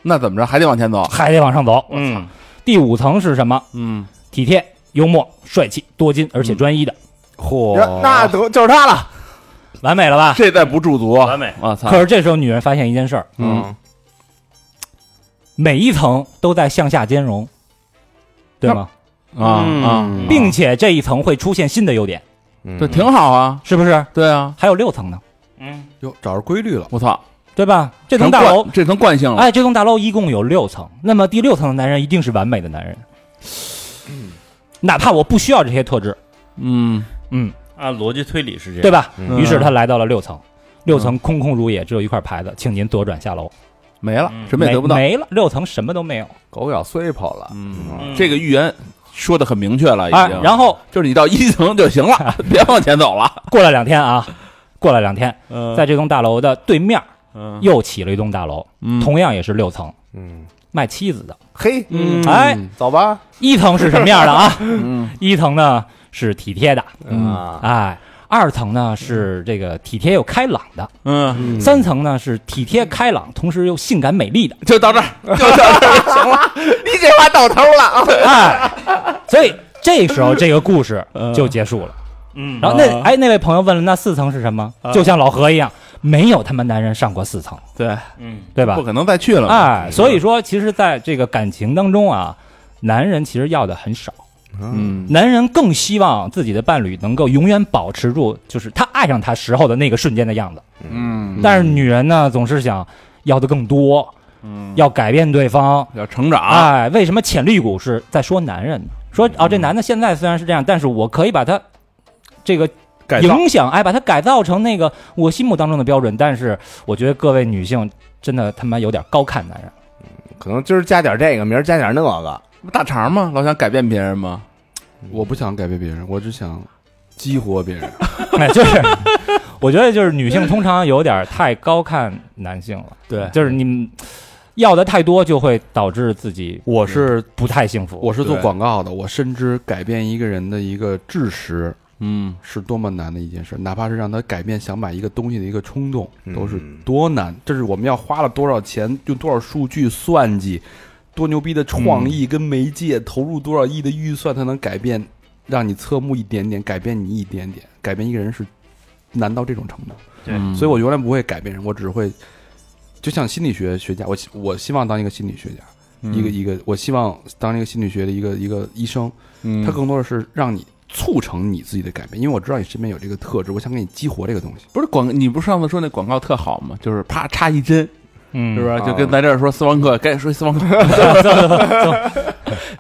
E: 那怎么着还得往前走？
D: 还得往上走。
F: 嗯，
D: 第五层是什么？
C: 嗯，
D: 体贴、幽默、帅气、多金，而且专一的，
C: 嚯
B: 那得就是他了，
D: 完美了吧？
E: 这再不驻足，
F: 完美，
E: 我操！
D: 可是这时候女人发现一件事儿，
E: 嗯，
D: 每一层都在向下兼容，对吗？
E: 啊啊，
C: 嗯
D: 并且这一层会出现新的优点，
B: 嗯
E: 对，挺好啊，
D: 是不是？
E: 对啊，
D: 还有六层呢，
F: 嗯，
C: 哟，找着规律了，
E: 我操，
D: 对吧？这
E: 这
D: 栋大楼，
E: 这成惯性了，
D: 哎，这栋大楼一共有六层，那么第六层的男人一定是完美的男人，哪怕我不需要这些特质，
E: 嗯，
D: 嗯，
F: 按逻辑推理是这样，
D: 对吧？
B: 嗯
D: 于是他来到了六层，
E: 嗯
D: 六层空空如也，只有一块牌子，请您左转下楼，
E: 没了，
F: 嗯
E: 什么也得不到。
D: 没没了，六层什么都没有。
B: 狗咬碎跑了，
E: 嗯，
F: 嗯
E: 这个预言说的很明确了，已
D: 哎
E: 经。，
D: 然后
E: 就是你到一层就行 了，别往前走了。
D: 过了两天啊，过了两天，
F: 嗯
D: 在这栋大楼的对面儿
F: 嗯
D: 又起了一栋大楼，同样也是六层，
B: 嗯，
D: 卖妻子的。
B: 嘿，
E: 嗯
D: 哎，
B: 走吧，
D: 一层是什么样的啊？ 一层呢是体贴的，
B: 啊，
D: 哎，二层呢是这个体贴又开朗的，
E: 嗯，
D: 三层呢是体贴开朗，同时又性感美丽 的，
E: 就到这儿，
B: 你这话到头了啊，
D: 哎，所以这时候这个故事就结束了。
F: 嗯，
D: 然后那
E: 啊
D: 哎那位朋友问了，那四层是什么？就像老何一样，没有他们男人上过四层，
E: 对，
F: 嗯，
D: 对吧
E: 不？可能再去了嘛。
D: 哎，所以说其实在这个感情当中啊，男人其实要的很少。
E: 嗯，
D: 男人更希望自己的伴侣能够永远保持住，就是他爱上他时候的那个瞬间的样子。
E: 嗯，
D: 但是女人呢，总是想要的更多，要改变对方。
E: 嗯要成长，
D: 哎，为什么潜力股是在说男人呢？说哦，这男的现在虽然是这样，但是我可以把他这个
E: 改造
D: 影响，哎，把他改造成那个我心目当中的标准。但是我觉得各位女性真的他妈有点高看男人。
B: 可能今儿加点这个，明儿加点那个，
E: 不大肠吗？老想改变别人吗？
C: 我不想改变别人，我只想激活别人。
D: 哎，就是，我觉得就是女性通常有点太高看男性了，
E: 对
D: 就是你们要的太多，就会导致自己
C: 我是
D: 不太幸福。
C: 我是做
E: 对
C: 广告的，我深知改变一个人的一个知识
E: 嗯，
C: 是多么难的一件事，哪怕是让他改变想买一个东西的一个冲动，
B: 嗯
C: 都是多难。这是我们要花了多少钱，用多少数据算计，多牛逼的创意跟媒介，投入多少亿的预算，才能改变，让你侧目一点点，改变你一点点，改变一个人是难到这种程度。
F: 对
E: 嗯
C: 所以我原来不会改变人，我只会就像心理学学家，我希我希望当一个心理学家，
E: 嗯
C: 一个一个，我希望当一个心理学的一个一个医生，
E: 嗯
C: 他更多的是让你促成你自己的改变，因为我知道你身边有这个特质，我想给你激活这个东西。
E: 不是广，你不是上次说那广告特好吗？就是啪插一针，
D: 嗯，
E: 是不是？
B: 嗯
E: 就跟咱这儿说斯旺克，该说斯旺克，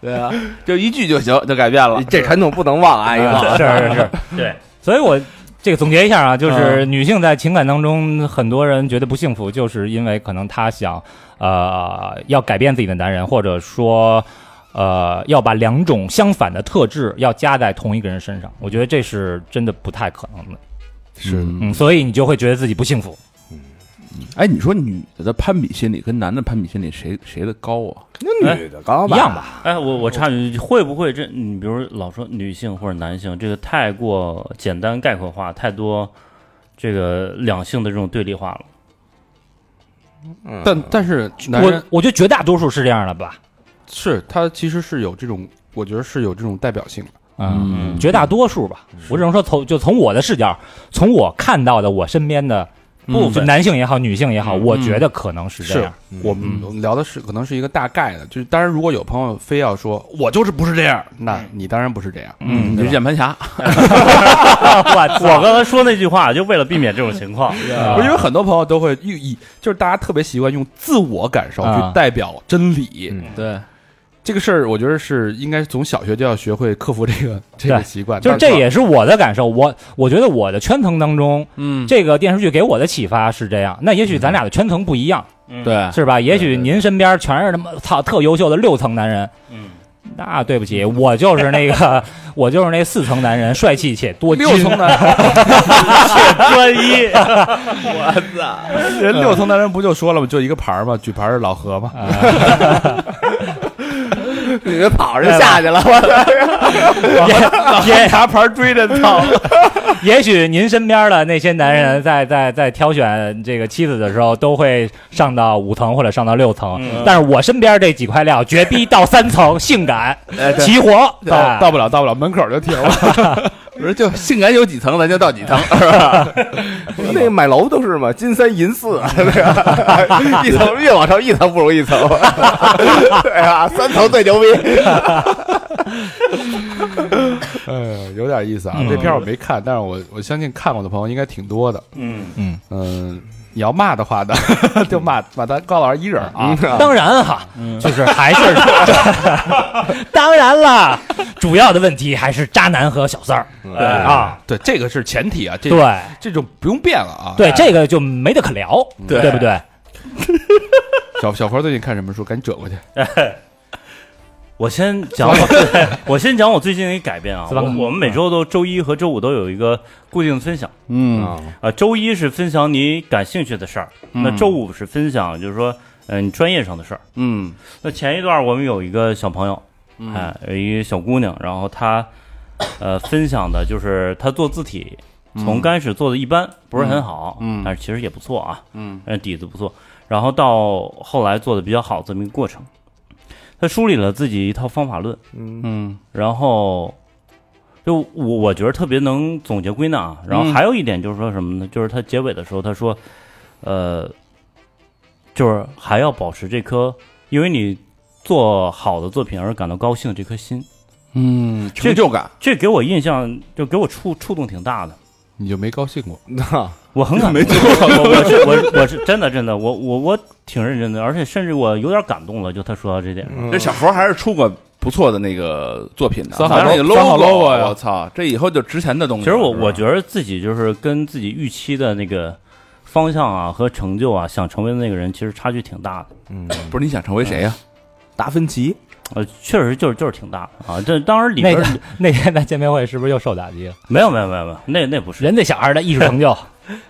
E: 对啊，就一句就行，就改变了。
B: 这传统不能忘啊！一个
D: 是是是，
F: 对，
D: 所以我这个总结一下啊，就是女性在情感当中，很多人觉得不幸福，就是因为可能她想呃要改变自己的男人，或者说呃要把两种相反的特质要加在同一个人身上。我觉得这是真的不太可能的，
E: 是
D: 嗯，所以你就会觉得自己不幸福。
E: 哎，你说女的的攀比心理跟男的攀比心理谁谁的高啊？
B: 那女的高
D: 一样吧，
F: 哎，我我插一句，会不会这你比如老说女性或者男性这个太过简单概括化，太多这个两性的这种对立化了？
B: 嗯
C: 但但是男人
D: 我我觉得绝大多数是这样的吧，
C: 是他其实是有这种，我觉得是有这种代表性的。
D: 嗯，绝大多数吧。我只能说从就从我的视角，从我看到的我身边的。
F: 部分
D: 就男性也好，女性也好，
C: 嗯
D: 我觉得可能是这样。
C: 我们我们聊的是可能是一个大概的，就是当然，如果有朋友非要说我就是不是这样，那你当然不是这样。
E: 嗯，你是键盘侠，
C: 啊
D: 我
F: 我刚才说那句话就为了避免这种情况。
C: 不是因为很多朋友都会以以就是大家特别习惯用自我感受
D: 啊
C: 去代表真理，
B: 嗯
E: 对，
C: 这个事儿我觉得是应该从小学就要学会克服这个这个习惯。
D: 就是这也是我的感受，我我觉得我的圈层当中，
E: 嗯，
D: 这个电视剧给我的启发是这样。那也许咱俩的圈层不一样，
F: 嗯，
E: 对，
D: 是吧？也许您身边全是他妈操特优秀的六层男人，
F: 嗯，
D: 那对不起，我就是那个 我就是那四层男人，帅气且多金。
C: 六层男
F: 专一。
C: 人，六层男人不就说了吗？就一个牌儿嘛，举牌儿是老何嘛。
B: 女的跑着下去了，
D: 也也拿牌追着操。 也许您身边的那些男人在在在挑选这个妻子的时候，都会上到五层或者上到六层，
F: 嗯
D: 但是我身边这几块料绝逼到三层，性感齐活，
C: 到
D: 哎
C: 到不了，到不了，门口就停了。
E: 不是就性感有几层，咱就到几层。
B: 那个买楼都是嘛，金三银四，啊对啊吧？一层越往上一层不如一层，对啊，三层最牛逼。
C: 哎呀，有点意思啊！这片儿我没看，但是我我相信看过的朋友应该挺多的。
F: 嗯，
C: 嗯，你要骂的话呢， 就骂骂咱高老师一人啊。
B: 嗯
D: 当然哈，就是还 是当然了，主要的问题还是渣男和小三儿
B: 对
D: 啊，
C: 嗯对，这个是前提啊，这
D: 对哎
C: 这种不用变了啊。，
D: 对，这个就没得可聊，
F: 对
D: 对不对？
C: 小小佛最近看什么书？赶紧折过去。
F: 我先讲我，对我先讲我最近的一个改变啊。
D: 斯
F: 我
D: 巴克
F: 我们每周都周一和周五都有一个固定的分享。
E: 嗯
F: 啊，周一是分享你感兴趣的事儿，那周五是分享就是说，嗯、你专业上的事儿。
E: 嗯
F: 那前一段我们有一个小朋友，哎、有一个小姑娘，然后她，呃，分享的就是她做字体，从刚开始做的一般，不是很好，
E: 嗯
F: 但是其实也不错啊，
E: 嗯，
F: 但是底子不错。然后到后来做的比较好这么一个过程，她梳理了自己一套方法论，
E: 嗯
F: 然后就我我觉得特别能总结归纳啊。然后还有一点就是说什么呢？就是他结尾的时候他说，呃，就是还要保持这颗因为你做好的作品而感到高兴的这颗心，
E: 嗯，
F: 这
E: 成就
C: 啊
E: 感，
F: 这给我印象就给我触触动挺大的。
C: 你就没高兴过？
B: 嗯啊
F: 我很感没错，我我是我是我是真的真的，我我我挺认真的，而且甚至我有点感动了。就他说到这点，
E: 这小佛还是出过不错的那个作品的，
C: 三好
E: 咱那个
C: logo- 三好
E: logo，啊
C: logo 呀
E: 我操，这以后就值钱的东西
F: 其
E: 了。
F: 实我
E: 得
F: 我觉得自己就是跟自己预期的那个方向啊和成就啊，想成为的那个人，其实差距挺大的。
E: 不是你想成为谁啊呀？
B: 达芬奇，
F: 呃，确实就是就是挺大的啊。这当然里
D: 那
F: 边
D: 个那天在见面会是不是又受打击了？
F: 没有没有没有没有，那那不是，
D: 人那小孩的艺术成 就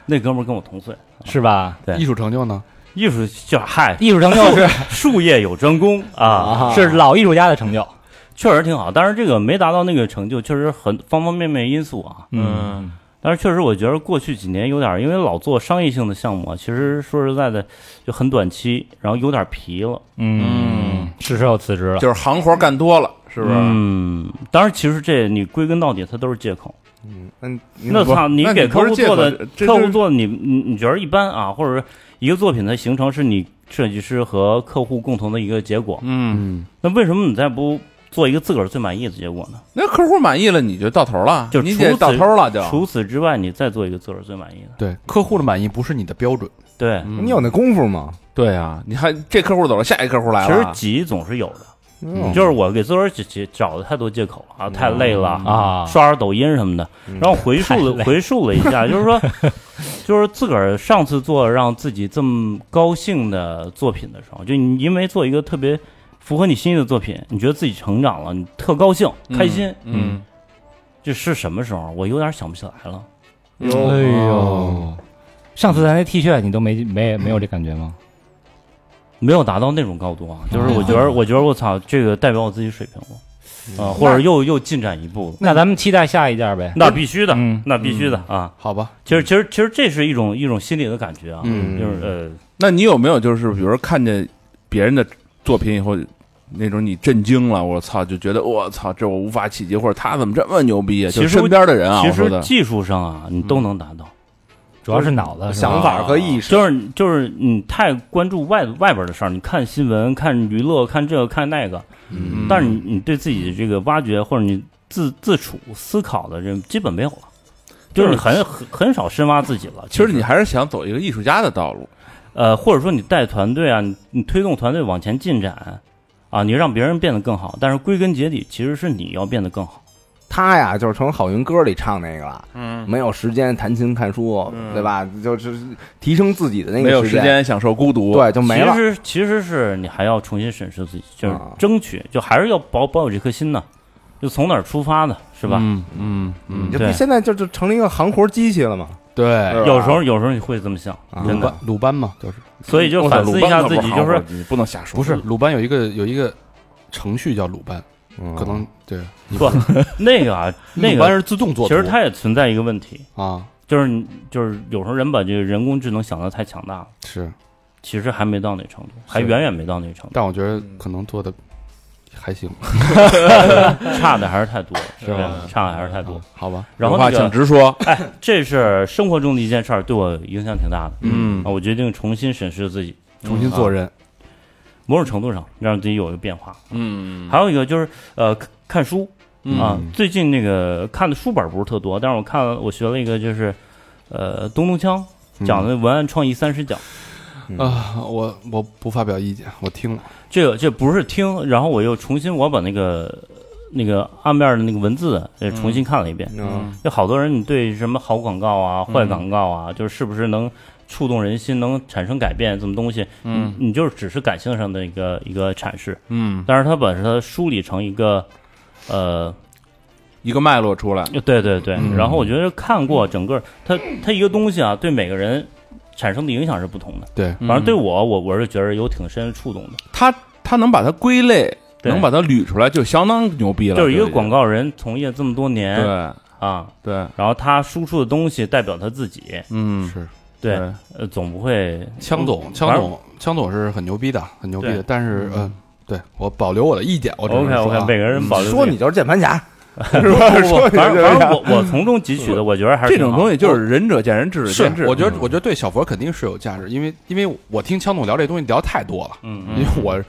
F: 那哥们儿跟我同岁，
D: 是吧？
F: 对
C: 艺术成就呢？
F: 艺术就嗨，
D: 艺术成就是
F: 术业有专攻啊，
D: 是老艺术家的成就，
F: 确实挺好。但是这个没达到那个成就，确实很方方面面因素啊。
D: 嗯，
F: 但是确实，我觉得过去几年有点儿，因为老做商业性的项目啊，其实说实在的就很短期，然后有点疲了。
D: 嗯，是时候辞职了。
E: 就是行活干多了，是不是？
F: 嗯嗯，当然，其实这你归根到底，它都是借口。
B: 嗯，嗯，
F: 那
B: 不
F: 操，你
B: 那
F: 给
B: 不
F: 客
B: 是
F: 户
B: 借
F: 做
B: 口
F: 的，
B: 这
F: 客户
B: 这
F: 做的你你你觉得一般啊，或者说一个作品的形成是你设计师和客户共同的一个结果，
E: 嗯，
A: 嗯，
F: 那为什么你再不做一个自个儿最满意的结果呢？
E: 那客户满意了你就到头了，
F: 就
E: 你
F: 除
E: 得
F: 此
E: 到头了就。
F: 除此之外，你再做一个自个儿最满意的，
C: 对，客户的满意不是你的标准，
F: 对。
E: 嗯
B: 你有那功夫吗？
E: 对啊，你看这客户走了，下一客户来
F: 其实
E: 了，啊
F: 急总是有的，
B: 嗯
F: 就是我给自个儿找找的太多借口了啊，太累了
D: 啊嗯
F: 刷刷抖音什么的，然后回溯
D: 太
F: 了
D: 累
F: 回溯了一 下，就是说，就是自个儿上次做让自己这么高兴的作品的时候，就你因为做一个特别符合你心意的作品，你觉得自己成长了，你特高兴开心，
E: 嗯，
F: 这是什么时候？我有点想不起来了。
E: 嗯
D: 哎
B: 有
E: 哦
D: 呦，上次咱那 T 恤你都没没没有这感觉吗？
F: 没有达到那种高度啊，
D: 嗯
F: 就是我觉得，我觉得我操，这个代表我自己水平了，
D: 嗯
F: 啊，或者又又进展一步了，
D: 那咱们期待下一件呗。
F: 那必须的
D: 嗯，
F: 那必须的啊！
C: 好吧？
F: 其实，其实，其实这是一种一种心理的感觉啊，
E: 嗯
F: 就是呃，
E: 那你有没有就是比如说看见别人的作品以后，那种你震惊了，我操，就觉得我操，这我无法企及，或者他怎么这么牛逼啊？
F: 其
E: 就
F: 实
E: 身边的人啊，
F: 其
E: 我说
F: 实
E: 的，嗯
F: 技术上啊，你都能达到，
D: 主要是脑子，是吧
B: 想法和意识，
F: 就是就是你太关注外外边的事儿，你看新闻、看娱乐、看这个看那个，
E: 嗯
F: 但是你你对自己的这个挖掘或者你自自处思考的人基本没有了，就是你很很很少深挖自己了。
E: 其实你还是想走一个艺术家的道路，
F: 呃，或者说你带团队啊，你你推动团队往前进展啊，你让别人变得更好，但是归根结底其实是你要变得更好。
B: 他呀，就是成好运歌里唱那个了，
E: 嗯，
B: 没有时间弹琴看书，对吧？就是提升自己的那个
E: 没有
B: 时
E: 时，间享受孤独，，
B: 对，就没了
F: 其。实其实是你还要重新审视自己，就是
B: 啊
F: 争取，就还是要保保有这颗心呢，就从哪儿出发呢，是吧？
C: 嗯嗯嗯，
B: 你这
F: 对
B: 不现在就就成了一个行活机器了嘛？
C: 对，
B: 是吧
F: 有时候有时候你会这么想，
B: 啊
F: 真
C: 鲁
F: 的
C: 班。鲁班嘛，就是
F: 所以
E: 嗯
F: 就
E: 哦
F: 反思一下自己，就
E: 我
F: 是
E: 你不能瞎说，嗯
C: 不是鲁班有一个有一个程序叫鲁班，
B: 嗯
C: 可能对
F: 不那个啊，那
C: 鲁班
F: 个
C: 是自动做
F: 其
C: 图，
F: 实它也存在一个问题，
C: 啊
F: 就是你就是有时候人把这个人工智能想的太强大了，
C: 是，
F: 其实还没到那程度，还
C: 是
F: 远远没到那 程度，
C: 但我觉得可能做的还行，
F: 差的还是太多了，
D: 是吧
F: 对差的还是太多。
C: 啊好吧？
F: 然后
E: 有话
F: 那
E: 请
F: 个，
E: 直说，
F: 这是生活中的一件事儿，对我影响挺大的。
E: 嗯
F: 啊，我决定重新审视自己，
C: 重新做人，
F: 某种程度上让自己有一个变化。
E: 嗯，
F: 还有一个就是呃，看看书
E: 嗯
F: 啊，最近那个看的书本不是特多，但是我看了我学了一个就是呃东东锵
E: 嗯
F: 讲的文案创意三十讲，
C: 啊，我我不发表意见，我听了，
F: 这个这不是听，然后我又重新我把那个那个暗面的那个文字也重新看了一遍。
B: 嗯，
F: 有好多人你对什么好广告啊、
E: 嗯
F: 坏广告啊，就是是不是能触动人心、能产生改变这么东西，
E: 嗯
F: 你就是只是感性上的一个一个阐释，
E: 嗯，
F: 但是他把它梳理成一个呃
E: 一个脉络出来，
F: 对对对，然后我觉得看过整个它它一个东西啊，对每个人产生的影响是不同的。
C: 对
F: 反正对我，我我是觉得有挺深的触动的，
E: 他他能把它归类，
F: 对
E: 能把它捋出来，就相当牛逼了，
F: 就是一
E: 这
F: 个广，告人从业这么多年
E: 对
F: 啊，
E: 对，
F: 然后他输出的东西代表他自己，
E: 嗯，
C: 是
F: 对，呃，总不会
C: 枪总，枪
F: 反正
C: 总，枪总是很牛逼的，很牛逼的，
F: 对
C: 但是嗯，对我保留我的意见，我只能
F: OK
C: 说
F: OK，
C: 啊
F: 每个人保留
B: 说
F: 自
B: 你
F: 己，
B: 就是键盘侠，是吧？说你就是键
F: 反正反
B: 盘
F: 正
B: 侠。
F: 我我从中汲取的，我觉得还是
E: 这种
F: 挺
E: 东
F: 好的哦
E: 西就是仁者见仁，智者
C: 是
E: 见智。，
C: 我觉得我觉得对小佛肯定是有价值，因为因为我听枪总聊这东西聊太多了，
F: 嗯
C: 因为。
F: 嗯
C: 我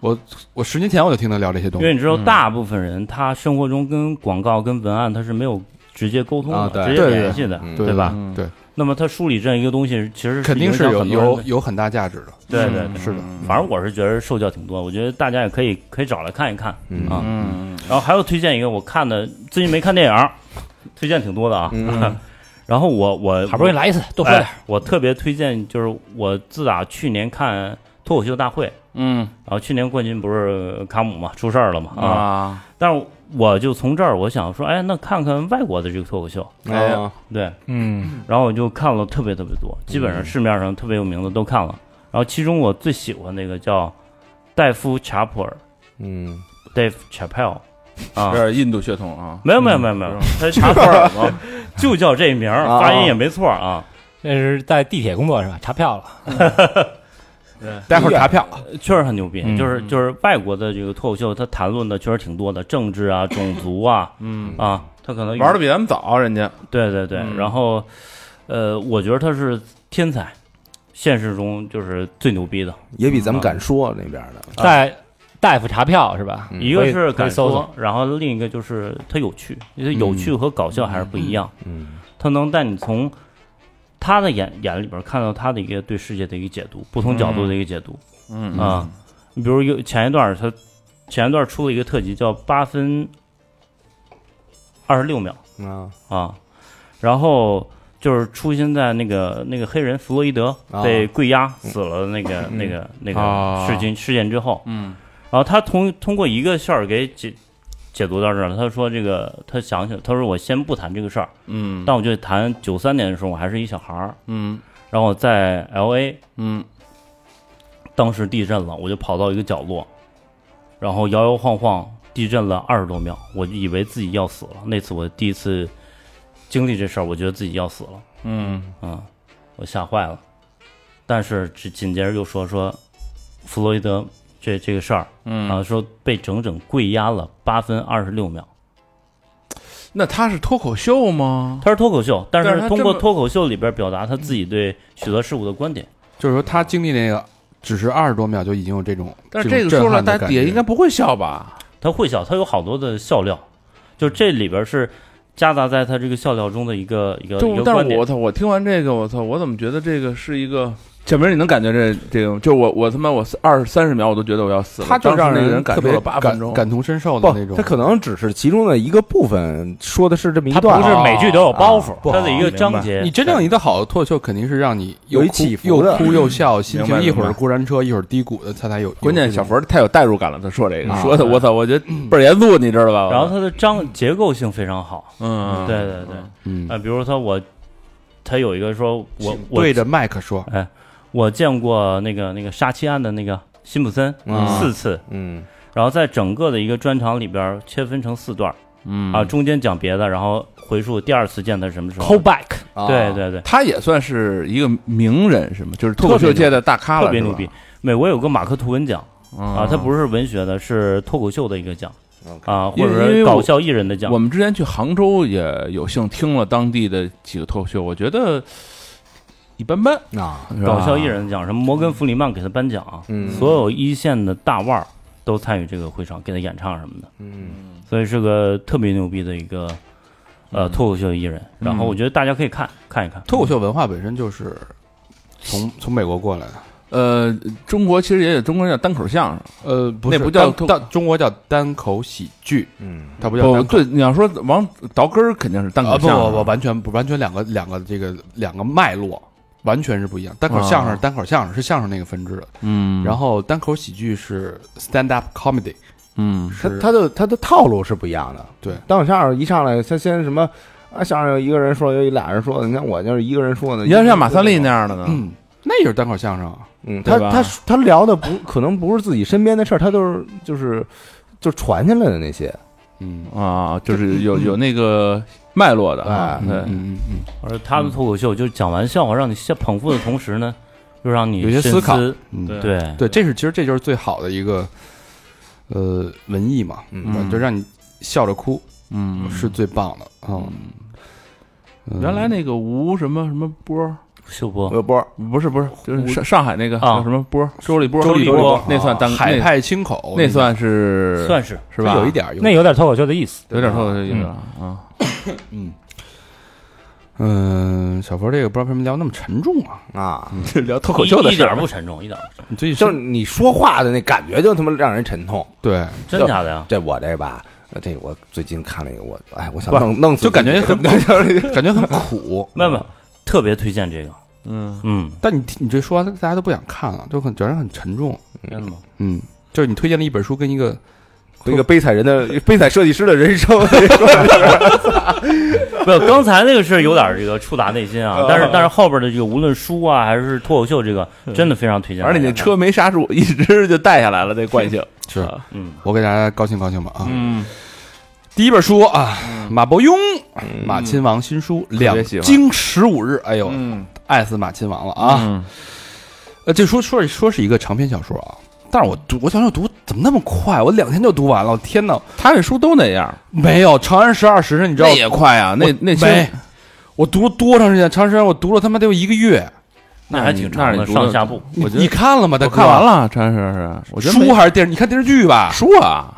C: 我我十年前我就听他聊这些东
F: 因
C: 西
F: 为，你知道，
B: 嗯
F: 大部分人他生活中跟广告、跟文案他是没有直接沟通
B: 啊对
F: 的、直接
C: 对对
F: 联系的，
B: 嗯
C: 对
F: 吧？
E: 嗯
C: 对，
F: 那么他梳理这样一个东西，其实
C: 肯定是
F: 影
C: 有
F: 响很多人
C: 有嗯
F: 的
C: 有很大价值的，
F: 对对对，
C: 是的，
F: 反正我是觉得受教挺多，我觉得大家也可以可以找来看一看
B: 嗯
F: 啊。
E: 嗯，
F: 然后还有推荐一个我看的，最近没看电影儿， 推荐挺多的啊。
B: 嗯
F: 然后我我
D: 好不容易来一次，多说点。
F: 哎我特别推荐就是我自打去年看脱口秀大会，
E: 嗯
F: 然后去年冠军不是卡姆嘛，出事儿了嘛啊，
E: 啊，
F: 但是我就从这儿我想说，哎，那看看外国的这个脱口秀，
B: 哎呀，
F: 对，
D: 嗯，
F: 然后我就看了特别特别多，基本上市面上特别有名的都看了。然后其中我最喜欢那个叫戴夫·查普尔
B: 嗯，
F: （Dave Chappelle） 啊
E: 有，点印度血统啊，
F: 没有没有没有没有，他查普尔嘛，就叫这名儿，
B: 啊
F: 发音也没错啊。
D: 那是在地铁工作是吧？查票了，
C: 待会儿查票，
F: 确实很牛逼，
D: 嗯
F: 就是就是外国的这个脱口秀，他谈论的确实挺多的，政治啊、种族啊，嗯啊，他可能
E: 玩的比咱们早，啊人家
F: 对对对，
E: 嗯
F: 然后呃，我觉得他是天才，现实中就是最牛逼的。
B: 也比咱们敢说那边的。啊
D: 在大夫查票是吧？
B: 嗯
F: 一个
D: 可以
F: 是
D: 可以
F: 敢
D: 搜嗯
F: 说
D: 搜，，
F: 然后另一个就是他有趣，因为有趣和搞笑还是不一样。
B: 嗯
F: 他能带你从他的眼眼里边看到他的一个对世界的一个解读，不同角度的一个解读。
C: 嗯
F: 啊，你比如有前一段儿他前一段儿出了一个特辑叫《八分二十六秒
B: 啊》
F: 啊，然后就是出现在那个那个黑人弗洛伊德
B: 啊
F: 被跪压死了那个、那个那
C: 啊
F: 个事情、事件之后，
C: 嗯
F: 然后他通通过一个事儿给解解读到这儿了。他说这个他想起来，他说我先不谈这个事儿，
C: 嗯
F: 但我就谈九三年的时候我还是一小孩儿，
C: 嗯
F: 然后我在 L A
C: 嗯
F: 当时地震了，我就跑到一个角落，然后摇摇晃晃，地震了二十多秒，我就以为自己要死了。那次我第一次经历这事儿，我觉得自己要死了，
C: 嗯
F: 嗯，我吓坏了。但是只紧接着又说说弗洛伊德这这个事儿，然后
C: 嗯，
F: 说被整整跪压了八分二十六秒。
E: 那他是脱口秀吗？
F: 他是脱口秀，但
E: 但是
F: 是
E: 他
F: 通
E: 这
F: 过
E: 么
F: 脱口秀里边表达他自己对许多事物的观点。
C: 就是说他经历那个只是二十多秒就已经有这种，
E: 但是这个
C: 种震
E: 说出来，
C: 撼
E: 大
C: 的
E: 家
C: 感
E: 底下
C: 觉
E: 应该不会笑吧？
F: 他会笑，他有好多的笑料，就这里边是夹杂在他这个笑料中的一个一个呃一
E: 就
F: 个
E: 但
F: 观
E: 是
F: 点
E: 我。操，我听完这个，我操，我怎么觉得这个是一个？小明，你能感觉这这种？就我我他妈我二十三十秒我都觉得我要死了，
A: 他就
E: 当时
A: 让
E: 那个
A: 人
E: 人感
A: 特
E: 受
A: 别
E: 了八分钟，
C: 感同身受的那
B: 不，
C: 种。
B: 他可能只是其中的一个部分，说的是这么一
D: 他
B: 段，啊
D: 不是每句都有包袱，
F: 他的一个章
E: 明
F: 节，
C: 你真正一个好的脱口秀，肯定是让你又
B: 有一
C: 哭
B: 起伏
C: 又
B: 的
C: 哭又笑，心
E: 明
C: 情
E: 白
C: 一会
E: 明
C: 儿
E: 白
C: 过山车，一会儿低谷的，他才有。
E: 关键小
C: 佛
E: 佛太有代入感了，他说这个
C: 啊
E: 说的我操，我觉得倍儿严肃，你知道吧？
F: 然后他的章结构性非常好。
E: 嗯，
F: 对对对，啊、
C: 嗯，
F: 比如他我他有一个说我我
C: 对着麦克说，
F: 哎，我见过那个那个杀妻案的那个辛普森、
B: 嗯
F: 四次，
B: 嗯
F: 然后在整个的一个专场里边切分成四段儿
C: 嗯
F: 啊，中间讲别的，然后回溯第二次见他什么时候。
D: callback，
B: 啊
F: 对对对，
E: 他也算是一个名人，是吗？就是脱口秀界的大咖了，
F: 特别
E: 是吧嗯
F: 牛逼。美国有个马克吐温奖啊，它
E: 是。
F: 不是文学的，是脱口秀的一个奖
B: OK
F: 啊，
E: 因
F: 或
E: 为
F: 者
E: 因为
F: 是搞
E: 我
F: 笑艺人的奖
E: 我。们之前去杭州也有幸听了当地的几个脱口秀，我觉得一般般，
B: 啊，
E: 是吧
F: 搞笑艺。人奖，什么摩根弗里曼给他颁奖，啊
B: 嗯
F: 所有一线的大腕儿都参与这个会场，给他演唱什么的，
B: 嗯
F: 所以是个特别牛逼的一个
E: 嗯
F: 呃脱口秀艺人。然后我觉得大家可以看看一看，
C: 脱口秀文化本身就是从从美国过来的，
E: 呃，中国其实也有中国叫单口相声，
C: 呃，不
E: 那
C: 是
E: 不叫
C: 单
E: 脱
C: 单中国叫单口喜剧，
B: 嗯
C: 它不叫
E: 不
C: 单口
E: 对，你要说往倒根儿肯定是单
C: 啊，
E: 口
C: 不
E: 相
C: 不不，
E: 声，
C: 完全不完全两个两个这个两个脉络完全是不一样。单口相声
E: 啊
C: 单口相声是相声那个分支的，
E: 嗯，
C: 然
E: 后
C: 后单口喜剧是 stand up comedy，
E: 嗯，
B: 他
C: 是
B: 他的他的套路是不一样的。
C: 对
B: 单口相声一上来，他先什么啊，相声有一个人说，有俩人说的，你看我就是一个人说的。
E: 你要像马三立那，样的呢，
C: 嗯，那也是单口相声啊。
B: 嗯，
E: 对
B: 他
E: 吧
B: 他他聊的不可能不是自己身边的事儿，他都是就是就传下来的那些，
C: 嗯
E: 啊，就是有有那个脉络的啊，
B: 哎
E: 对，
C: 嗯嗯
F: 而他的脱口秀就是讲完笑话，让你先捧腹的同时呢，
E: 嗯
F: 又让你
C: 有些
F: 深
C: 思考嗯，
E: 对
F: 对，
C: 对，这是其实这就是最好的一个呃文艺嘛，
E: 嗯
C: 就让你笑着哭
E: 嗯
C: 是最棒的啊。嗯
E: 原来那个吴什么什么波儿，
F: 秀波
B: 有波儿
E: 不是不是，就是上上海那个
F: 啊
E: 叫什么波儿，周立波，
C: 周立
E: 立
C: 波
E: 那算单
C: 海
E: 那
C: 派清口，
E: 那算是
F: 算是
E: 是吧？
C: 有一点儿
D: 那有点脱口秀的意思。
E: 有点透的意思了啊。
C: 嗯嗯，小佛这个不知道为什么聊那么沉重啊？
B: 啊，
E: 聊脱
F: 一一点儿不沉重，一点儿不沉
C: 你最近
B: 就是你说话的那感觉就他妈让人沉痛。
C: 对，
F: 重，真假的呀？
B: 这我这吧，呃这我最近看了一个，我哎，我想
C: 不
B: 弄弄死
C: 就感觉
B: 自己
C: 很感觉很 苦。
F: 没有没有，特别推荐这个，
E: 嗯，
F: 嗯，
C: 但你你这说完，大家都不想看了，就很觉得很沉重。
F: 真的吗？
C: 嗯，就是你推荐了一本书跟一个
B: 嗯一个悲惨人的悲惨设计师的 人生。
F: 没有，刚才那个是有点这个触达内心
E: 嗯
F: 啊，但是但是后边的这个无论书啊还是脱口秀，这个真的非常推荐。
E: 反嗯正你那，车没刹住，一直就带下来了，这惯性。
C: 是
F: 嗯，
C: 我给大家高兴高兴吧啊。
E: 啊嗯，
C: 第一本书啊，马伯庸，马亲王新书《两
E: 嗯别喜欢
C: 京十五日》，哎呦，
E: 嗯
C: 爱死马亲王了啊！
E: 嗯
C: 呃，这说说是说是一个长篇小说啊，但是我读，我想想读怎怎么那么快？我两天就读完了，我天哪！
E: 他这书都那样，
C: 没有《长安十二时辰》，你知道
E: 那也快啊，那
C: 我
E: 那
C: 没
E: 些，
C: 我读了多长时间？《长安十二时辰》我读了他妈得有一个月。
F: 那还挺
E: 那
F: 长
E: 你
F: 的，
E: 读的
F: 上下部。
C: 你
E: 我觉得
C: 你看了吗？大
E: 我
C: 哥
E: 看完了，长安十二时辰，我觉得没
C: 书还是电视？你看电视剧吧？
E: 啊书啊，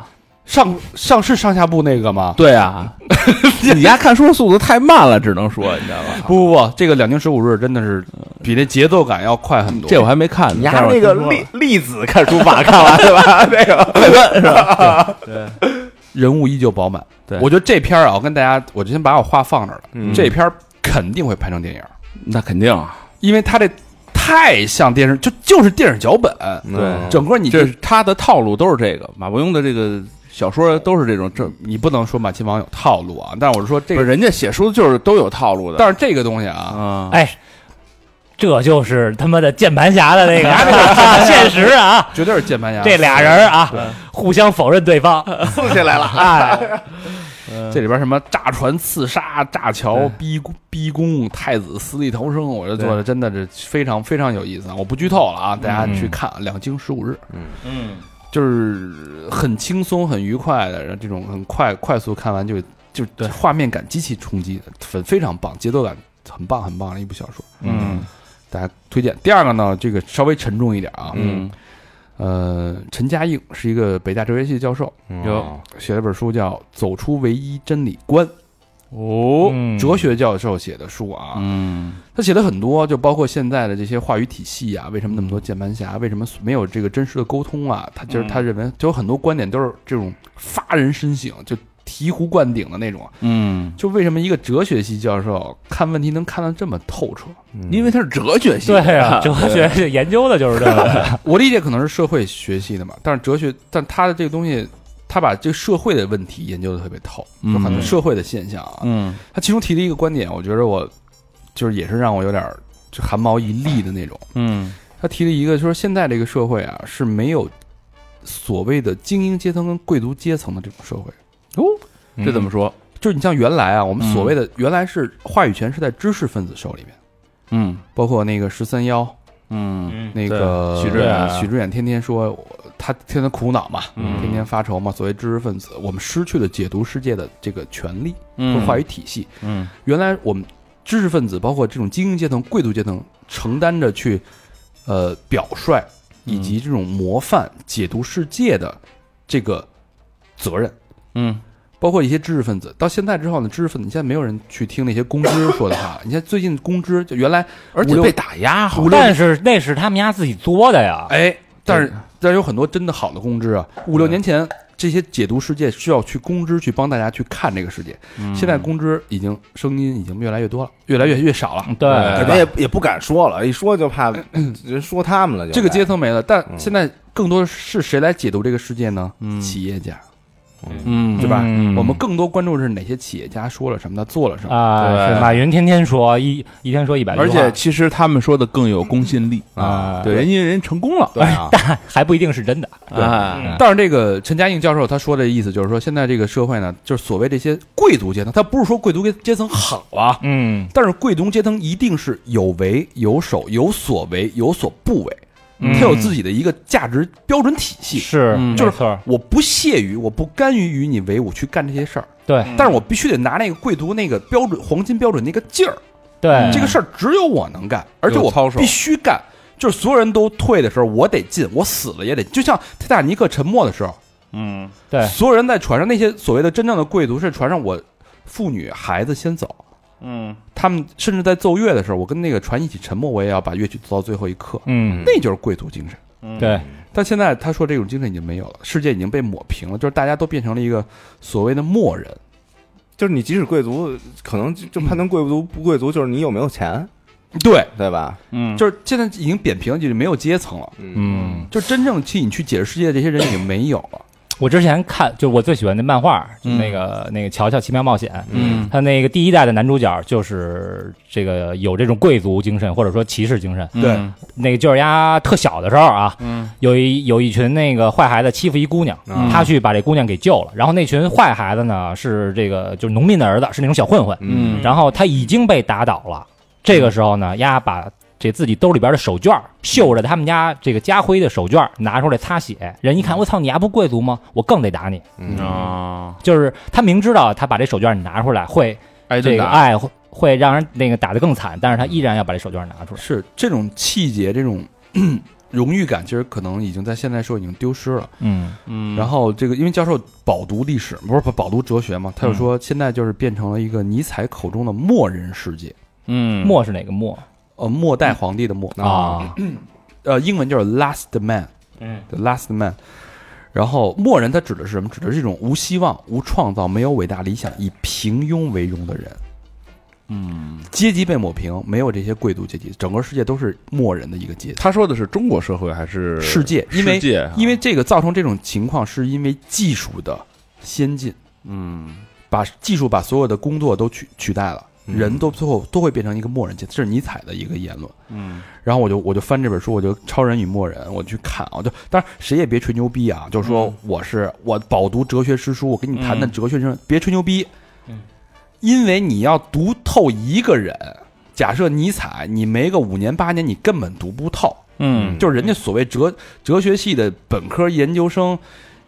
C: 上上是上下部那个吗？
E: 对啊， 你丫看书的速度太慢了，只能说你知道吧？
C: 不不不，这个两京十五日真的是比那节奏感要快很多。
E: 嗯这我还没看呢，
B: 你丫
E: 但是我
B: 那个
E: 听说了
B: 栗栗子看书法看完了吧？ 那个快问是吧？
C: 人物依旧饱满。
E: 对
C: 我觉得这片儿啊，我跟大家，我就先把我话放这儿了。
B: 嗯
C: 这片儿肯定会拍成电影，
E: 那肯定啊，
C: 因为它这太像电视，就就是电影脚本。
B: 嗯
E: 对
C: 整个你
E: 嗯这是他的套路都是这个，马伯庸的这个小说都是这种，这
C: 你不能说马亲王有套路啊，但是我是说这
E: 不是
C: 个，
E: 人家写书就是都有套路的，
C: 但是这个东西啊，
E: 啊，
D: 哎，这就是他妈的键盘侠的那个现实啊！
C: 绝对是键盘侠。
D: 这俩人儿啊，互相否认对方，
B: 刺起来了啊！
D: 哎，
E: 嗯
C: 这里边什么炸船、刺杀、炸桥、逼宫逼宫、太子死里逃生，我这做的真的是非常非常有意思啊！我不剧透了
E: 嗯
C: 啊，大家去看《两京十五日》，
F: 嗯，
C: 就是很轻松、很愉快的，然后这种很快快速看完就就画面感极其冲击，很非常棒，节奏感很棒很棒的一部小说，
E: 嗯
C: 大家推荐。第二个呢，这个稍微沉重一点啊，
E: 嗯，
C: 呃，陈嘉映是一个北大哲学系教授，
B: 哦
E: 有
C: 啊写了本书叫《走出唯一真理观》。
E: 哦，
D: 嗯
C: 哲学教授写的书啊，
E: 嗯
C: 他写了很多，就包括现在的这些话语体系啊，为什么那么
E: 嗯
C: 多键盘侠，为什么没有这个真实的沟通啊？他就是他认为，就有很多观点都是这种发人深省，就醍醐灌顶的那种。
E: 嗯，
C: 就为什么一个哲学系教授看问题能看得这么透彻？
E: 因为他是哲学系，
D: 对啊，哲学是研究的就是这个，
C: 我理解可能是社会学系的嘛，但是哲学，但他的这个东西，他把这个社会的问题研究的特别透，就很多
E: 嗯
C: 社会的现象啊，
E: 嗯
C: 他其中提了一个观点，我觉得我就是也是让我有点儿就汗毛一立的那种。
E: 嗯
C: 他提了一个，就是现在这个社会啊是没有所谓的精英阶层跟贵族阶层的这种社会。
E: 嗯这怎么说？
C: 就是你像原来啊，我们
E: 嗯
C: 所谓的、原来是话语权是在知识分子手里面，
E: 嗯
C: 包括那个十三幺
E: 嗯
F: 嗯，
C: 那个
E: 许志远啊
C: 许志远天天说我他天天苦恼嘛，
E: 嗯
C: 天天发愁嘛，所谓知识分子，我们失去了解读世界的这个权利和
E: 嗯，
C: 话语体系。
E: 嗯
C: 原来我们知识分子，包括这种精英阶层、贵族阶层，承担着去呃表率以
E: 嗯
C: 及这种模范解读世界的这个责任。
E: 嗯
C: 包括一些知识分子，到现在之后呢，知识分子你现在没有人去听那些公知说的话。你现在最近公知就原来，
E: 而且被打压，好
D: 但是那是他们家自己作的呀，
C: 哎，但是但是有很多真的好的公知啊，五六年前这些解读世界需要去公知去帮大家去看这个世界。现在公知已经声音已经越来越多了，越来越越少了。哎
D: 对，
B: 人家哎也也不敢说了，一说就怕人说他们了就。
C: 这个阶层没了，但现在更多是谁来解读这个世界呢？企业家，
E: 嗯
C: 对吧？
E: 嗯
C: 我们更多关注是哪些企业家说了什么，他做了什么。
D: 啊，
E: 对
D: 是马云天天说一一天说一百句话，
E: 而且其实他们说的更有公信力
D: 啊
E: 对，人家人成功了，
B: 对啊，嗯
D: 还不一定是真的，
E: 哎，
C: 但是这个陈嘉映教授他说的意思就是说，现在这个社会呢，就是所谓这些贵族阶层，他不是说贵族阶层好啊，
D: 嗯
C: 但是贵族阶层一定是有为有守、有所为有所不为，
D: 嗯
C: 他有自己的一个价值标准体系。
D: 是
E: 嗯
D: 没
C: 就是
D: 错，
C: 我不屑于，我不甘于与你为伍去干这些事儿，
D: 对
C: 但是我必须得拿那个贵族那个标准、黄金标准那个劲儿，
D: 对，
C: 这个事儿只有我能干，而且我
E: 有操守
C: 必须干。就是所有人都退的时候，我得进，我死了也得。就像泰坦尼克沉没的时候，
F: 嗯，
D: 对
C: 所有人在船上，那些所谓的真正的贵族是船上我妇女孩子先走。
F: 嗯，
C: 他们甚至在奏乐的时候，我跟那个船一起沉没，我也要把乐曲奏到最后一刻。
D: 嗯
C: 那就是贵族精神。
F: 嗯
D: 对，
C: 但现在他说这种精神已经没有了，世界已经被抹平了，就是大家都变成了一个所谓的默人。
B: 就是你即使贵族，可能就就判断贵族不贵族，就是你有没有钱，
C: 对，
B: 对吧？
F: 嗯，
C: 就是现在已经扁平了，就是没有阶层了。
B: 嗯，
C: 就真正替你去解释世界的这些人已经没有了。
D: 我之前看，就我最喜欢的漫画，就
E: 嗯
D: 那个那个《乔乔奇妙冒险》，
E: 嗯
D: 他那个第一代的男主角就是这个有这种贵族精神或者说骑士精神。
C: 对
E: 嗯
D: 那个就是丫特小的时候啊，有一有一群那个坏孩子欺负一姑娘，
B: 嗯
D: 他去把这姑娘给救了。然后那群坏孩子呢是这个就是农民的儿子，是那种小混混。
B: 嗯
D: 然后他已经被打倒了，这个时候呢，丫把这自己兜里边的手绢儿，绣着他们家这个家徽的手绢儿拿出来擦血。人一看，我操，你还不贵族吗？我更得打你。
E: 嗯
C: 啊，
D: 就是他明知道他把这手绢儿拿出来会
C: 挨
D: 这
C: 顿
D: 个
C: 打。
D: 爱会会让人那个打得更惨，但是他依然要把这手绢儿拿出来。
C: 是这种气节，这种 荣誉感，其实可能已经在现代社会已经丢失了。
D: 嗯
F: 嗯
C: 然后这个，因为教授饱读历史，不是不饱读哲学嘛，他就说现在就是变成了一个尼采口中的末人世界，
E: 嗯，
D: 墨是哪个墨
C: 呃，末代皇帝的末，
D: 啊？
C: 呃，英文就是 last man，
D: 嗯
C: ，the last man。然后末人他指的是什么？指的是一种无希望、无创造、没有伟大理想、以平庸为荣的人。嗯，阶级被抹平，没有这些贵族阶级，整个世界都是末人的一个阶级。
E: 他说的是中国社会还是
C: 世界因为
E: 世界啊
C: 因为这个造成这种情况，是因为技术的先进，
F: 嗯
C: 把技术把所有的工作都取取代了，
B: 嗯
C: 人都最后都会变成一个末人阶级，这是尼采的一个言论。
F: 嗯
C: 然后我就我就翻这本书，我就《超人与末人》，我去看啊，就当然谁也别吹牛逼啊，就是说我是我饱读哲学诗书，我跟你谈谈哲学之，别吹牛逼。
D: 嗯，
C: 因为你要读透一个人，假设尼采，你没个五年八年，你根本读不透。
E: 嗯
C: 就是人家所谓哲哲学系的本科研究生，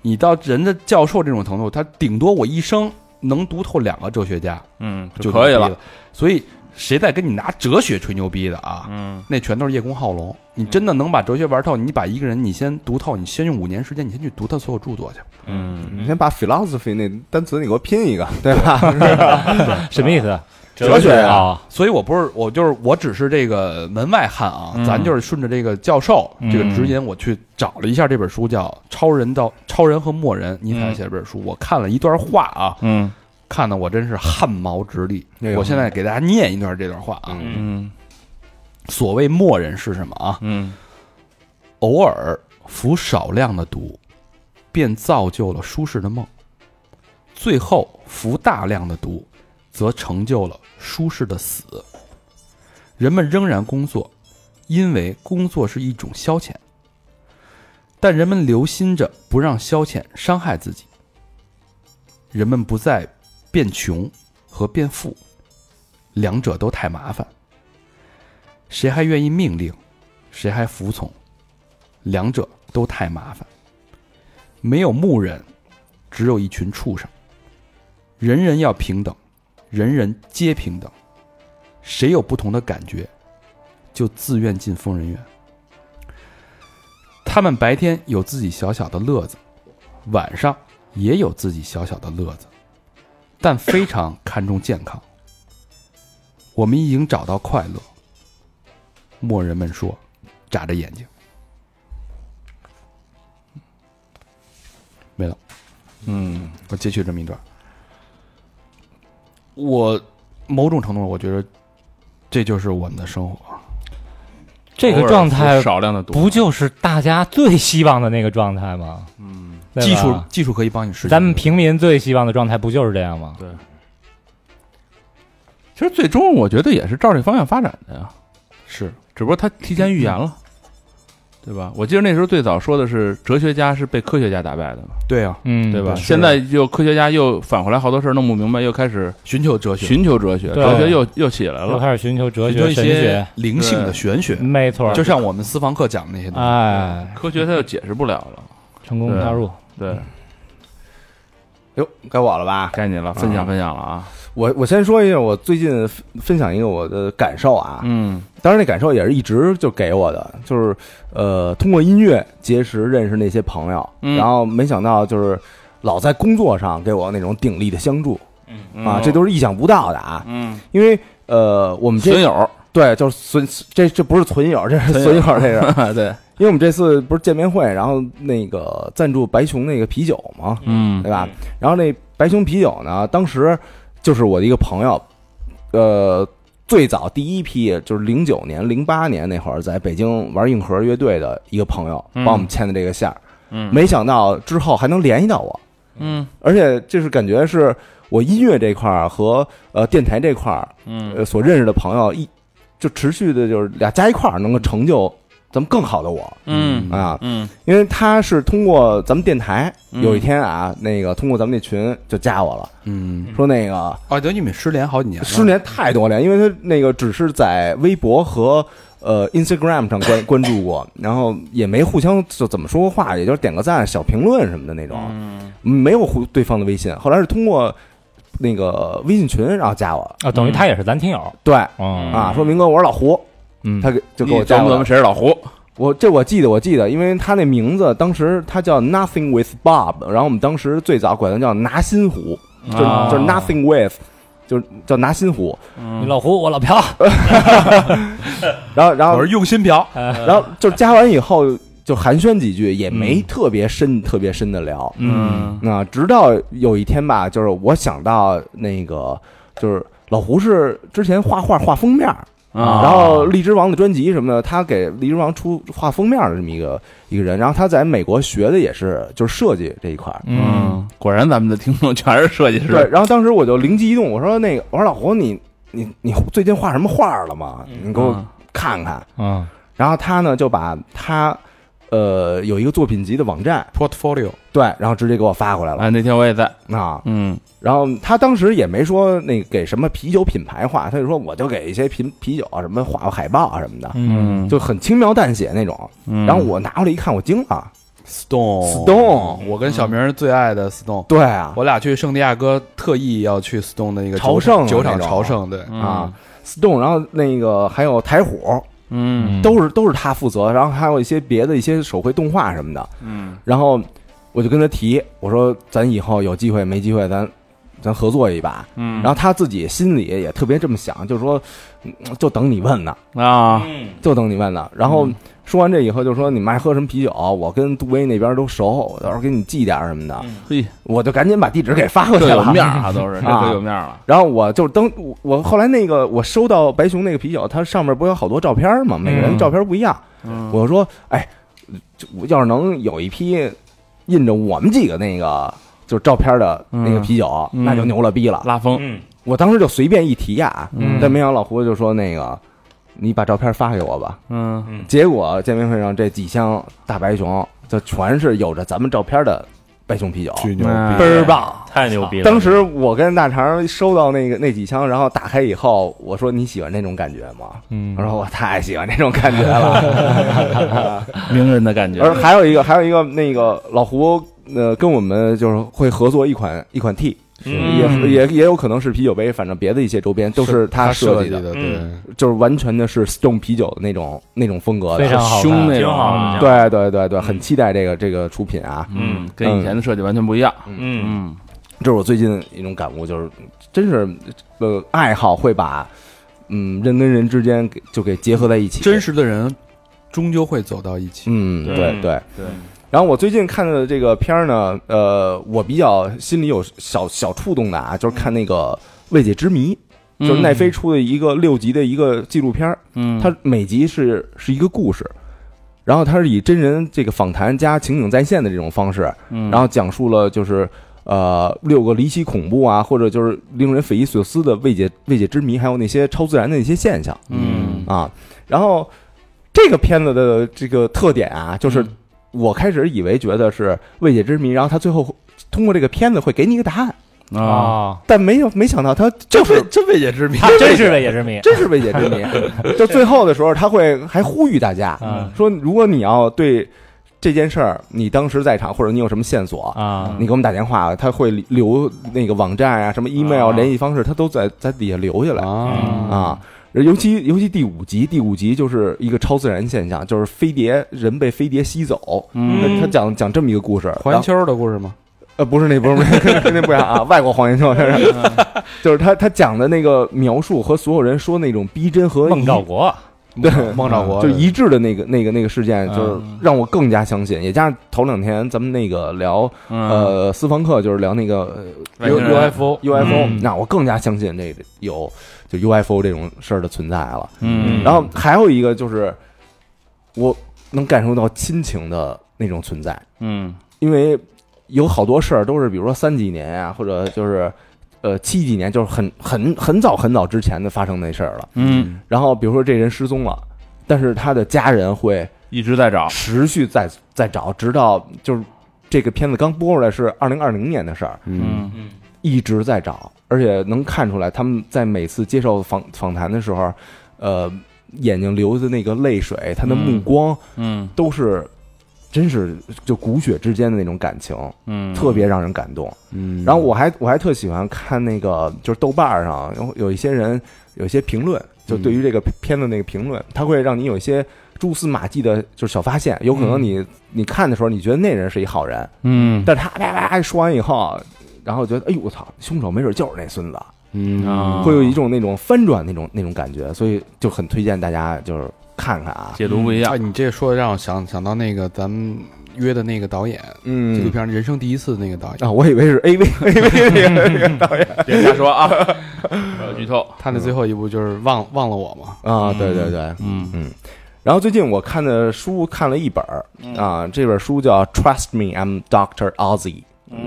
C: 你到人家教授这种程度，他顶多我一生能读透两个哲学家
E: 嗯就
C: 就
E: 可以
C: 牛逼
E: 了，
C: 了。所以谁在跟你拿哲学吹牛逼的啊？
F: 嗯
C: 那全都是叶公好龙。你真的能把哲学玩透，你把一个人你先读透，你先用五年时间，你先去读他所有著作去。
F: 嗯，
B: 你先把 philosophy 那单词你给我拼一个，对吧？
D: 什么意思？
B: 哲学啊，
D: 啊，
C: 所以我不是我就是我只是这个门外汉啊，咱就是顺着这个教授这个指引，我去找了一下这本书，叫《超人到超人和末人》，尼采写的这本书，我看了一段话啊，
E: 嗯
C: 看的我真是汗毛直立。
B: 哎呦
C: 我现在给大家念一段这段话啊，
B: 嗯
E: 嗯
C: 所谓末人是什么啊？
E: 嗯
C: 偶尔服少量的毒，便造就了舒适的梦；最后服大量的毒，则成就了舒适的死。人们仍然工作，因为工作是一种消遣。但人们留心着不让消遣伤害自己。人们不再变穷和变富，两者都太麻烦。谁还愿意命令？谁还服从？两者都太麻烦。没有牧人，只有一群畜生。人人要平等，人人皆平等。谁有不同的感觉，就自愿进疯人院。他们白天有自己小小的乐子，晚上也有自己小小的乐子，但非常看重健康。我们已经找到快乐。牧人们说，眨着眼睛。没了。
E: 嗯，
C: 我截取这么一段。我某种程度，我觉得这就是我们的生活。
D: 这
E: 偶
D: 个
E: 尔
D: 状
E: 服
D: 态
E: 少量的毒，
D: 不就是大家最希望的那个状态吗？嗯，
C: 技术技术可以帮你实现。
D: 咱们平民最希望的状态不就是这样吗？
E: 其实最终我觉得也是照这方向发展的呀，
C: 是
E: 只不过他提前预言了，对吧？我记得那时候最早说的是哲学家是被科学家打败的嘛，
C: 对啊，
D: 嗯，
E: 对吧？
D: 是
E: 现在又科学家又返回来好多事儿弄不明白，又开始
C: 寻求哲学，
E: 寻求哲学，
D: 对
E: 哲学又又起来
D: 又
E: 了。
D: 开始寻求哲
C: 寻求
D: 学、
C: 一
D: 神
C: 些
D: 学，嗯
C: 灵性的玄学，
D: 没错，
C: 就像我们私房课讲的那些东西。
D: 哎，
E: 科学他又解释不了了，
D: 成功踏入，
E: 对，
B: 哟，该我了吧？
E: 该你了，分享分享了啊，
B: 我我先说一下，我最近分分享一个我的感受啊，
E: 嗯
B: 当然那感受也是一直就给我的，就是呃，通过音乐结识认识那些朋友，
E: 嗯
B: 然后没想到就是老在工作上给我那种鼎力的相助啊，
E: 嗯
B: 这都是意想不到的啊，
E: 嗯，
B: 因为呃，我们这
E: 损友，
B: 对就是损这这不是损友，这是损友这 是，
E: 对，
B: 因为我们这次不是见面会，然后那个赞助白熊那个啤酒嘛，
E: 嗯
B: 对吧？然后那白熊啤酒呢，当时就是我的一个朋友，呃，最早第一批就是零九年、零八年那会儿在北京玩硬核乐队的一个朋友，
E: 嗯
B: 帮我们牵的这个线儿。
E: 嗯
B: 没想到之后还能联系到我，
E: 嗯
B: 而且就是感觉是我音乐这块儿和呃电台这块儿，
E: 嗯
B: 呃所认识的朋友一就持续的就是俩加一块儿能够成就咱们更好的我
E: 嗯
B: 啊。
E: 嗯
B: 因为他是通过咱们电台，
E: 嗯
B: 有一天啊，那个通过咱们那群就加我了，
C: 嗯，
B: 说那个
C: 啊，等于你们失联好几年了，
B: 失联太多年，因为他那个只是在微博和呃 Instagram 上关关注过，然后也没互相就怎么说过话，也就是点个赞、小评论什么的那种，
E: 嗯
B: 没有互对方的微信。后来是通过那个微信群，然后加我，
D: 啊，等于他也是咱听友，
B: 对
D: 嗯
B: 啊，说明哥我是老胡，
D: 嗯
B: 他给就给
E: 你
B: 我
E: 琢
B: 加
E: 磨
B: 过
E: 琢磨
B: 来。
E: 谁是老胡？
B: 我这我记得我记得，因为他那名字当时他叫 Nothing with Bob，然后我们当时最早管他叫拿心胡，就
D: 啊
B: 就是 Nothing with，就是叫拿心胡。
D: 你老胡，我老朴，
B: 然后然后
C: 我是用心嫖，
D: 哎
B: 然后就加完以后就寒暄几句，也没特别深、特别深的聊。
D: 嗯，
B: 那直到有一天吧，就是我想到那个，就是老胡是之前画画画封面儿，
E: 啊
B: 然后荔枝王的专辑什么的，他给荔枝王出画封面儿的这么一个一个人，然后他在美国学的也是就是设计这一块儿。
D: 嗯，
E: 果然咱们的听众全是设计师。啊
B: 对，然后当时我就灵机一动，我说那个，我说老胡，你你你最近画什么画儿了吗？你给我
E: 嗯
B: 看看。
D: 嗯，
B: 然后他呢就把他呃有一个作品集的网站，
C: portfolio
B: 对，然后直接给我发过来了
E: 哎，那天我也在，
B: 啊。
E: 嗯，
B: 然后他当时也没说那给什么啤酒品牌画，他就说我就给一些啤啤酒啊什么画个海报啊什么的，
D: 嗯，
B: 就很轻描淡写那种。
E: 嗯
B: 然后我拿过来一看，我惊了，
C: stone
B: Stone
C: 嗯我跟小明儿最爱的 stone，
B: 对啊
C: 我俩去圣地亚哥特意要去 stone 的一个酒
B: 朝圣啊
C: 酒厂
B: 那种
C: 朝圣，
D: 嗯
C: 对，
B: 啊，Stone，然后那个还有台虎
E: 嗯
B: 都是都是他负责，然后还有一些别的一些手绘动画什么的，
E: 嗯
B: 然后我就跟他提，我说咱以后有机会没机会咱咱合作一把，
E: 嗯
B: 然后他自己心里也特别这么想，就是说，嗯就等你问呢，
E: 后啊，
B: 就等你问呢。
E: 嗯
B: 然后说完这以后，就说你们爱喝什么啤酒，我跟杜威那边都熟，到时候给你寄点儿什么的。
E: 嘿，
B: 我就赶紧把地址给发过去
E: 这有面
B: 了。
E: 儿啊，都是这
B: 啊
E: 可有面儿了。
B: 然后我就登我我后来那个我收到白熊那个啤酒，它上面不有好多照片吗？每个人照片不一样。我说，哎，就我要是能有一批印着我们几个那个就是照片的那个啤酒，
E: 嗯
B: 那就牛了逼了。
E: 拉风，
F: 嗯
B: 我当时就随便一提呀，
D: 嗯
B: 但没想到老胡就说那个，你把照片发给我吧。
E: 嗯
B: 结果见面会上这几箱大白熊就全是有着咱们照片的白熊啤酒，
C: 巨牛
E: 嗯
C: 逼，
E: 倍
F: 儿棒，太牛逼了！
B: 当时我跟大肠收到那个那几箱，然后打开以后，我说你喜欢那种感觉吗？
D: 嗯
B: 我说我太喜欢这种感觉了。
E: 名人的 感觉。
B: 而还有一个还有一个那个老胡呃跟我们就是会合作一款一款 T。
F: 嗯
B: 也也也有可能是啤酒杯，反正别的一些周边都是
C: 他
B: 设
C: 设
B: 计
C: 计
B: 的，
C: 的，对
F: 嗯，
B: 就是完全的是 Stone 啤酒的那种那种风格的，啊
D: 非常好看，
E: 凶那
F: 挺好的
E: 种，啊
F: 挺好的
B: 对对对对，很期待这个这个出品啊！
E: 嗯，跟以前的设计完全不一样。
F: 嗯
E: 嗯，
B: 这是我最近一种感悟，就是真是呃，爱好会把嗯人跟人之间给就给结合在一起，
C: 真实的人终究会走到一起。
B: 嗯，对
F: 对
B: 对
E: 对。
B: 然后我最近看的这个片儿呢，呃，我比较心里有小小触动的啊，就是看那个《未解之谜》，就是奈飞出的一个六集的一个纪录片儿，
E: 嗯，
B: 它每集是是一个故事，然后它是以真人这个访谈加情景再现的这种方式，
E: 嗯，
B: 然后讲述了就是呃六个离奇恐怖啊，或者就是令人匪夷所思的未解未解之谜，还有那些超自然的一些现象
E: 嗯
B: 啊。然后这个片子的这个特点啊，就是
E: 嗯
B: 我开始以为觉得是未解之谜，然后他最后通过这个片子会给你一个答案，
E: 啊，
D: 啊，
B: 但没有没想到他就是
C: 真未解之谜
D: 他真是未解之谜，
B: 真是未解之谜。就最后的时候，他会还呼吁大家
D: 嗯
B: 说，如果你要对这件事儿你当时在场，或者你有什么线索
D: 啊，
F: 嗯
B: 你给我们打电话，他会留那个网站啊、什么 email
E: 啊
B: 联系方式，他都在在底下留下来
C: 啊，
B: 啊。尤其尤其第五集，第五集就是一个超自然现象，就是飞碟人被飞碟吸走。
E: 嗯
B: 他讲讲这么一个故事，
C: 环球的故事吗？
B: 呃，不是那不是 那跟跟那不一样啊，外国黄延秋，这是 就是他他讲的那个描述和所有人说那种逼真和
D: 孟
B: 一
D: 兆国，
B: 对
C: 孟兆国
B: 就一致的那个那个那个事件，
D: 嗯
B: 就是让我更加相信。也加上头两天咱们那个聊
E: 嗯
B: 呃私房课，就是聊那个呃
E: 外
C: U
E: 星人
C: UFO
B: UFO，
D: 嗯
B: 那我更加相信这个有就 UFO 这种事儿的存在了。
E: 嗯，
B: 然后还有一个就是，我能感受到亲情的那种存在，
E: 嗯
B: 因为有好多事儿都是，比如说三几年啊，或者就是呃七几年，就是很很很早很早之前的发生那事儿了。
E: 嗯，
B: 然后比如说这人失踪了，但是他的家人会
E: 一直在找，
B: 持续在在找，直到就是这个片子刚播出来是二零二零年的事儿，
E: 嗯
B: 一直在找，而且能看出来他们在每次接受访访谈的时候，呃，眼睛流的那个泪水，他的目
C: 嗯
B: 光
C: 嗯
B: 都是，真是就骨血之间的那种感情，
C: 嗯，
B: 特别让人感动。
E: 嗯
B: 然后我还我还特喜欢看那个，就是豆瓣儿上有有一些人有一些评论，就对于这个片子那个评论，它会让你有一些蛛丝马迹的，就是小发现。有可能你、你看的时候，你觉得那人是一好人，
C: 嗯
B: 但是他啪啪啪说完以后，然后觉得哎呦我操，凶手没准就是那孙子，
E: 嗯
C: 啊
B: 会有一种那种翻转那种那种感觉，所以就很推荐大家就是看看啊，
E: 解读不一样
C: 啊，，你这说的让我想想到那个咱们约的那个导演，纪录
B: 嗯。
C: 片《人生第一次》那个导演，
B: 啊，我以为是 A V A V 那个导演
E: 别瞎说啊， 不要剧透。
C: 他那最后一部就是忘忘了我嘛，
B: 啊，对对对，
C: 嗯
B: 然后最近我看的书看了一本儿
C: 嗯
B: 啊，这本书叫《Trust Me, I'm Doctor Ozzy》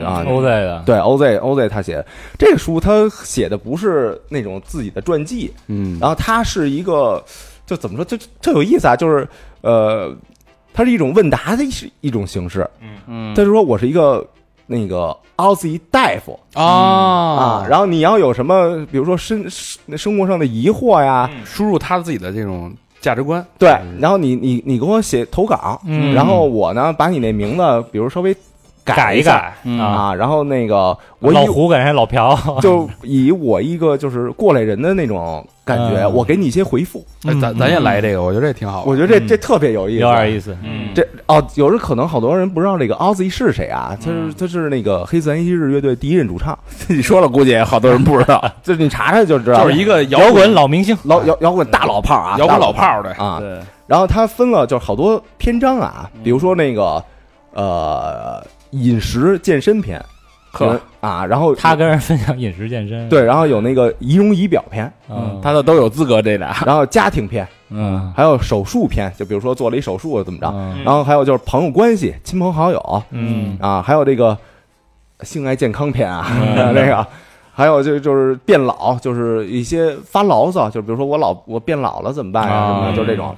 B: 啊，
C: 嗯
D: 欧在的，
B: 对 OZ OZ 他写的这个书，他写的不是那种自己的传记，
C: 嗯
B: 然后他是一个就怎么说，就特有意思啊，就是呃，它是一种问答的一一种形式，
E: 嗯
B: 他是说我是一个那个 Ozzy 大夫，
C: 啊
E: 嗯
B: 啊，然后你要有什么，比如说生生生活上的疑惑呀，
C: 输入他自己的这种价值观，
B: 对，然后你你你给我写投稿，
D: 嗯
B: 然后我呢把你那名字，比如稍微
D: 改
B: 一
D: 改
E: 嗯
D: 啊，
B: 啊，然后那个我
D: 老
B: 以
D: 胡改成老朴，
B: 就以我一个就是过来人的那种感觉，
D: 嗯
B: 我给你一些回复，
E: 嗯
C: 哎咱咱也来这个，我觉得这挺好。
B: 我觉得这
D: 嗯
B: 这特别有意思，
D: 有点意思，
E: 嗯
B: 这哦，有时候可能好多人不知道这个 Ozzy 是谁啊？他是他是那个黑色安息日乐队第一任主唱，
E: 你说了，估计好多人不 知道。啊
B: 就是你查查就知道，
C: 就是一个摇
D: 摇滚老明星，
B: 老摇摇滚大老炮儿啊，
C: 摇滚
B: 大
C: 老炮儿的，
B: 啊，
E: 对，
B: 然后它分了就是好多篇章啊，
E: 嗯
B: 比如说那个呃饮食健身篇，
E: 呵
B: 可能啊，然后
D: 他跟人分享饮食健身，
B: 对，然后有那个仪容仪表篇，
D: 嗯，
E: 他的都有资格这俩。
B: 然后家庭篇，
E: 嗯
B: 还有手术篇，就比如说做了一手术怎么着，
D: 嗯
B: 然后还有就是朋友关系、亲朋好友
D: 嗯
B: 啊，还有这个性爱健康篇啊， 那个。还有就就是变老，就是一些发牢骚，就比如说我老我变老了怎么办呀、什么的，
D: 啊
B: 就是这种。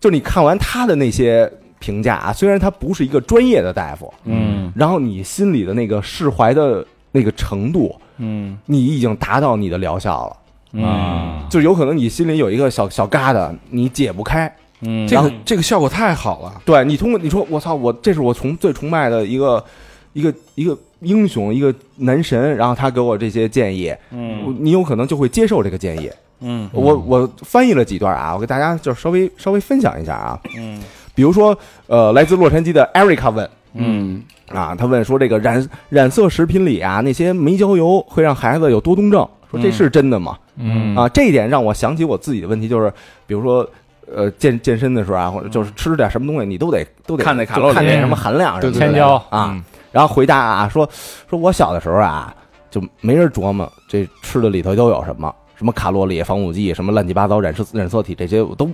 B: 就你看完他的那些评价啊，虽然他不是一个专业的大夫，
E: 嗯
B: 然后你心里的那个释怀的那个程度，
E: 嗯
B: 你已经达到你的疗效了。
E: 啊
B: 就有可能你心里有一个小小疙瘩，你解不开。
E: 嗯
C: 这
B: 然后
C: 个这个效果太好了。
B: 对你通过你说我操，我这是我崇最崇拜的一个一个一个英雄，一个男神，然后他给我这些建议，
E: 嗯
B: 你有可能就会接受这个建议。
E: 嗯
B: 我我翻译了几段啊，我给大家就稍微稍微分享一下啊，
E: 嗯
B: 比如说呃，来自洛杉矶的 Erica 问。
E: 嗯
B: 啊，他问说这个染染色食品里啊，那些煤焦油会让孩子有多动症，说这是真的吗？
D: 嗯
B: 啊，这一点让我想起我自己的问题，就是比如说。呃，健健身的时候啊，或者就是吃点什么东西，你都得都得
E: 嗯看那卡
B: 就
E: 路里嗯
B: 看那什么含量什么的
D: 千嗯焦
B: 啊。然后回答啊，说说我小的时候啊，就没人琢磨这吃的里头都有什么，什么卡路里、防腐剂、什么乱七八糟染色染色体这些，我都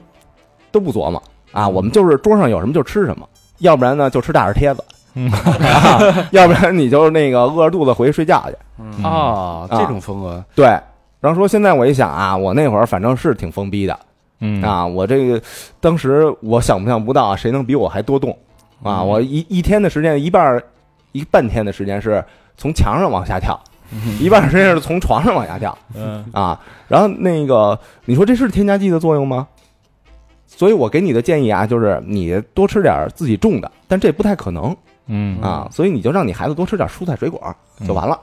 B: 都不琢磨啊。我们就是桌上有什么就吃什么，要不然呢就吃大耳贴子，
D: 嗯
B: 啊要不然你就那个饿着肚子回去睡觉去。
C: 啊，
B: 啊
C: 这种风格，
B: 对，然后说现在我一想啊，我那会儿反正是挺封闭的
D: 嗯
B: 啊，我这个当时我想不象不到啊谁能比我还多动啊！
D: 嗯
B: 我一一天的时间，一半儿一半天的时间是从墙上往下跳，一半儿时间是从床上往下跳
D: 嗯
B: 啊。然后那个你说这是添加剂的作用吗？所以我给你的建议啊，就是你多吃点儿自己种的，但这不太可能
D: 嗯
B: 啊，所以你就让你孩子多吃点蔬菜水果儿就完了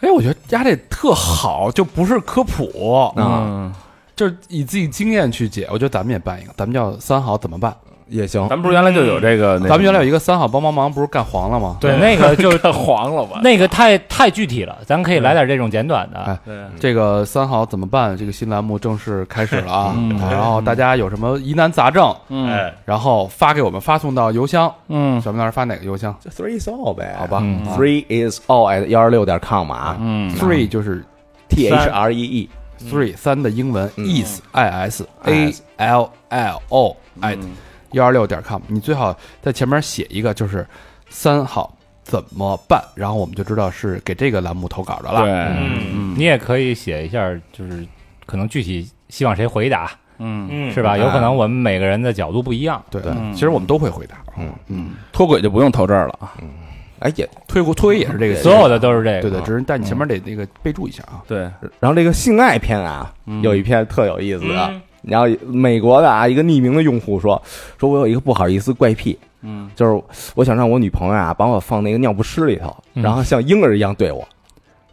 C: 哎，我觉得家这特好，就不是科普，
E: 嗯
B: 啊，
C: 嗯就是以自己经验去解。我觉得咱们也办一个，咱们叫三好怎么办？
B: 也行
E: 咱。们不是原来就有这个？
C: 嗯咱们原来有一个三好帮帮忙，不是干黄了吗？
D: 对，那个就
E: 太 黄了吧？
D: 那个太太具体了，咱可以来点这种简短
C: 哎
D: 的，
E: 对，
C: 这个三好怎么办？这个新栏目正式开始了 啊！
E: 嗯
C: 然后大家有什么疑难杂症，
E: 嗯
C: 然后发给我们，发送到邮箱。
E: 嗯
C: 小明老师发哪个邮箱？
B: Three is all 呗，
C: 好吧、
D: 嗯
C: 啊
B: Three is all at 幺二六点 com 啊
E: 嗯
C: ，three 就是
B: ，T H R E E
C: three 三的英文
B: 嗯
C: is i s a
B: IS
C: l l o at 幺二六点 com。你最好在前面写一个，就是三好怎么办，然后我们就知道是给这个栏目投稿的了。
E: 对，
D: 嗯，你也可以写一下，就是可能具体希望谁回答，
E: 嗯，
F: 嗯
D: 是吧？有可能我们每个人的角度不一样，
C: 对，
B: 对
C: 其实我们都会回答。
B: 嗯
C: 嗯，
E: 脱轨就不用投这儿了啊。
B: 哎也，
C: 推过推也是这个，
D: 所有的都是这个，
C: 对对，只是但你
B: 嗯
C: 前面得那个备注一下啊。
E: 对，
B: 然后这个性爱篇啊，有一篇特有意思的，然后美国的啊，一个匿名的用户说，说我有一个不好意思怪癖，
C: 嗯，
B: 就是我想让我女朋友啊把我放那个尿不湿里头，
D: 嗯
B: 然后像婴儿一样对我，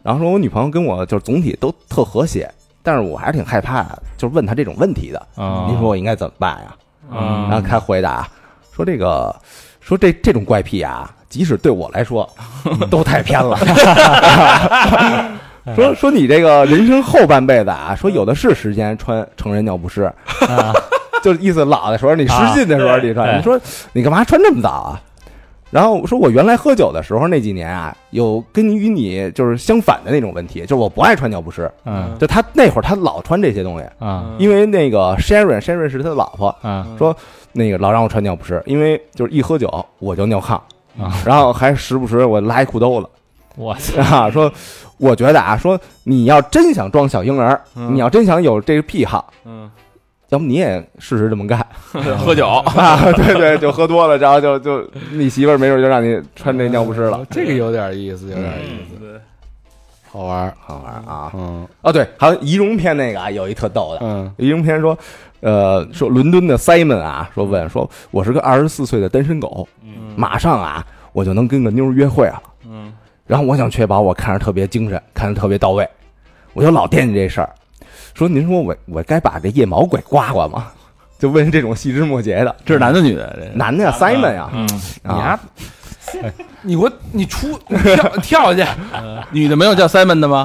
B: 然后说我女朋友跟我就是总体都特和谐，但是我还是挺害怕，就是问她这种问题的，
D: 啊
B: 您说我应该怎么办啊呀？
D: 嗯
B: 然后他回答说这个说这这种怪癖啊，即使对我来 说都太偏了。说说你这个人生后半辈子啊，说有的是时间穿成人尿不湿，
D: 啊
B: 就是意思老的时候你失禁的时候
F: 啊
B: 你穿，
D: 对
B: 你说你干嘛穿这么早啊？然后我说我原来喝酒的时候那几年啊，有跟你与你就是相反的那种问题，就是我不爱穿尿不湿，
D: 嗯
B: 就他那会儿他老穿这些东西，
D: 啊
B: 因为那个 Sharon Sharon 是他的老婆，
D: 嗯啊
B: 那个老让我穿尿不湿，因为就是一喝酒我就尿炕
D: 啊，
B: 然后还时不时我拉一裤兜子
D: 我操
B: 啊，说我觉得啊，说你要真想装小婴儿，
D: 嗯
B: 你要真想有这个癖好，
C: 嗯，
B: 要不你也试试这么 干
C: 喝酒，
B: 啊？对对，就喝多了，然后就就你媳妇儿没准就让你穿这尿不湿了，
C: 哦这个有点意思，有点意思，
F: 嗯，对，
C: 好玩儿，
B: 好玩啊！
C: 嗯
B: 哦对，还有仪容篇那个啊，有一特逗的，
C: 嗯
B: 仪容篇说。呃，说伦敦的 Simon 啊，说问说，我是个二十四岁的单身狗，
F: 嗯
B: 马上啊，我就能跟个妞儿约会了。
C: 嗯
B: 然后我想确保我看着特别精神，看着特别到位，我就老惦记这事儿。说您说我我该把这腋毛给刮刮吗？就问这种细枝末节的
E: 这是男的女的？这
B: 男的呀，Simon 呀，
D: 嗯
C: 你
B: 啊，
C: 丫，你给我你出你跳 跳下去，女的没有叫 Simon 的 吗？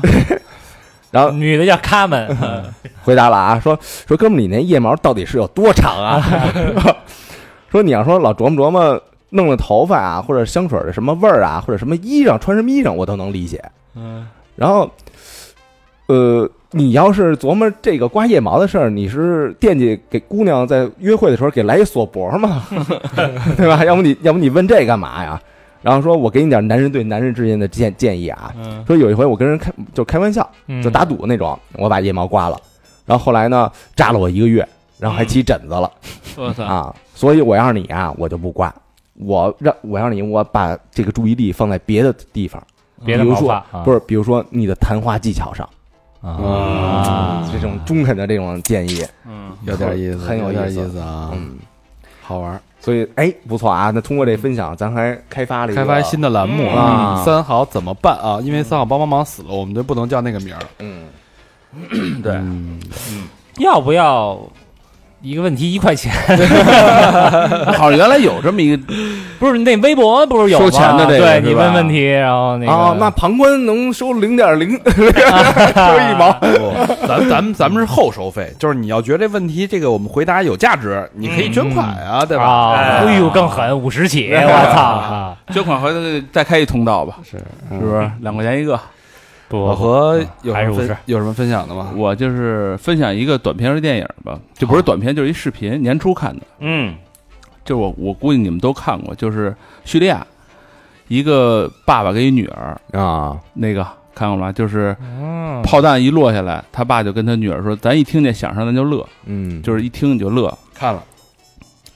B: 然后
D: 女的叫卡门，嗯
B: 回答了啊，说说哥们儿，你那腋毛到底是有多长啊？ 说你要说老琢磨琢磨弄了头发啊，或者香水的什么味儿啊，或者什么衣裳穿什么衣裳，我都能理解。
C: 嗯
B: 然后，呃，你要是琢磨这个刮腋毛的事儿，你是惦记给姑娘在约会的时候给来一锁脖吗？对吧？要不你要不你问这干嘛呀？然后说，我给你点男人对男人之间的建建议啊。
D: 嗯
B: 说有一回我跟人开就开玩笑，
F: 嗯
B: 就打赌那种，我把腋毛刮了，然后后来呢扎了我一个月，然后还起疹子了
F: 我操，
B: 啊。所以我要是你啊，我就不刮。我让我要是你，我把这个注意力放在别的地方，
D: 别的
B: 比如
D: 毛
B: 说
D: 发啊
B: 不是，比如说你的谈话技巧上。
D: 啊
B: 这种中肯的这种建议，
F: 嗯，
C: 有点意思，
B: 很有
C: 有
B: 意思
C: 点意思啊，
B: 嗯，
C: 好玩儿，
B: 所以哎不错啊，那通过这分享，咱还开发了一个
C: 开发新的栏目
F: 嗯
B: 啊
C: 三好怎么办啊？因为三好帮帮忙死了，我们就不能叫那个名儿，
B: 嗯，
F: 对，
D: 要不要一个问题一块钱？
E: 好像原来有这么一个，
D: 不是那微博不是有吗
E: 收钱的这个
D: 对
E: 是吧
D: 你问问题，然后哎那个
B: 哦，那旁观能收零点 零收一毛，
C: 咱咱们咱们是后收费，就是你要觉得这问题这个我们回答有价值，你可以捐款啊，对吧？
D: 啊，
F: 哎
D: 哎呦更狠，五十起，我操啊！
E: 捐款回头再开一通道吧，是是不是？两块钱一个。
D: 不
C: 我和有
D: 还
C: 什
D: 是
C: 么分
D: 50
C: 有什么分享的吗？
E: 我就是分享一个短片儿的电影吧，就不是短片，就是一视频，年初看的。
F: 嗯
E: 就是我我估计你们都看过，就是叙利亚，一个爸爸跟一女儿，
B: 啊，
E: 那个看过吗？就是
D: 嗯
E: 炮弹一落下来，他爸就跟他女儿说：“咱一听见响声，咱就乐，
B: 嗯，
E: 就是一听你就乐。
C: 看了，”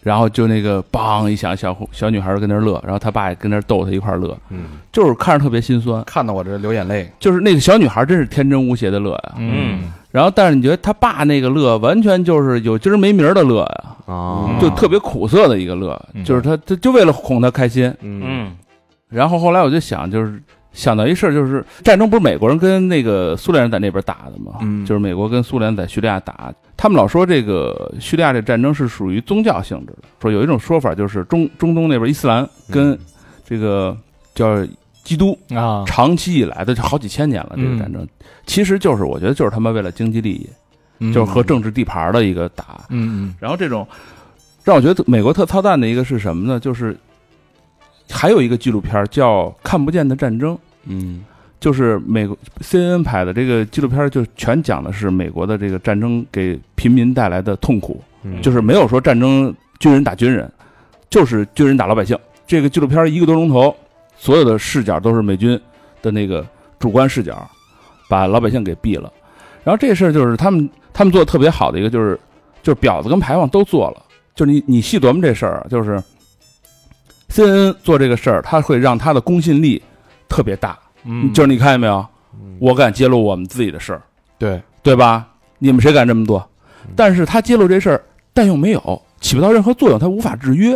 E: 然后就那个梆一响，小伙小女孩儿跟那儿乐，然后他爸也跟那儿逗她一块儿乐，
B: 嗯
E: 就是看着特别心酸。
C: 看得我这流眼泪，
E: 就是那个小女孩儿真是天真无邪的乐呀、
D: 嗯
E: 然后但是你觉得他爸那个乐，完全就是有今儿没名儿的乐呀、
B: 啊，
E: 就特别苦涩的一个乐，
D: 嗯
E: 就是他他就为了哄他开心。
B: 嗯
F: 嗯
E: 然后后来我就想，就是想到一事儿，就是战争不是美国人跟那个苏联人在那边打的嘛，
C: 嗯
E: 就是美国跟苏联在叙利亚打，他们老说这个叙利亚这战争是属于宗教性质的，说有一种说法就是中中东那边伊斯兰
D: 嗯
E: 跟这个叫基督
D: 啊
E: 长期以来的就好几千年了，这个
D: 嗯
E: 战争其实就是我觉得就是他们为了经济利益，
C: 嗯
E: 就是和政治地盘儿的一个打，
C: 嗯
E: 然后这种让我觉得美国特操蛋的一个是什么呢？就是还有一个纪录片儿叫《看不见的战争》，
C: 嗯
E: 就是美国 CNN 拍的这个纪录片儿，就全讲的是美国的这个战争给平民带来的痛苦，
B: 嗯
E: 就是没有说战争军人打军人，就是军人打老百姓。这个纪录片儿一个多钟头，所有的视角都是美军的那个主观视角，把老百姓给毙了。然后这事儿就是他们他们做的特别好的一个，就是就是婊子跟牌坊都做了。就是你你细琢磨这事儿啊，就是 CNN 做这个事儿，他会让他的公信力特别大。
D: 嗯
E: 就是你看见没有，我敢揭露我们自己的事儿，
C: 对，
E: 对吧？你们谁敢这么做？但是他揭露这事儿，但又没有起不到任何作用，他无法制约，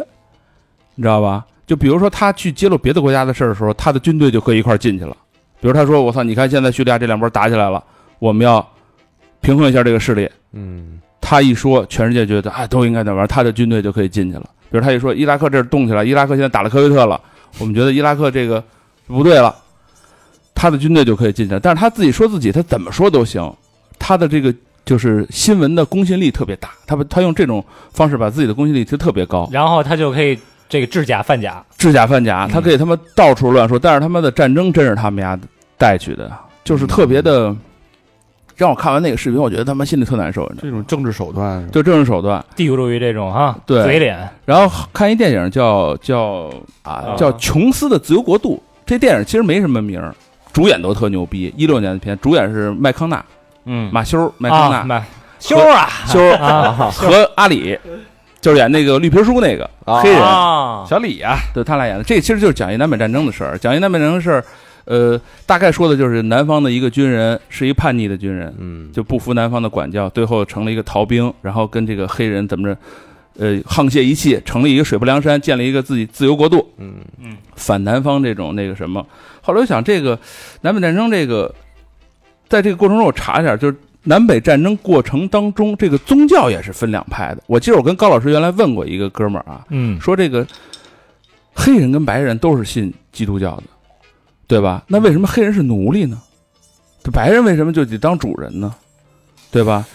E: 你知道吧？就比如说他去揭露别的国家的事儿的时候，他的军队就可以一块儿进去了。比如他说：“我操，你看现在叙利亚这两波打起来了，我们要平衡一下这个势力。”
B: 嗯，
E: 他一说，全世界觉得啊、都应该那玩意儿，他的军队就可以进去了。比如他一说伊拉克这儿动起来，伊拉克现在打了科威特了，我们觉得伊拉克这个不对了，他的军队就可以进去了。但是他自己说自己，他怎么说都行，他的这个就是新闻的公信力特别大，他把他用这种方式把自己的公信力提得特别高，
D: 然后他就可以这个制假贩假，
E: 制假贩假，他可以他妈到处乱说，但是他妈的战争真是他们家带去的，就是特别的，让我看完那个视频，我觉得他妈心里特难受，你知道吗
C: 这种政治手段
E: 就政治手段。
D: 地主主义这种哈，
E: 对
D: 嘴脸，
E: 然后看一电影叫叫啊叫《琼斯的自由国度》，这电影其实没什么名儿，主演都特牛逼，一六年的片，主演是麦康纳、
F: 嗯，
E: 马修、麦康
D: 啊，
E: 纳、
D: 买修啊，
E: 修
D: 啊
E: 和阿里，就是演那个绿皮书那个
B: 啊
E: 黑人，
D: 啊，
C: 小李呀，
E: 对他俩演的。这其实就是讲一南北战争的事儿，讲一南北战争的事儿，呃，大概说的就是南方的一个军人是一叛逆的军人，
B: 嗯，
E: 就不服南方的管教，最后成了一个逃兵，然后跟这个黑人怎么着，呃，沆瀣一气，成立一个水泊梁山，建立一个自己自由国度。
B: 嗯
E: 反南方这种那个什么。后来我想，这个南北战争这个，在这个过程中我查一下，就是南北战争过程当中，这个宗教也是分两派的。我记得我跟高老师原来问过一个哥们儿啊，
D: 嗯，
E: 说这个黑人跟白人都是信基督教的，对吧？那为什么黑人是奴隶呢？这白人为什么就得当主人呢？对吧？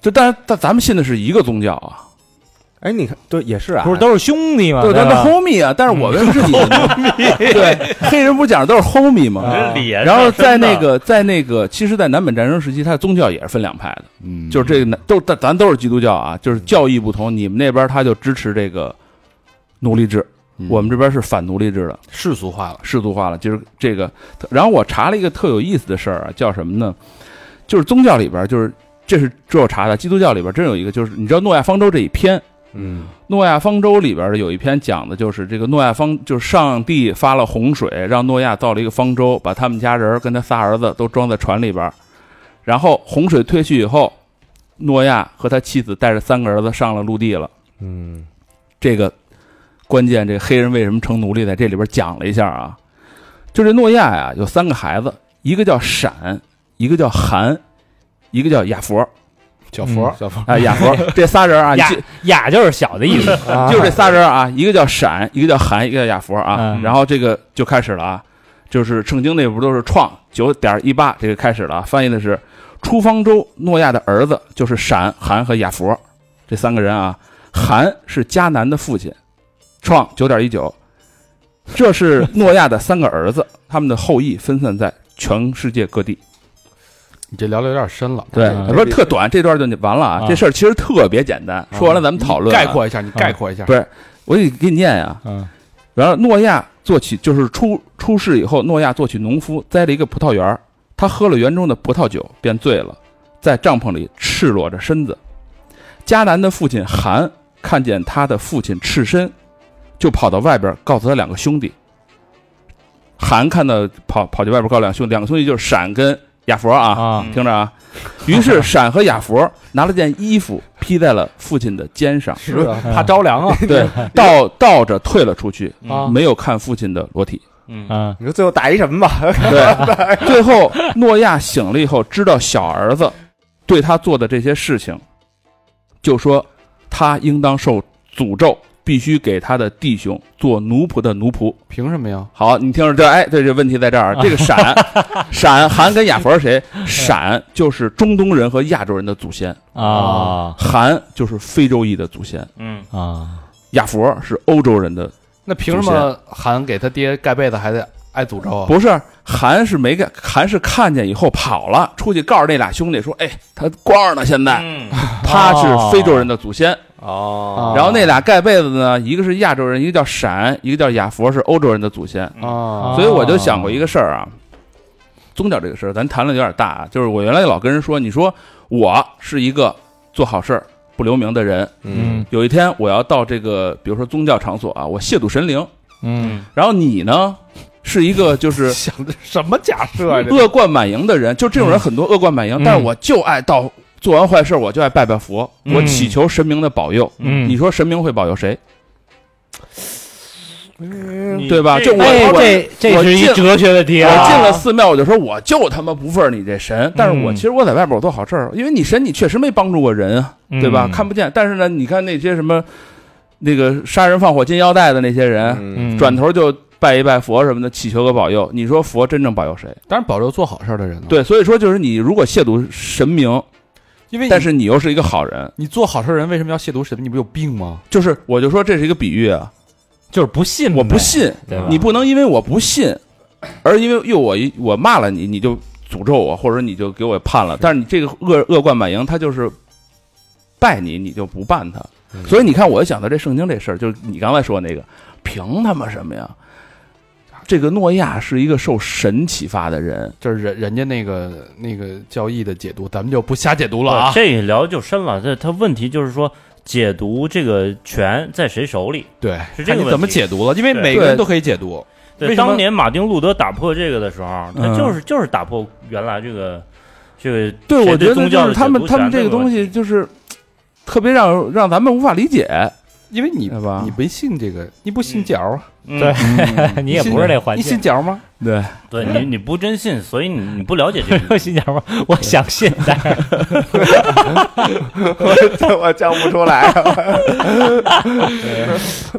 E: 就但是但咱们信的是一个宗教啊，
B: 哎，你看，对，也是啊，
D: 不是都是兄弟嘛，
E: 对，咱们
D: 吧？
E: homie 啊，但是我为什么是你的呢？对，黑人不是讲的都是 homie 吗？
F: 这脸上
E: 然后在
F: 嗯真的
E: 那个在那个，其实，在南北战争时期，它的宗教也是分两派的，
C: 嗯，
E: 就是这个南都咱咱都是基督教啊，就是教义不同，你们那边他就支持这个奴隶制，
C: 嗯
E: 我们这边是反奴隶制的，
C: 世俗化了，
E: 世俗化了。就是这个，然后我查了一个特有意思的事儿啊，叫什么呢？就是宗教里边，就是这是这我查的，基督教里边真有一个，就是你知道诺亚方舟这一篇，
B: 嗯
E: 诺亚方舟里边的有一篇讲的就是这个诺亚方，就是上帝发了洪水，让诺亚造了一个方舟，把他们家人儿跟他仨儿子都装在船里边儿，然后洪水退去以后，诺亚和他妻子带着三个儿子上了陆地了。
B: 嗯，
E: 这个关键，这黑人为什么成奴隶，在这里边讲了一下啊，就这诺亚呀、有三个孩子，一个叫闪，一个叫韩，一个叫亚佛啊、
C: 小佛，
B: 小峰
E: 亚佛，这仨人啊，你
D: 雅
E: 记
D: 雅就是小的意思，
E: 就这仨人啊，一个叫闪，一个叫韩，一个叫亚佛啊。
D: 嗯
E: 然后这个就开始了啊，就是圣经那不都是创九点一八这个开始了、啊，翻译的是出方舟诺亚的儿子就是闪、韩和亚佛这三个人啊。韩是迦南的父亲，创九点一九，这 是诺亚的三个儿子，他们的后裔分散在全世界各地。
C: 你这聊的有点深了，
E: 对
D: 嗯，
E: 不是特短，这段就完了啊
D: 啊。
E: 这事儿其实特别简单，说完了咱们讨论啊
C: 概，括一下，你概括一下，
E: 不是我得给你念呀、
D: 嗯
E: 然后诺亚做起就是出出世以后，诺亚做起农夫，栽了一个葡萄园儿。他喝了园中的葡萄酒，便醉了，在帐篷里赤裸着身子。迦南的父亲韩看见他的父亲赤身，就跑到外边告诉他两个兄弟。韩看到跑跑去外边告诉两兄弟，两个兄弟就是闪跟亚佛啊，
C: 嗯
D: 啊
E: 听着啊。于是闪和亚佛拿了件衣服披在了父亲的肩上，
B: 是啊，
A: 怕着凉啊！
E: 对， 倒倒着退了出去，
A: 啊
E: 没有看父亲的裸体。
F: 嗯，
D: 嗯
B: 你说最后打一什么吧？
E: 对，最后诺亚醒了以后，知道小儿子对他做的这些事情，就说他应当受诅咒，必须给他的弟兄做奴仆的奴仆。
C: 凭什么呀？
E: 好，你听着这，哎，对，这问题在这儿，这个闪闪韩跟亚佛是谁？闪就是中东人和亚洲人的祖先，
D: 啊
E: 韩就是非洲裔的祖先，
F: 嗯，
D: 啊，
E: 亚佛是欧洲人的
C: 那凭什么韩给他爹盖被子还得挨诅咒啊？
E: 不是，韩是没看，韩是看见以后跑了，出去告诉那俩兄弟说：“哎，他光着呢，现在
F: 嗯
E: 他是非洲人的祖先。
C: 啊
B: 哦
E: 然后那俩盖被子呢，一个是亚洲人，一个叫闪，一个叫亚佛，是欧洲人的祖先。
B: 哦
C: 啊，
E: 所以我就想过一个事儿啊，宗教这个事儿，咱谈论有点大啊。就是我原来老跟人说，你说我是一个做好事儿不留名的人，
B: 嗯
E: 有一天我要到这个，比如说宗教场所啊，我亵渎神灵，
F: 嗯
E: 然后你呢是一个就是
C: 想的什么假设呀？这
E: 啊 恶贯满盈的人，就这种人很多恶贯满盈，
D: 嗯
E: 但是我就爱到做完坏事我就爱拜拜佛，
D: 嗯
E: 我祈求神明的保佑。
D: 嗯
E: 你说神明会保佑谁？
F: 你
E: 对吧
F: 这
E: 就我
D: 哎，
E: 我
D: 这这
E: 我
D: 是一
E: 进
D: 哲学的题啊！
E: 我进了寺庙，我就说我就他妈不忿儿你这神，但是我
D: 嗯
E: 其实我在外边我做好事儿，因为你神你确实没帮助过人啊，
D: 嗯
E: 对吧？看不见，但是呢，你看那些什么那个杀人放火金腰带的那些人，
B: 嗯
D: 嗯
E: 转头就拜一拜佛什么的，祈求个保佑。你说佛真正保佑谁？
D: 嗯
C: 当然保佑做好事儿的人了。，
E: 对，所以说就是你如果亵渎神明，
D: 嗯
C: 因为你
E: 但是你又是一个好人，
C: 你做好事儿的人为什么要亵渎神？你不有病吗？
E: 就是我就说这是一个比喻啊，
D: 就是不信呗，
E: 我不信，
D: 对吧，
E: 你不能因为我不信，而因为又我一我骂了你，你就诅咒我，或者你就给我判了。但是你这个恶恶贯满盈，他就是拜你，你就不办他。所以你看，我想到这圣经这事儿，就是你刚才说那个，凭他妈什么呀？这个诺亚是一个受神启发的人，
C: 这是人人家那个那个教义的解读，咱们就不瞎解读了
F: 哇
C: 啊。
F: 这一聊就深了。这他问题就是说，解读这个权在谁手里？
C: 对，
F: 是这个
C: 看你
F: 问
C: 怎么
F: 题
C: 解读了，因为
F: 对
C: 每个人都可以解读。为
F: 对，
C: 什么
F: 当年马丁路德打破这个的时候，他
E: 嗯
F: 就是就是打破原来这个这个
E: 对我
F: 谁
E: 觉得
F: 宗
E: 就
F: 教
E: 是
F: 的
E: 他们
F: 解读
E: 他们
F: 权
E: 这个
F: 问
E: 东
F: 题
E: 西就是特别让让咱们无法理解，
C: 因为你
E: 对嗯吧
C: 你没信这个，你不信
F: 嗯
C: 教啊？
F: 嗯
D: 对你也不是这环
C: 你信
D: 境。
C: 教吗？
E: 对，
F: 对你你不真信，所以你你不了 解这个。
D: 我心想说，我想信，但是
B: 我我讲不出来。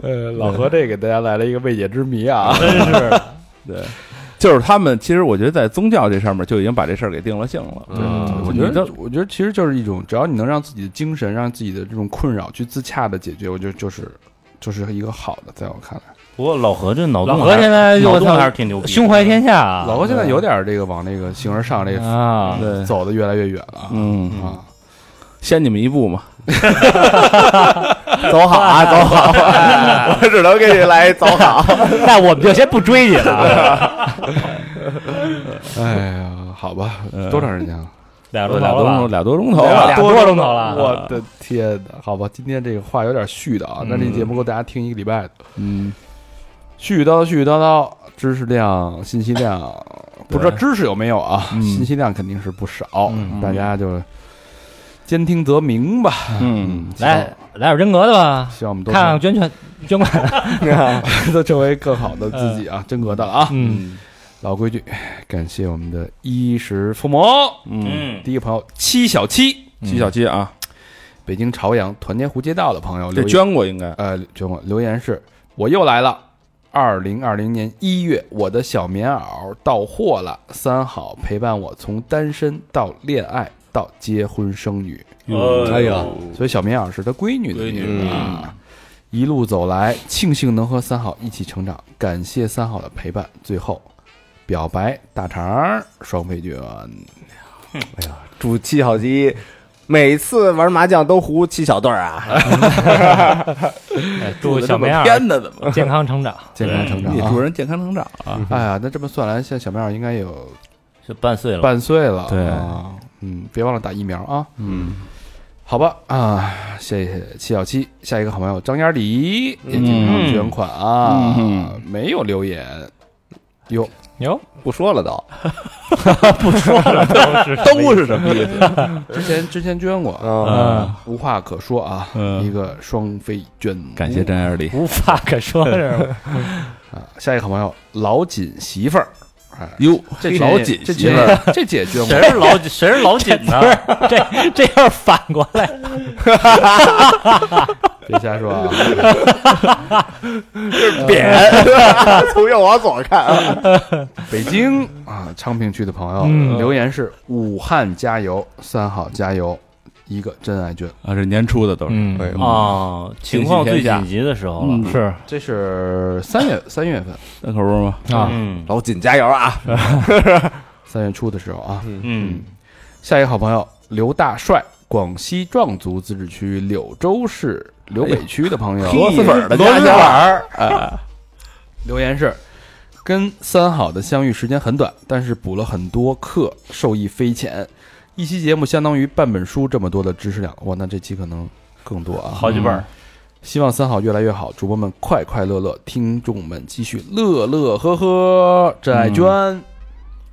C: 呃，老何这给大家来了一个未解之谜啊。
E: 就是他们其实我觉得在宗教这上面就已经把这事儿给定了性了。
B: 嗯
C: 我觉得，我觉得其实就是一种，只要你能让自己的精神、让自己的这种困扰去自洽的解决，我觉得就是就是一个好的，在我看来，
F: 不过老何这脑
D: 老
F: 洞
D: 何
F: 还
D: 现在
F: 脑
D: 我
F: 洞还是
D: 操，
F: 挺牛逼的，
D: 胸怀天下啊！
C: 老何现在有点这个往那个形而上这个
D: 啊，
E: 对，
C: 走的越来越远了啊
E: 嗯，
C: 啊。
E: 先你们一步 嘛。
B: 走好
E: 哎
B: 啊，走好，我只能给你来一走好。
D: 那我们就先不追你了啊。
C: 哎呀，好吧，多长时间了？
F: 俩
D: 多
F: 多
D: 俩
E: 俩
D: 多
E: 多
D: 吧
E: 钟俩多钟头 啊
D: 俩
E: 了，
D: 俩多钟头了
C: 我的天哪！好吧，今天这个话有点絮的啊，那这节目够大家听一个礼拜的。
E: 嗯，
C: 絮絮叨叨，絮絮叨叨，知识量、信息量，不知道知识有没有啊？
E: 嗯
C: 信息量肯定是不少，
D: 嗯
C: 大家就兼听则明吧。
E: 嗯，
D: 来来点真格的吧，
C: 希望我们都
D: 看看捐捐捐款。
B: 嗯
C: 都成为更好的自己啊，真格的了啊！
D: 嗯，
C: 老规矩，感谢我们的衣食父母。
E: 嗯，
F: 嗯
C: 第，一个朋友七小七，
E: 七小七啊，
C: 北京朝阳团结湖街道的朋友
E: 这
C: 留言，
E: 捐过应该，
C: 呃，捐我留言是：我又来了。二零二零年一月，我的小棉袄到货了。三好陪伴我从单身到恋爱到结婚生女，
B: 哎呀，
C: 所以小棉袄是他闺女的
E: 闺女
C: 名字啊。一路走来，庆幸能和三好一起成长，感谢三好的陪伴。最后，表白大肠儿双倍券，
B: 祝七小鸡每次玩麻将都胡七小对儿啊，
D: 哎祝小棉袄
E: 天哪，怎 么？
D: 健康成长。
C: 健康成长
E: 也祝
C: 啊！
E: 人健康成长啊！
C: 哎呀，那这么算来，现在小棉袄应该有
F: 是半岁了，
C: 半岁了，
E: 对
C: 啊，嗯，别忘了打疫苗啊。
E: 嗯，
C: 好吧啊，谢谢七小七，下一个好朋友张丫梨也经常捐款啊，
E: 嗯
C: 没有留言哟，
D: 哟，
B: 不说了 都。
E: 都是什么意思？
C: 之前之前捐过，
B: 嗯，
D: 嗯，
C: 无话可说啊，
E: 嗯
C: 一个双飞捐，
E: 感谢张爱丽，
D: 无话可说是 吧？
C: 啊。下一个好朋友老锦媳妇儿，哎，
E: 哟，
C: 这姐
E: 老锦
C: 这
E: 媳
C: 姐
E: 妇儿，
C: 这姐捐过
F: 谁，是 老谁是老锦呢？
D: 这这要是反过来，
C: 别瞎说啊。
B: 扁，从右往左看啊。
C: 北京啊，昌平区的朋友、
D: 嗯
C: 留言是武汉加油，三好加油，一个真爱捐，
E: 啊，这年初的都是，
D: 嗯
B: 哎呦
F: 啊，情况最紧急的时候了
E: 嗯，
D: 是
C: 这是三月三月份
E: 那可不吗？
D: 啊，
F: 嗯
B: 老锦加油啊！
C: 三月初的时候啊，
F: 嗯，
C: 下一个好朋友刘大帅，广西壮族自治区柳州市柳北区的朋友，
B: 螺蛳粉儿的
C: 螺
B: 家
C: 蛳粉
B: 乡
C: 儿，啊，留言是。跟三好的相遇时间很短，但是补了很多课，受益匪浅。一期节目相当于半本书这么多的知识量，哇，那这期可能更多啊，
F: 好几本儿，
C: 希望三好越来越好，主播们快快乐乐，听众们继续乐乐呵呵，真爱娟，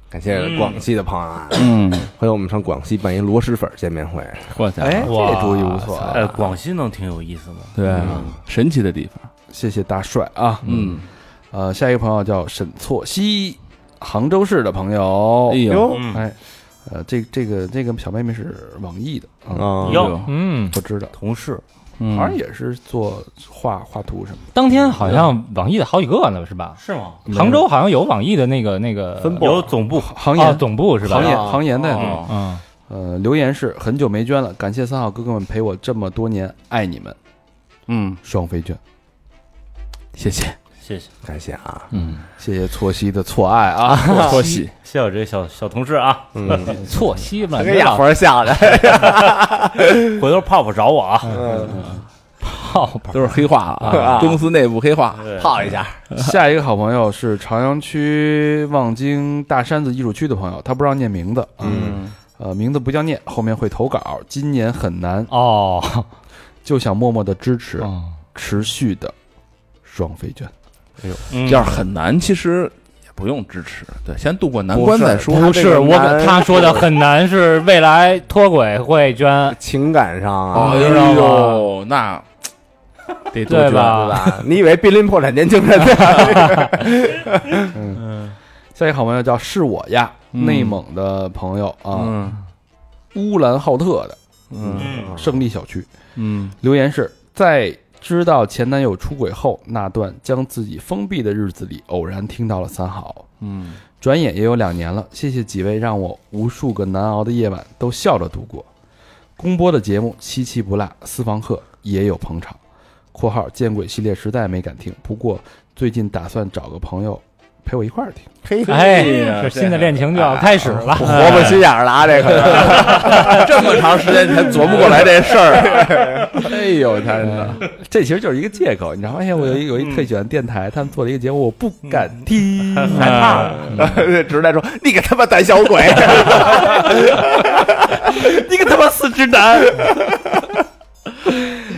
B: 感谢广西的朋友啊，
E: 嗯，
B: 回头我们上广西办一螺蛳粉见面会，
E: 哇塞，
C: 哎，
D: 哇
C: 这主意不错啊，
F: 哎，广西能挺有意思的。
E: 对，神奇的地方，
C: 谢谢大帅啊。
E: 嗯，
C: 呃，下一个朋友叫沈错西，杭州市的朋友
E: 哎。呦，
F: 嗯，
C: 哎，呃，这这个这个小妹妹是网易的啊，
B: 啊，
F: 哟
E: 呦，
D: 嗯，
C: 我知道，
F: 同事，
E: 嗯
C: 好像也是做画画图什么的。
D: 当天好像网易的好几个呢，是吧？
F: 是吗？
D: 杭州好像有网易的那个那个
B: 分部
F: 有总部，
C: 行
D: 啊
C: 业
D: 总部是吧
C: 行？业
B: 啊
C: 行业在那
F: 哦
C: 儿。
D: 嗯，
C: 呃，留言是很久没捐了，感谢三好哥哥们陪我这么多年，爱你们，
E: 嗯，
C: 双飞捐，
E: 谢谢，
F: 谢谢，
B: 感谢啊，
E: 嗯，
C: 谢谢错西的错爱啊，
E: 错喜，
F: 谢谢我这个小小同事啊，
B: 嗯，
D: 错 西嘛，
B: 跟哑佛笑的，
F: 回头泡泡找我啊。
D: 泡泡
E: 都是黑话啊，公司内部黑话，
F: 对，
B: 泡一下，
C: 下一个好朋友是朝阳区望京大山子艺术区的朋友，他不让念名字，嗯，呃，名字不叫念，后面会投稿。今年很难，
D: 哦，
C: 就想默默的支持，
D: 嗯
C: 持续的双飞卷。
F: 嗯
E: 要是很难，其实也不用支持，对，先渡过难关再说。
D: 不是我
B: 难
D: 他说的很难，是未来脱轨会捐，
B: 情感上啊，
E: 哎
D: 知道
E: 呦，那得多
D: 对
E: 捐
D: 吧
B: 对吧？你以为濒临破产年轻人呢？
C: 下一个好朋友叫是我呀，
E: 嗯
C: 内蒙的朋友啊，
E: 嗯
C: 乌兰浩特的
E: 嗯
F: 嗯
C: 胜利小区
E: 嗯，
C: 留言是在知道前男友出轨后那段将自己封闭的日子里，偶然听到了三好，
E: 嗯，
C: 转眼也有两年了，谢谢几位让我无数个难熬的夜晚都笑着度过。公播的节目七期不落，私房课也有捧场。（括号见鬼系列实在没敢听，不过最近打算找个朋友陪我一块儿听。
B: 嘿，
D: 哎，
E: 呀
D: 这新的恋情就要开始了，
B: 活过心眼儿了啊，这个
E: 这么长时间才琢磨过来这事儿，）
C: 哎呦，他的，这其实就是一个借口，你知道吗？哎呀，我有一有一特喜欢电台，他们做了一个节目，我不敢听，害怕。
B: 直在说你个他妈胆小鬼，
C: 你个他妈死直 男！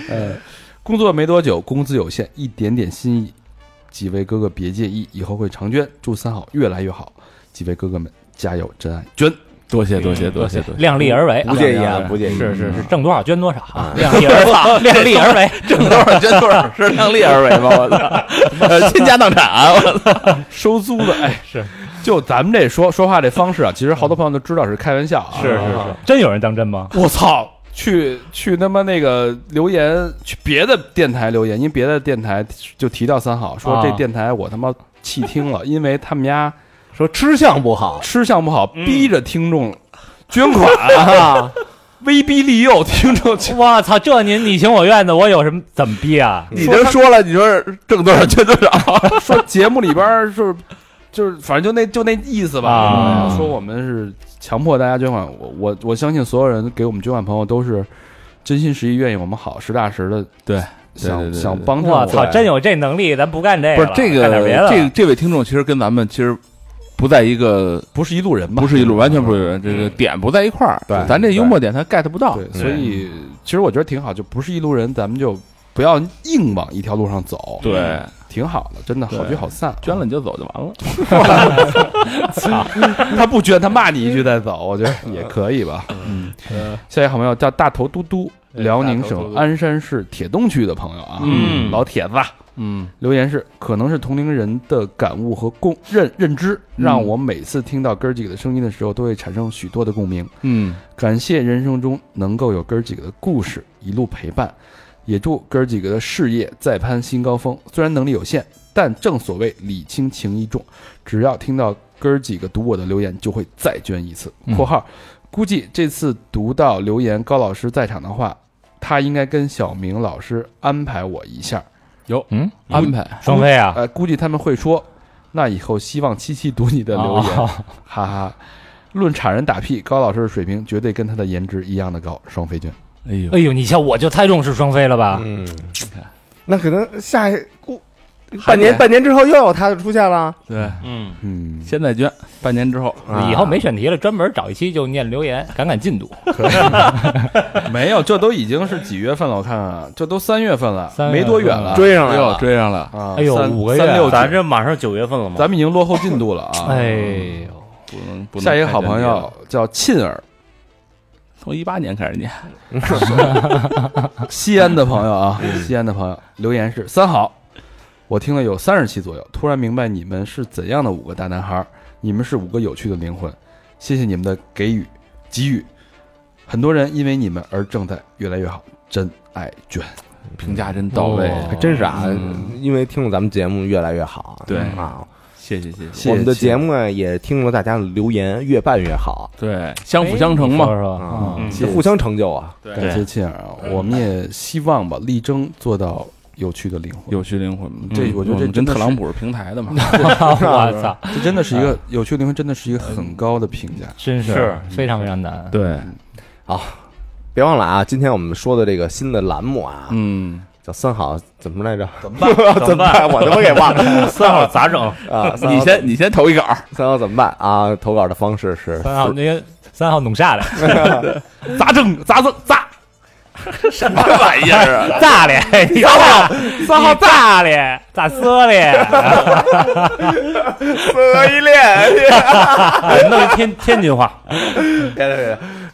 C: 呃，工作没多久，工资有限，一点点心意，几位哥哥别介意，以后会常捐。祝三好越来越好，几位哥哥们加油，真爱捐！
E: 多谢多谢多谢多谢，
D: 量力而为，
B: 不介意啊，不介意，
D: 是是是，挣多少捐多少啊，量力而为，量力而为，
E: 挣多少捐多少，是量力而为吗？我 操，呃倾家荡产，啊我操，
C: 收租的，哎， 是，就咱们这说说话这方式啊，其实好多朋友都知道是开玩笑啊。
F: 是是是，
D: 真有人当真吗？
C: 我操，去去他妈那个留言，去别的电台留言，因为别的电台就提到三好，说
D: 啊
C: 这电台我他妈弃听了，因为他们家
B: 说吃相不好
C: 吃相不好，
F: 嗯
C: 逼着听众捐款，
B: 啊，
C: 威逼利诱听众去。
D: 我操，这您你情我愿的，我有什么怎么逼啊？
E: 你都说了，你说挣多少捐多少，
C: 说节目里边儿就是就是，反正就那就那意思吧。
D: 啊
C: 说我们是强迫大家捐款，我我我相信所有人给我们捐款朋友都是真心实意愿意我们好，实打实的
E: 对
C: 想
E: 对对对
C: 想帮助
D: 我操，
E: 对
D: 真有这能力，咱不干这
E: 不
D: 个
E: 是
D: 哎了，
E: 这
D: 干点别
E: 个
D: 的，
E: 这这位听众其实跟咱们其实不在一个。
C: 不是一路人吧？
E: 不是一路，完嗯全不是一路人，这个点不在一块儿。
B: 对
E: 咱这幽默点他 get 不到。
C: 对，所以其实我觉得挺好，就不是一路人，咱们就不要硬往一条路上走，
E: 对，
C: 挺好的，真的好聚好散。
E: 捐了你就走就完了。
C: 他不捐，他骂你一句再 走，我觉得也可以吧。嗯，下一个好朋友叫大头嘟嘟，辽宁省鞍山市铁东区的朋友啊，
F: 嗯
C: 老铁子啊，
E: 嗯
C: 留言是可能是同龄人的感悟和共认认知，
E: 嗯
C: 让我每次听到哥儿几个的声音的时候，都会产生许多的共鸣。
E: 嗯，
C: 感谢人生中能够有哥儿几个的故事一路陪伴，也祝哥儿几个的事业再攀新高峰。虽然能力有限，但正所谓礼轻情意重，只要听到哥儿几个读我的留言，就会再捐一次。
E: 嗯
C: （括号）估计这次读到留言高老师在场的话，他应该跟小明老师安排我一下。
E: 有
D: 嗯
E: 安排。
D: 双飞啊，
C: 呃，估计他们会说，那以后希望七七读你的留言，
D: 哦
C: 哈哈。论产人打屁，高老师的水平绝对跟他的颜值一样的高，双飞卷。
E: 哎呦
D: 哎，呦，你像我就猜中是双飞了吧？
B: 嗯，那可能下一过半年半年之后又有他就出现了，
E: 对，
F: 嗯，
C: 嗯，
E: 现在捐，半年之后
B: 啊
D: 以后没选题了，专门找一期就念留言，赶赶进度。
C: 没有，这都已经是几月份了？我看看啊，这都三月份了，
D: 三月嗯
C: 没多远了。
B: 啊追上来
E: 又
B: 了，
E: 哎追上了。哦
C: 啊，
D: 哎呦
C: 三
D: 五个月
C: 三六九
F: 咱这马上九月份了嘛，
C: 咱们已经落后进度了啊。
D: 哎呦，
E: 不能不能。
C: 下一个好朋友，叫沁儿，
E: 从一八年开始念，
C: 西安的朋友啊，西安的朋友留言是三好，我听了有三十期左右，突然明白你们是怎样的五个大男孩儿，你们是五个有趣的灵魂，谢谢你们的给予给予，很多人因为你们而正在越来越好，真爱卷，
E: 评价真到位，
B: 还真是啊，因为听了咱们节目越来越好，
E: 对
B: 啊，
E: 谢谢谢谢。
C: 谢谢
B: 我们的
C: 沁
B: 节
C: 儿
B: 目啊也听了大家的留言，越办越好
E: 对，哎相辅相成
D: 你
E: 嘛。
D: 说说
B: 啊
D: 嗯，
F: 嗯
B: 就互相成就啊，
C: 感谢沁儿啊，我们也希望吧，力争做到有趣的灵魂。
E: 有趣灵魂，
C: 这
E: 嗯
C: 我觉得这
E: 们跟
C: 真的
E: 特
C: 是
E: 朗普是平台的嘛，
D: 我操，
C: 这真的是一个有嗯趣的灵魂，真的是一个很高的评价。
D: 真
F: 是
D: 非常非常难。
E: 对，
B: 别忘了啊，今天我们说的这个新的栏目啊，
E: 嗯，
B: 叫三好怎么来着？
C: 怎么办？
B: 怎么办？我他妈给忘了
F: 三号咋整？
B: 啊！三
E: 你
B: 好
E: 先你先投一稿，
B: 三好怎么办啊？投稿的方式是
D: 三 号那个三号弄 啥来？
C: 砸正砸正砸！
D: 炸咧！三号三号炸咧！炸死 咧！
B: 可以练
D: 哎
F: 弄一天天津话，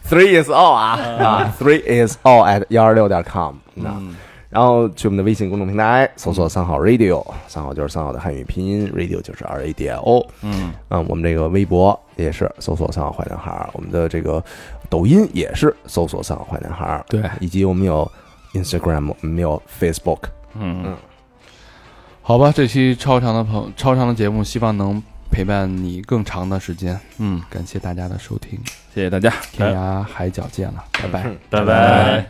B: ，three is all 啊啊，three is all at 幺二六点 com 啊。然后去我们的微信公众平台搜索“三好 radio”，三好就是三好的汉语拼音，radio 就是 R A D I O。
E: 嗯，
B: 嗯，我们这个微博也是搜索“三好坏男孩儿”，我们的这个抖音也是搜索“三好坏男孩 儿”，
E: 对，
B: 以及我们有 Instagram，我们有 Facebook。
E: 嗯，
C: 好吧，这期超长的朋超长的节目，希望能陪伴你更长的时间。嗯，感谢大家的收听，
E: 谢谢大家，
C: 天涯海角见了，拜拜。
F: 拜拜。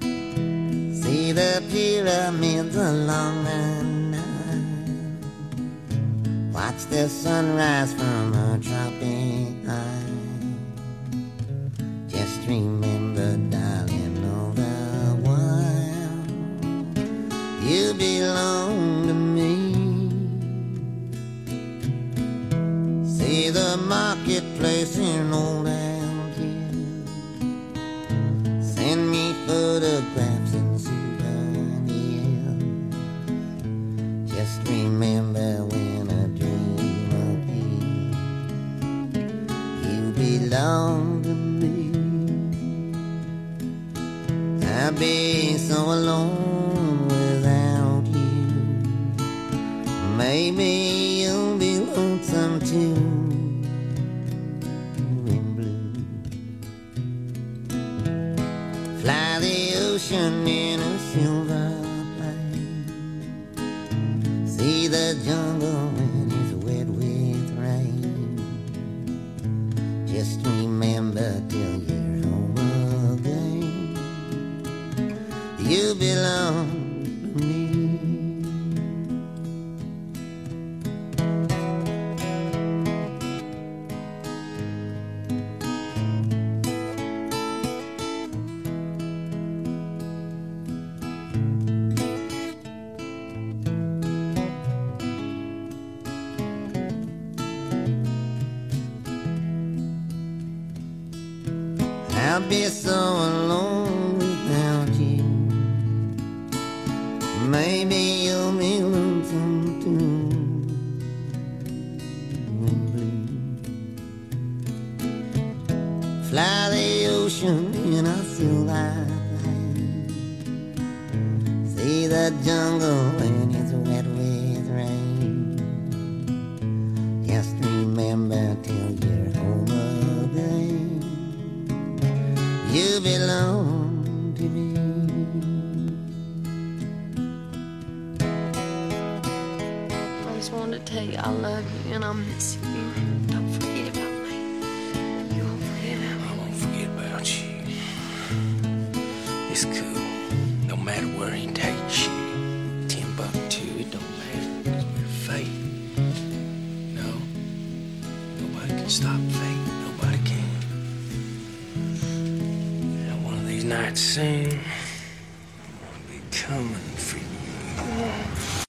G: See the pyramids along the Nile. Watch the sunrise from a tropic isle. Just remember, darling, all the while you belong to me. See the marketplace in old Algiers. Send me photographs and souvenirs. Just remember when a dream appears, you belong to me. I'd be so alone without you. Maybe you'll be lonesome too. In blue. Fly the ocean in a silver plane. See the jungle when it's wet with rain. Just remember till you're home again. You belong to me. I'll be so alone without you. Maybe you'll be lonesome too. Fly the ocean in a silver plane. See the jungle when it's wet with rain. Just remember till you're home again. You belong to me.
H: I just wanted to tell you I love you and I miss you. Don't forget about me. You won't forget about me.
I: won't forget about you. It's cool. No matter where he takes you, Timbuktu, it don't matter. It's your fate. No, nobody can stop fate. Nobody can. And one of these nights soon, I'll be coming for you.
H: Yes.